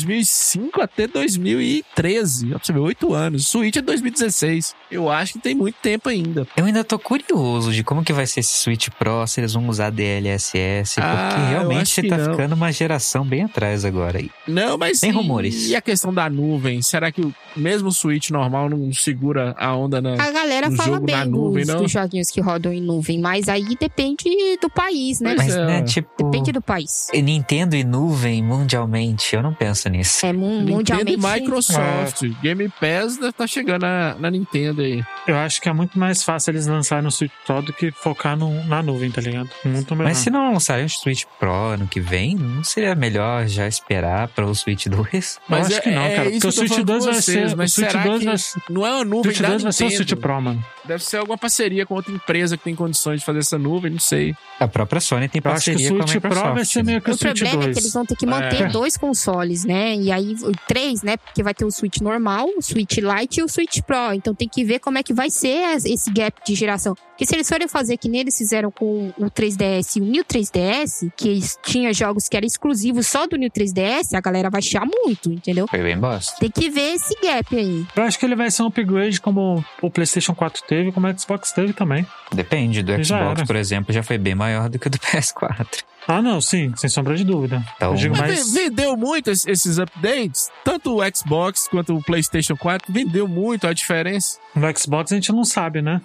Speaker 4: 2005 até 2013, ó, pra você ver, 8 anos. O Switch é 2016. Eu acho que tem muito tempo ainda.
Speaker 2: Eu ainda tô curioso de como que vai ser esse Switch Pro, se eles vão usar DLSS, porque
Speaker 4: Ah, eu
Speaker 2: realmente
Speaker 4: acho que
Speaker 2: tá
Speaker 4: não.
Speaker 2: ficando uma geração bem atrás agora. E
Speaker 4: Não, mas.
Speaker 2: Tem
Speaker 4: e-
Speaker 2: rumores.
Speaker 4: E a questão da nuvem? Será que o mesmo Switch normal não segura a onda na.
Speaker 3: A galera
Speaker 4: No
Speaker 3: fala
Speaker 4: Um jogo
Speaker 3: bem
Speaker 4: na nuvem,
Speaker 3: dos,
Speaker 4: não?
Speaker 3: dos joguinhos que rodam em nuvem, mas Mas aí depende do país, né?
Speaker 2: Mas,
Speaker 4: é,
Speaker 2: né,
Speaker 4: ué.
Speaker 2: tipo.
Speaker 3: Depende do país.
Speaker 2: Nintendo e nuvem mundialmente, eu não penso nisso.
Speaker 3: É mu-
Speaker 4: Nintendo
Speaker 3: mundialmente.
Speaker 4: e Microsoft. Game Pass deve tá chegando na, na Nintendo aí.
Speaker 1: Eu acho que é muito mais fácil eles lançarem no Switch Pro do que focar no- na nuvem, tá ligado? Muito melhor.
Speaker 2: Mas se não lançarem o Switch Pro ano que vem, não seria melhor já esperar para o Switch 2?
Speaker 1: Eu
Speaker 4: Mas
Speaker 1: acho
Speaker 4: é-
Speaker 1: que não,
Speaker 4: é
Speaker 1: cara. Porque
Speaker 4: isso
Speaker 1: o
Speaker 4: que eu tô
Speaker 1: Switch
Speaker 4: falando
Speaker 1: 2
Speaker 4: com
Speaker 1: vai
Speaker 4: vocês,
Speaker 1: ser. O
Speaker 4: mas
Speaker 1: Switch
Speaker 4: será
Speaker 1: 2
Speaker 4: que-
Speaker 1: vai ser.
Speaker 4: Não é uma
Speaker 1: O
Speaker 4: nuvem
Speaker 1: Switch
Speaker 4: da
Speaker 1: 2 vai ser o
Speaker 4: Nintendo.
Speaker 1: Switch Pro, mano.
Speaker 4: Deve ser alguma parceria com outra empresa que tem condições de fazer essa nuvem, não sei.
Speaker 2: A própria Sony tem
Speaker 1: Eu acho que o
Speaker 2: parceria com a
Speaker 4: é
Speaker 1: Switch Pro
Speaker 2: Microsoft.
Speaker 1: vai ser meio que o,
Speaker 3: O
Speaker 1: Switch
Speaker 3: problema é
Speaker 1: 2.
Speaker 3: que eles vão ter que manter
Speaker 1: É.
Speaker 3: dois consoles, né? E aí, o- três, né? Porque vai ter o Switch normal, o Switch Lite e o Switch Pro. Então tem que ver como é que vai ser as- esse gap de geração. Porque se eles forem fazer que nem eles fizeram com o 3DS e o New 3DS, que eles- tinha jogos que eram exclusivos só do New 3DS, a galera vai chiar muito, entendeu?
Speaker 2: Foi bem bosta.
Speaker 3: Tem que ver esse gap aí.
Speaker 1: Eu acho que ele vai ser um upgrade como o PlayStation 4 teve, como o Xbox teve também.
Speaker 2: Depende, do
Speaker 1: Já
Speaker 2: Xbox,
Speaker 1: era.
Speaker 2: por exemplo, já foi bem maior do que o do PS4.
Speaker 1: Ah, não, sim, sem sombra de dúvida.
Speaker 2: Então,
Speaker 1: Eu digo
Speaker 4: Mas,
Speaker 1: mais.
Speaker 4: ve- vendeu muito es- esses updates? Tanto o Xbox quanto o PlayStation 4 vendeu muito a diferença.
Speaker 1: No Xbox a gente não sabe, né?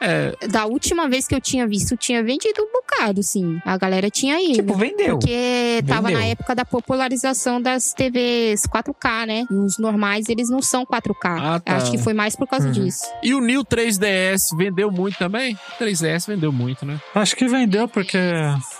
Speaker 4: É,
Speaker 3: Da última vez que eu tinha visto, tinha vendido um bocado, sim. A galera tinha ido.
Speaker 2: tipo, vendeu.
Speaker 3: Porque tava
Speaker 2: Vendeu.
Speaker 3: na época da popularização das TVs 4K, né? E os normais, eles não são 4K.
Speaker 4: Ah, tá.
Speaker 3: Acho que foi mais por causa
Speaker 1: Uhum.
Speaker 3: disso.
Speaker 4: e o New 3DS vendeu muito também? O 3DS vendeu muito, né?
Speaker 1: Acho que vendeu porque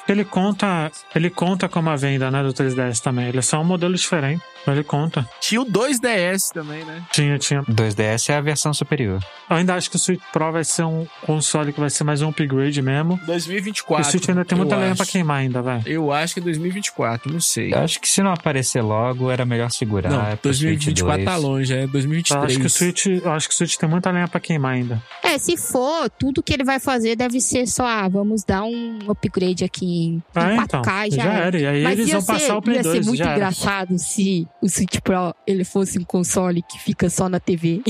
Speaker 1: ele conta, ele conta como a venda, né, do 3DS também. Ele é só um modelo diferente, mas ele conta.
Speaker 4: Tinha o 2DS também, né?
Speaker 1: Tinha, tinha.
Speaker 2: 2DS é a versão superior.
Speaker 1: Eu ainda acho que o Switch Pro vai ser um console que vai ser mais um upgrade mesmo. E
Speaker 4: 2024.
Speaker 1: o Switch ainda tem muita
Speaker 4: eu
Speaker 1: lenha pra
Speaker 4: acho.
Speaker 1: queimar ainda, velho.
Speaker 4: Eu acho que é 2024, não sei.
Speaker 2: Eu acho que se não aparecer logo, era melhor segurar.
Speaker 4: Não,
Speaker 2: pro Switch 2.
Speaker 4: 2024 tá longe, é
Speaker 1: Eu
Speaker 4: 2023.
Speaker 1: acho que o Switch, eu acho que o Switch tem muita lenha pra queimar ainda.
Speaker 3: É, se for, tudo que ele vai fazer deve ser só, ah, vamos dar um upgrade aqui em
Speaker 1: Ah,
Speaker 3: 4K
Speaker 1: então.
Speaker 3: e já era.
Speaker 1: E aí
Speaker 3: Mas
Speaker 1: eles
Speaker 3: ia
Speaker 1: vão
Speaker 3: ser,
Speaker 1: passar o Play
Speaker 3: ia
Speaker 1: 2.
Speaker 3: ser muito
Speaker 1: já era.
Speaker 3: engraçado se o Switch Pro ele fosse um console que fica só na TV.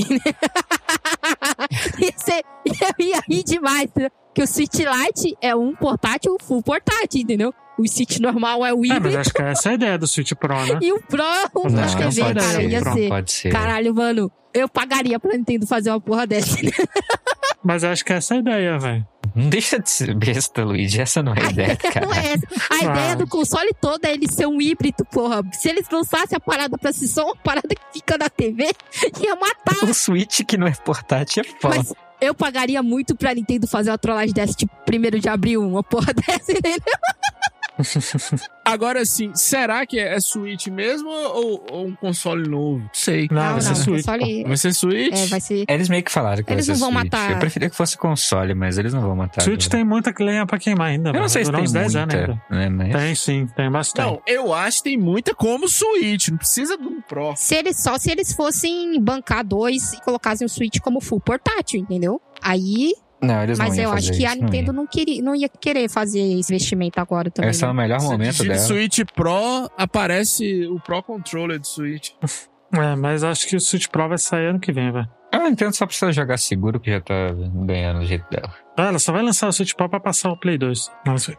Speaker 3: ia ser, eu ia rir demais, né? que o Switch Lite é um portátil, um full portátil, entendeu? O Switch normal é o
Speaker 1: É, mas
Speaker 3: híbrido
Speaker 1: acho que essa é a ideia do Switch Pro, né?
Speaker 3: e o Pro é um
Speaker 1: Mas
Speaker 2: Não,
Speaker 3: da
Speaker 1: acho que
Speaker 2: não
Speaker 1: é
Speaker 3: TV,
Speaker 2: pode
Speaker 3: cara.
Speaker 1: verdade,
Speaker 2: ser.
Speaker 3: Ia
Speaker 1: Pronto,
Speaker 2: Não
Speaker 3: ser.
Speaker 2: pode ser.
Speaker 3: Caralho, mano, eu pagaria pra Nintendo fazer uma porra dessa.
Speaker 1: Mas acho que essa é a ideia, velho.
Speaker 2: Não deixa de ser besta, Luigi. Essa não é a ideia, cara.
Speaker 3: Não é essa. A
Speaker 1: Ah.
Speaker 3: ideia do console todo é ele ser um híbrido, porra. Se eles lançassem a parada pra si só, uma parada que fica na TV, ia matar.
Speaker 2: O Switch que não é portátil é foda.
Speaker 3: Mas eu pagaria muito pra Nintendo fazer uma trollagem dessa, tipo, primeiro de abril, uma porra dessa. entendeu?
Speaker 4: Agora assim, será que é é Switch mesmo ou, ou um console novo? Não sei.
Speaker 1: Não, vai ser
Speaker 3: o
Speaker 1: Switch.
Speaker 3: console-
Speaker 4: Vai ser Switch?
Speaker 3: É, vai ser.
Speaker 2: Eles meio que falaram que
Speaker 3: Eles
Speaker 2: vai ser
Speaker 3: não vão
Speaker 2: Switch.
Speaker 3: matar.
Speaker 2: Eu preferia que fosse console, mas eles não vão matar.
Speaker 1: Switch
Speaker 2: né?
Speaker 1: tem muita lenha pra queimar ainda.
Speaker 2: Eu
Speaker 1: vai
Speaker 2: não sei se
Speaker 1: durar
Speaker 2: tem
Speaker 1: uns 10 anos ainda.
Speaker 2: muita, né? mas-
Speaker 1: Tem sim, tem bastante.
Speaker 4: Não, eu acho que tem muita como Switch, não precisa de um Pro.
Speaker 3: Se eles, só se eles fossem bancar dois e colocassem o Switch como full portátil, entendeu? Aí.
Speaker 2: Não, eles não
Speaker 3: Mas
Speaker 2: iam
Speaker 3: eu acho
Speaker 2: fazer
Speaker 3: que a
Speaker 2: isso, não
Speaker 3: Nintendo não, queria, não ia querer fazer esse investimento agora
Speaker 2: iam.
Speaker 3: também.
Speaker 2: Esse é o
Speaker 3: né?
Speaker 2: melhor
Speaker 4: Você
Speaker 2: momento
Speaker 4: digita
Speaker 2: dela.
Speaker 4: Switch Pro, aparece o Pro Controller de Switch.
Speaker 1: É, mas acho que o Switch Pro vai sair ano que vem, velho.
Speaker 2: Ah, A Nintendo só precisa jogar seguro que já tá ganhando do jeito dela.
Speaker 1: Ah, ela só vai lançar o Switch Pro pra passar o Play 2. Não, isso-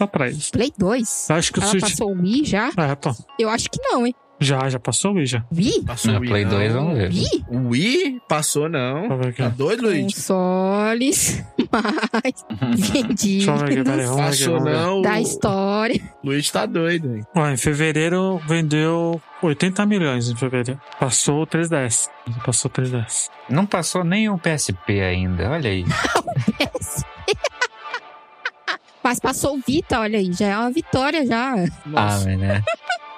Speaker 1: só pra isso.
Speaker 3: Play 2?
Speaker 1: Eu acho que o
Speaker 3: Ela
Speaker 1: Switch.
Speaker 3: passou o Wii já?
Speaker 1: É, pô.
Speaker 3: Eu acho que não, hein?
Speaker 1: Já, já passou o Wii, já.
Speaker 3: Wii?
Speaker 4: Passou
Speaker 2: Na
Speaker 4: o Wii,
Speaker 2: Play
Speaker 4: não.
Speaker 2: 2, vamos ver.
Speaker 3: Wii?
Speaker 4: O Wii passou não.
Speaker 1: Deixa eu ver aqui.
Speaker 4: Tá doido, Luigi?
Speaker 3: Consoles mais
Speaker 1: Deixa eu
Speaker 3: vendidos
Speaker 1: ver aqui, peraí. Vamos ver aqui.
Speaker 4: Passou
Speaker 1: vamos ver.
Speaker 4: não.
Speaker 3: da
Speaker 4: O
Speaker 3: história.
Speaker 4: Luigi tá doido, hein?
Speaker 1: Ó, em fevereiro vendeu 80 milhões em fevereiro. Passou o 3DS. Passou o 3DS.
Speaker 2: Não passou nem o PSP ainda, olha aí.
Speaker 3: Mas passou o Vita, olha aí. Já é uma vitória, já.
Speaker 2: ah,
Speaker 4: Nossa.
Speaker 2: mas, né?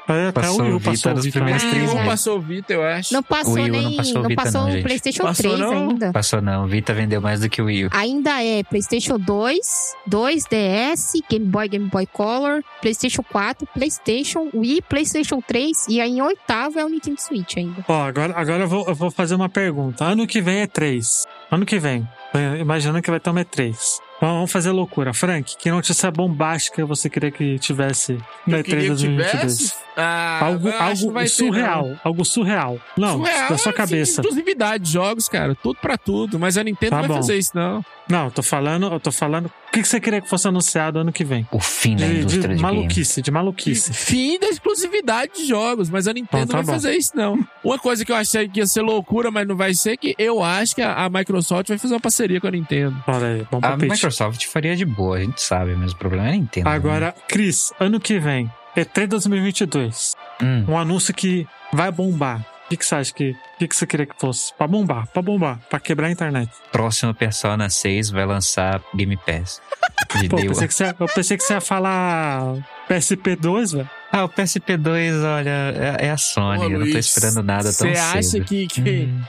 Speaker 1: Aí até
Speaker 2: Passou
Speaker 1: o Wii
Speaker 2: o
Speaker 1: U
Speaker 2: Vita
Speaker 1: passou o
Speaker 2: nos
Speaker 1: Vita.
Speaker 2: primeiros
Speaker 1: né?
Speaker 3: três
Speaker 4: não
Speaker 3: meses.
Speaker 4: passou o Vita, eu acho.
Speaker 3: Não passou
Speaker 2: Wii U
Speaker 3: nem...
Speaker 2: não passou o Vita não, gente.
Speaker 3: Playstation
Speaker 4: Passou
Speaker 3: 3
Speaker 4: não?
Speaker 3: ainda.
Speaker 2: Passou não, o Vita vendeu mais do que o Wii U.
Speaker 3: Ainda é PlayStation 2, 2DS, Game Boy, Game Boy Color, PlayStation 4, PlayStation, Wii, PlayStation 3 e aí em oitavo é o Nintendo Switch ainda.
Speaker 1: Ó, agora, agora eu, vou, eu vou fazer uma pergunta. Ano que vem é 3. Ano que vem. Imaginando que vai ter uma E3. Então, vamos fazer loucura. Frank, que notícia bombástica você queria que tivesse na
Speaker 4: Eu
Speaker 1: E3
Speaker 4: queria que
Speaker 1: 2022?
Speaker 4: tivesse. Ah,
Speaker 1: Algo,
Speaker 4: eu acho que não
Speaker 1: algo
Speaker 4: vai ter,
Speaker 1: surreal.
Speaker 4: não.
Speaker 1: algo surreal. Não,
Speaker 4: Surreal
Speaker 1: da sua
Speaker 4: é, assim,
Speaker 1: cabeça.
Speaker 4: Exclusividade de jogos, cara. Tudo pra tudo. Mas a Nintendo
Speaker 1: Tá
Speaker 4: não vai
Speaker 1: bom.
Speaker 4: fazer isso, não.
Speaker 1: Não, eu tô falando, eu tô falando. O que que você queria que fosse anunciado ano que vem?
Speaker 2: O fim da
Speaker 1: De, de
Speaker 2: indústria de, games.
Speaker 1: maluquice, de maluquice.
Speaker 4: Fim da exclusividade de jogos, mas a Nintendo
Speaker 1: Então tá
Speaker 4: não
Speaker 1: bom.
Speaker 4: vai fazer isso, não. Uma coisa que eu achei que ia ser loucura, mas não vai ser, que eu acho que a, a Microsoft vai fazer uma parceria com a Nintendo.
Speaker 1: Olha aí, bom
Speaker 2: A
Speaker 1: palpite.
Speaker 2: Ah, Microsoft faria de boa, a gente sabe, mas o problema é a Nintendo. né?
Speaker 1: Agora, Cris, ano que vem, E3 2022,
Speaker 2: Hum.
Speaker 1: um anúncio que vai bombar. O que, que você acha que. O que, que você queria que fosse? Pra bombar, pra bombar, pra quebrar a internet.
Speaker 2: próximo Persona 6 vai lançar Game Pass. De
Speaker 1: Pô, eu
Speaker 2: Day
Speaker 1: pensei,
Speaker 2: One.
Speaker 1: que você, eu pensei que você ia falar PSP2, velho.
Speaker 2: Ah, o PSP2, olha, é, é a Sony.
Speaker 4: Ô,
Speaker 2: eu não tô
Speaker 4: Luiz,
Speaker 2: esperando nada tão
Speaker 4: Você acha
Speaker 2: cedo.
Speaker 4: que, que
Speaker 2: Hum,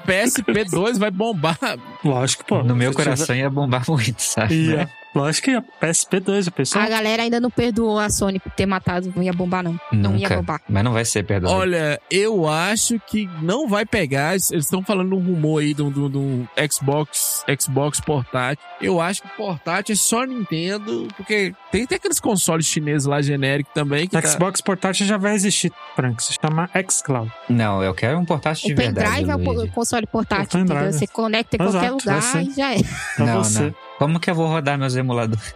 Speaker 4: PSP2 vai bombar?
Speaker 1: Lógico, pô.
Speaker 2: no meu
Speaker 1: Se tiver-
Speaker 2: coração né? ia bombar muito, sabe?
Speaker 1: Ia. Lógico que ia. PSP2, a pessoa.
Speaker 3: A galera ainda não perdoou a Sony por ter matado, não ia bombar, não. Não ia
Speaker 2: Nunca.
Speaker 3: bombar.
Speaker 2: Mas não vai ser, perdão.
Speaker 4: Olha, eu acho que não vai pegar. Eles estão falando um rumor aí de um- de um de um Xbox, Xbox portátil. Eu acho que portátil é só Nintendo, porque tem até aqueles consoles chineses lá genéricos também. Que tá-
Speaker 1: Xbox portátil já vai existir, Frank. Se chama xCloud.
Speaker 2: Não, eu quero um portátil de
Speaker 3: o
Speaker 2: verdade.
Speaker 3: pendrive é o po-
Speaker 2: Luigi.
Speaker 3: console
Speaker 1: O
Speaker 3: portátil,
Speaker 1: pendrive.
Speaker 3: entendeu? Você conecta em qualquer
Speaker 1: Exato,
Speaker 3: lugar
Speaker 1: vai ser.
Speaker 3: e já é.
Speaker 1: Pra
Speaker 2: Não,
Speaker 1: você.
Speaker 2: não. Como que eu vou rodar meus emuladores?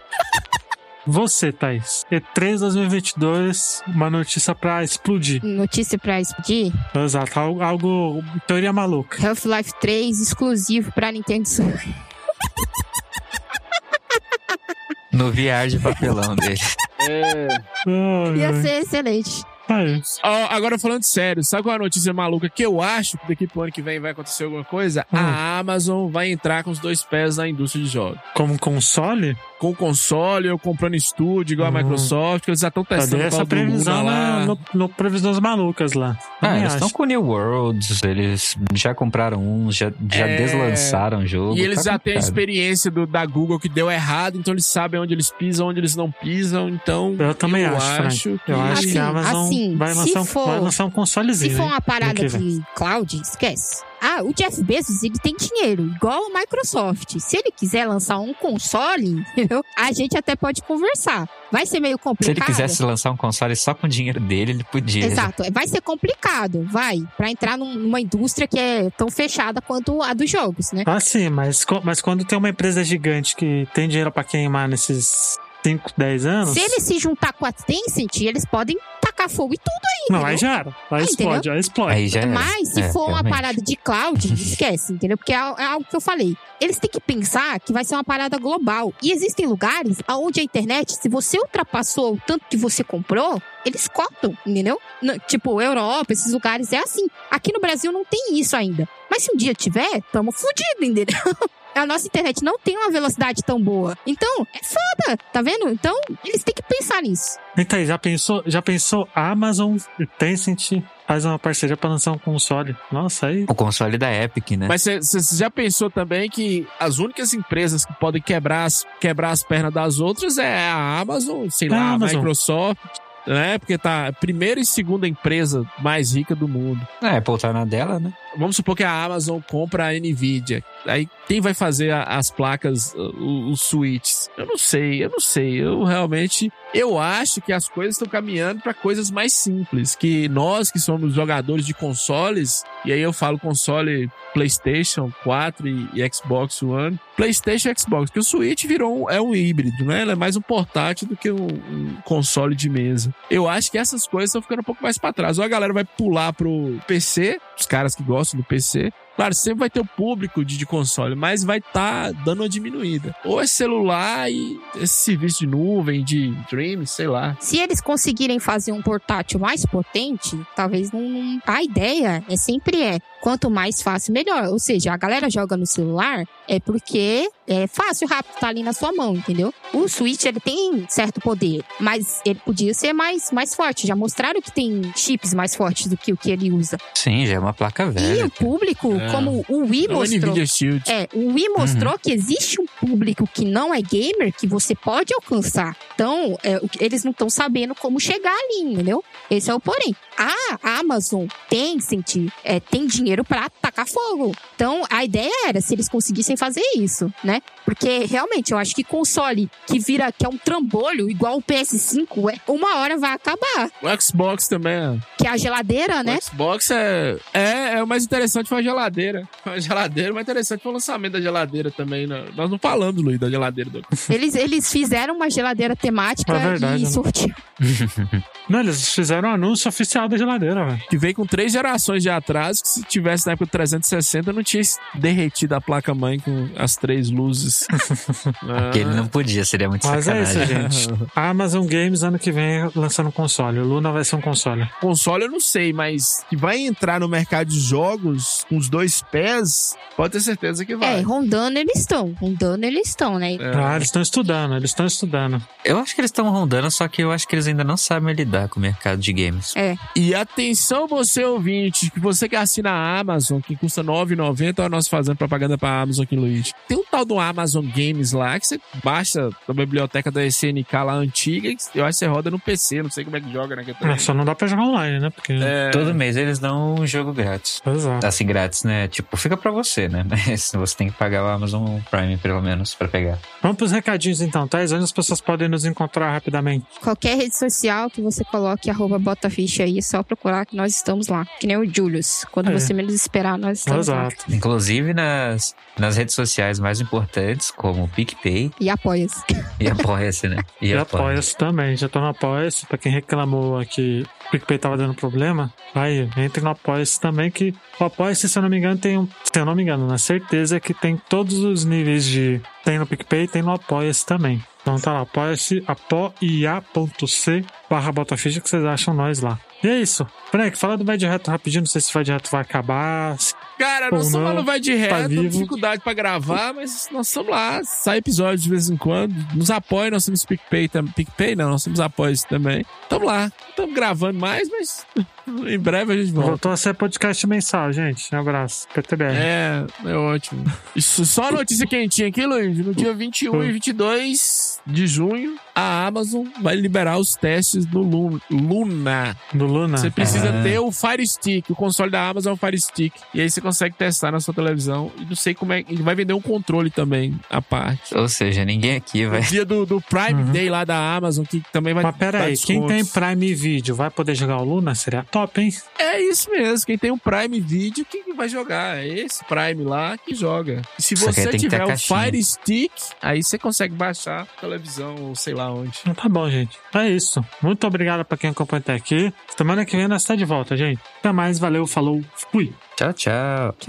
Speaker 1: Você, Thaís. E3 2022, uma notícia pra explodir.
Speaker 3: Notícia pra explodir:
Speaker 1: Exato. Algo, algo- teoria maluca.
Speaker 3: Half-Life 3 exclusivo pra Nintendo Switch.
Speaker 2: No VR de papelão dele.
Speaker 1: Ai,
Speaker 3: Ia
Speaker 1: ai.
Speaker 3: ser excelente.
Speaker 1: Ai.
Speaker 4: É. Ó, agora falando sério, sabe qual é a notícia maluca que eu acho que daqui pro ano que vem vai acontecer alguma coisa?
Speaker 1: Hum.
Speaker 4: A Amazon vai entrar com os dois pés na indústria de jogos.
Speaker 1: Como console?
Speaker 4: Com console, eu comprando estúdio, igual
Speaker 1: Hum.
Speaker 4: a Microsoft, que eles já estão
Speaker 1: Eu
Speaker 4: testando
Speaker 1: dei
Speaker 4: Call
Speaker 1: essa
Speaker 4: of Duty
Speaker 1: Tá previsão né?
Speaker 4: lá.
Speaker 1: na, no, no Previsões Malucas lá.
Speaker 2: Ah,
Speaker 1: Também
Speaker 2: eles
Speaker 1: acho.
Speaker 2: estão com New Worlds, eles já compraram uns, já, já
Speaker 4: É.
Speaker 2: deslançaram o jogo.
Speaker 4: E eles
Speaker 2: tá
Speaker 4: já têm a
Speaker 2: complicado.
Speaker 4: experiência do, da Google que deu errado, então eles sabem onde eles pisam, onde eles não pisam, então.
Speaker 1: Eu também
Speaker 4: eu
Speaker 1: acho, Frank.
Speaker 4: que-
Speaker 1: Eu acho que a
Speaker 3: Assim,
Speaker 1: Amazon
Speaker 3: assim,
Speaker 1: vai,
Speaker 3: se
Speaker 1: lançar um,
Speaker 3: for-
Speaker 1: vai lançar um
Speaker 3: Se
Speaker 1: consolezinho.
Speaker 3: for
Speaker 1: hein?
Speaker 3: uma
Speaker 1: No que
Speaker 3: parada
Speaker 1: vem.
Speaker 3: de cloud, esquece. Ah, o Jeff Bezos, ele tem dinheiro, igual o Microsoft. Se ele quiser lançar um console, entendeu? A gente até pode conversar. Vai ser meio
Speaker 2: Se
Speaker 3: complicado.
Speaker 2: ele quisesse lançar um console só com o dinheiro dele, ele podia.
Speaker 3: Exato. Vai ser complicado, vai. Pra entrar num- numa indústria que é tão fechada quanto a dos jogos, né?
Speaker 1: Ah, sim, mas, co- mas quando tem uma empresa gigante que tem dinheiro pra queimar nesses 5, 10 anos.
Speaker 3: Se ele se juntar com a Tencent, eles podem tacar fogo e tudo aí,
Speaker 1: Não,
Speaker 3: entendeu?
Speaker 1: aí já era. Aí
Speaker 3: Ah,
Speaker 1: explode, aí explode.
Speaker 2: Aí já era.
Speaker 3: Mas se
Speaker 2: É,
Speaker 3: for uma
Speaker 2: realmente.
Speaker 3: parada de cloud, esquece, entendeu? Porque é al- é algo que eu falei. Eles têm que pensar que vai ser uma parada global. E existem lugares onde a internet, se você ultrapassou o tanto que você comprou, eles cortam, entendeu? N- Tipo, Europa, esses lugares é assim. Aqui no Brasil não tem isso ainda. Mas se um dia tiver, tamo fudido, entendeu? A nossa internet não tem uma velocidade tão boa. Então, é foda, tá vendo? Então, eles têm que pensar nisso.
Speaker 1: Então, aí, já pensou, já pensou a Amazon e Tencent faz uma parceria pra lançar um console? Nossa, aí.
Speaker 2: O console da Epic, né?
Speaker 4: Mas você já pensou também que as únicas empresas que podem quebrar as, quebrar as pernas das outras é a Amazon, sei
Speaker 1: É
Speaker 4: lá,
Speaker 1: a
Speaker 4: a
Speaker 1: Amazon.
Speaker 4: Microsoft, né? Porque tá a primeira e segunda empresa mais rica do mundo.
Speaker 2: É, Apple tá na dela, né?
Speaker 4: Vamos supor que a Amazon compra a Nvidia. Aí quem vai fazer a- as placas, o- os switches? Eu não sei, eu não sei. Eu realmente eu acho que as coisas estão caminhando para coisas mais simples, que nós que somos jogadores de consoles, e aí eu falo console PlayStation 4 e, e Xbox One, PlayStation e Xbox, porque o Switch virou um, é um híbrido, né? Ele é mais um portátil do que um, um console de mesa. Eu acho que essas coisas estão ficando um pouco mais para trás. Ou a galera vai pular pro PC, os caras que gostam do PC. Claro, sempre vai ter o público de, de console, mas vai estar dando uma diminuída. Ou é celular e esse serviço de nuvem, de stream, sei lá.
Speaker 3: Se eles conseguirem fazer um portátil mais potente, talvez não- não. A ideia é sempre é quanto mais fácil, melhor. Ou seja, a galera joga no celular é porque é fácil, rápido, tá ali na sua mão, entendeu? O Switch ele tem certo poder, mas ele podia ser mais, mais forte. Já mostraram que tem chips mais fortes do que o que ele usa.
Speaker 2: Sim, já é uma placa
Speaker 3: E
Speaker 2: velha.
Speaker 3: o público,
Speaker 4: É.
Speaker 3: como o Wii
Speaker 4: É o
Speaker 3: mostrou.
Speaker 4: Nvidia Shield.
Speaker 3: É, o Wii mostrou
Speaker 1: Uhum.
Speaker 3: que existe um público que não é gamer que você pode alcançar. Então, é, o que- eles não estão sabendo como chegar ali, entendeu? Esse é o porém. A Amazon, Tencent, é, tem dinheiro pra atacar fogo. Então, a ideia era, se eles conseguissem em fazer isso, né? Porque realmente eu acho que console que vira que é um trambolho igual o PS5, é, uma hora vai acabar,
Speaker 4: O Xbox também.
Speaker 3: que é a geladeira, né?
Speaker 4: O Xbox é, é, é o mais interessante foi a geladeira. A geladeira, o mais interessante foi o lançamento da geladeira também. né? Nós não falamos, Luiz, da geladeira do
Speaker 3: Eles, eles fizeram uma geladeira temática
Speaker 1: É verdade,
Speaker 3: e
Speaker 1: né?
Speaker 3: sortearam.
Speaker 1: Não, eles fizeram um anúncio oficial da geladeira, velho.
Speaker 4: que veio com três gerações de atraso, que se tivesse na época do 360, não tinha derretido a placa-mãe com as três luzes. Ah,
Speaker 2: Porque ele não podia, seria muito
Speaker 1: Mas é isso,
Speaker 2: sacanagem.
Speaker 1: gente. A Amazon Games ano que vem lançando um console. O Luna vai ser um console.
Speaker 4: Console eu não sei, mas que vai entrar no mercado de jogos com os dois pés, pode ter certeza que
Speaker 3: É,
Speaker 4: vai.
Speaker 3: rondando eles estão, rondando eles estão, né?
Speaker 4: É.
Speaker 1: Ah, eles estão estudando, eles estão estudando.
Speaker 2: eu acho que eles estão rondando, só que eu acho que eles ainda não sabem lidar com o mercado de games.
Speaker 4: E atenção você ouvinte, que você que assina a Amazon, que custa R$ 9,90, olha nós fazendo propaganda pra Amazon aqui, Luiz. Tem um tal do Amazon Games lá, que você baixa da biblioteca da SNK lá antiga, que eu acho que você roda no PC, não sei como é que joga, né? que
Speaker 1: É, só não dá pra jogar online, né? Porque.
Speaker 4: É,
Speaker 2: Todo mês eles dão um jogo grátis.
Speaker 1: Exato.
Speaker 2: Assim, grátis, né? Tipo, fica pra você, né? Mas você tem que pagar o Amazon Prime, pelo menos, pra pegar.
Speaker 1: Vamos pros recadinhos então, Thais. Onde as pessoas podem nos encontrar rapidamente?
Speaker 3: Qualquer rede social que você coloque, arroba bota ficha aí, é só procurar que nós estamos lá. Que nem o Julius. Quando
Speaker 1: É.
Speaker 3: você menos esperar, nós estamos lá.
Speaker 1: Exato.
Speaker 2: Inclusive nas, nas redes sociais mais importantes, como o PicPay
Speaker 3: E apoia-se.
Speaker 2: e Apoia-se, né?
Speaker 1: E, apoia-se também. Já tô no apoia-se. Pra quem reclamou aqui que o PicPay tava dando problema, aí, entre no apoia-se também, que o apoia-se, se eu não me engano, tem um... Se eu não me engano, na certeza é que tem todos os níveis de... Tem no PicPay, tem no apoia-se também. Então tá lá, apoia-se, apoia.c barra botaficha que vocês acham nós lá. E é isso. Frank, fala do Vai Direto rapidinho, não sei se o Vai Direto vai acabar. se-
Speaker 4: Cara, nós
Speaker 1: Ou não,
Speaker 4: estamos lá no Vai de
Speaker 1: tá
Speaker 4: Reto,
Speaker 1: vivo.
Speaker 4: dificuldade pra gravar, mas nós estamos lá. Sai episódio de vez em quando. Nos apoia, nós temos PicPay também. PicPay não, nós temos apoios também. Estamos lá. Estamos gravando mais, mas em breve a gente volta.
Speaker 1: Voltou a ser podcast mensal, gente. Um abraço. PTBR.
Speaker 4: É, é ótimo. Isso, só notícia quentinha aqui, Luiz. No dia 21 e 22 de junho, a Amazon vai liberar os testes do Lu- Luna.
Speaker 1: Do Luna.
Speaker 4: É, Você precisa
Speaker 2: Ah.
Speaker 4: ter o Fire Stick, o console da Amazon é o Fire Stick. E aí você consegue testar na sua televisão. E não sei como é. Ele vai vender um controle também à parte.
Speaker 2: Ou seja, ninguém aqui
Speaker 4: No
Speaker 2: vai.
Speaker 4: dia do, do Prime
Speaker 1: Uhum.
Speaker 4: Day lá da Amazon, que também vai.
Speaker 1: Mas pera
Speaker 4: dar
Speaker 1: aí, quem tem
Speaker 4: descontos.
Speaker 1: Prime Video vai poder jogar o Luna? Seria top, hein?
Speaker 4: É isso mesmo. Quem tem o Prime Video, que vai jogar? É esse Prime lá que joga. E se
Speaker 2: Só que aí
Speaker 4: você
Speaker 2: tem que ter
Speaker 4: tiver
Speaker 2: a
Speaker 4: o
Speaker 2: caixinha.
Speaker 4: Fire Stick, aí você consegue baixar a televisão ou sei lá onde.
Speaker 1: Então tá bom, gente. É isso. Muito obrigado pra quem acompanha até aqui. Semana que vem nós tá de volta, gente. Até mais, valeu, falou, fui.
Speaker 2: Tchau, tchau.
Speaker 3: Tchau.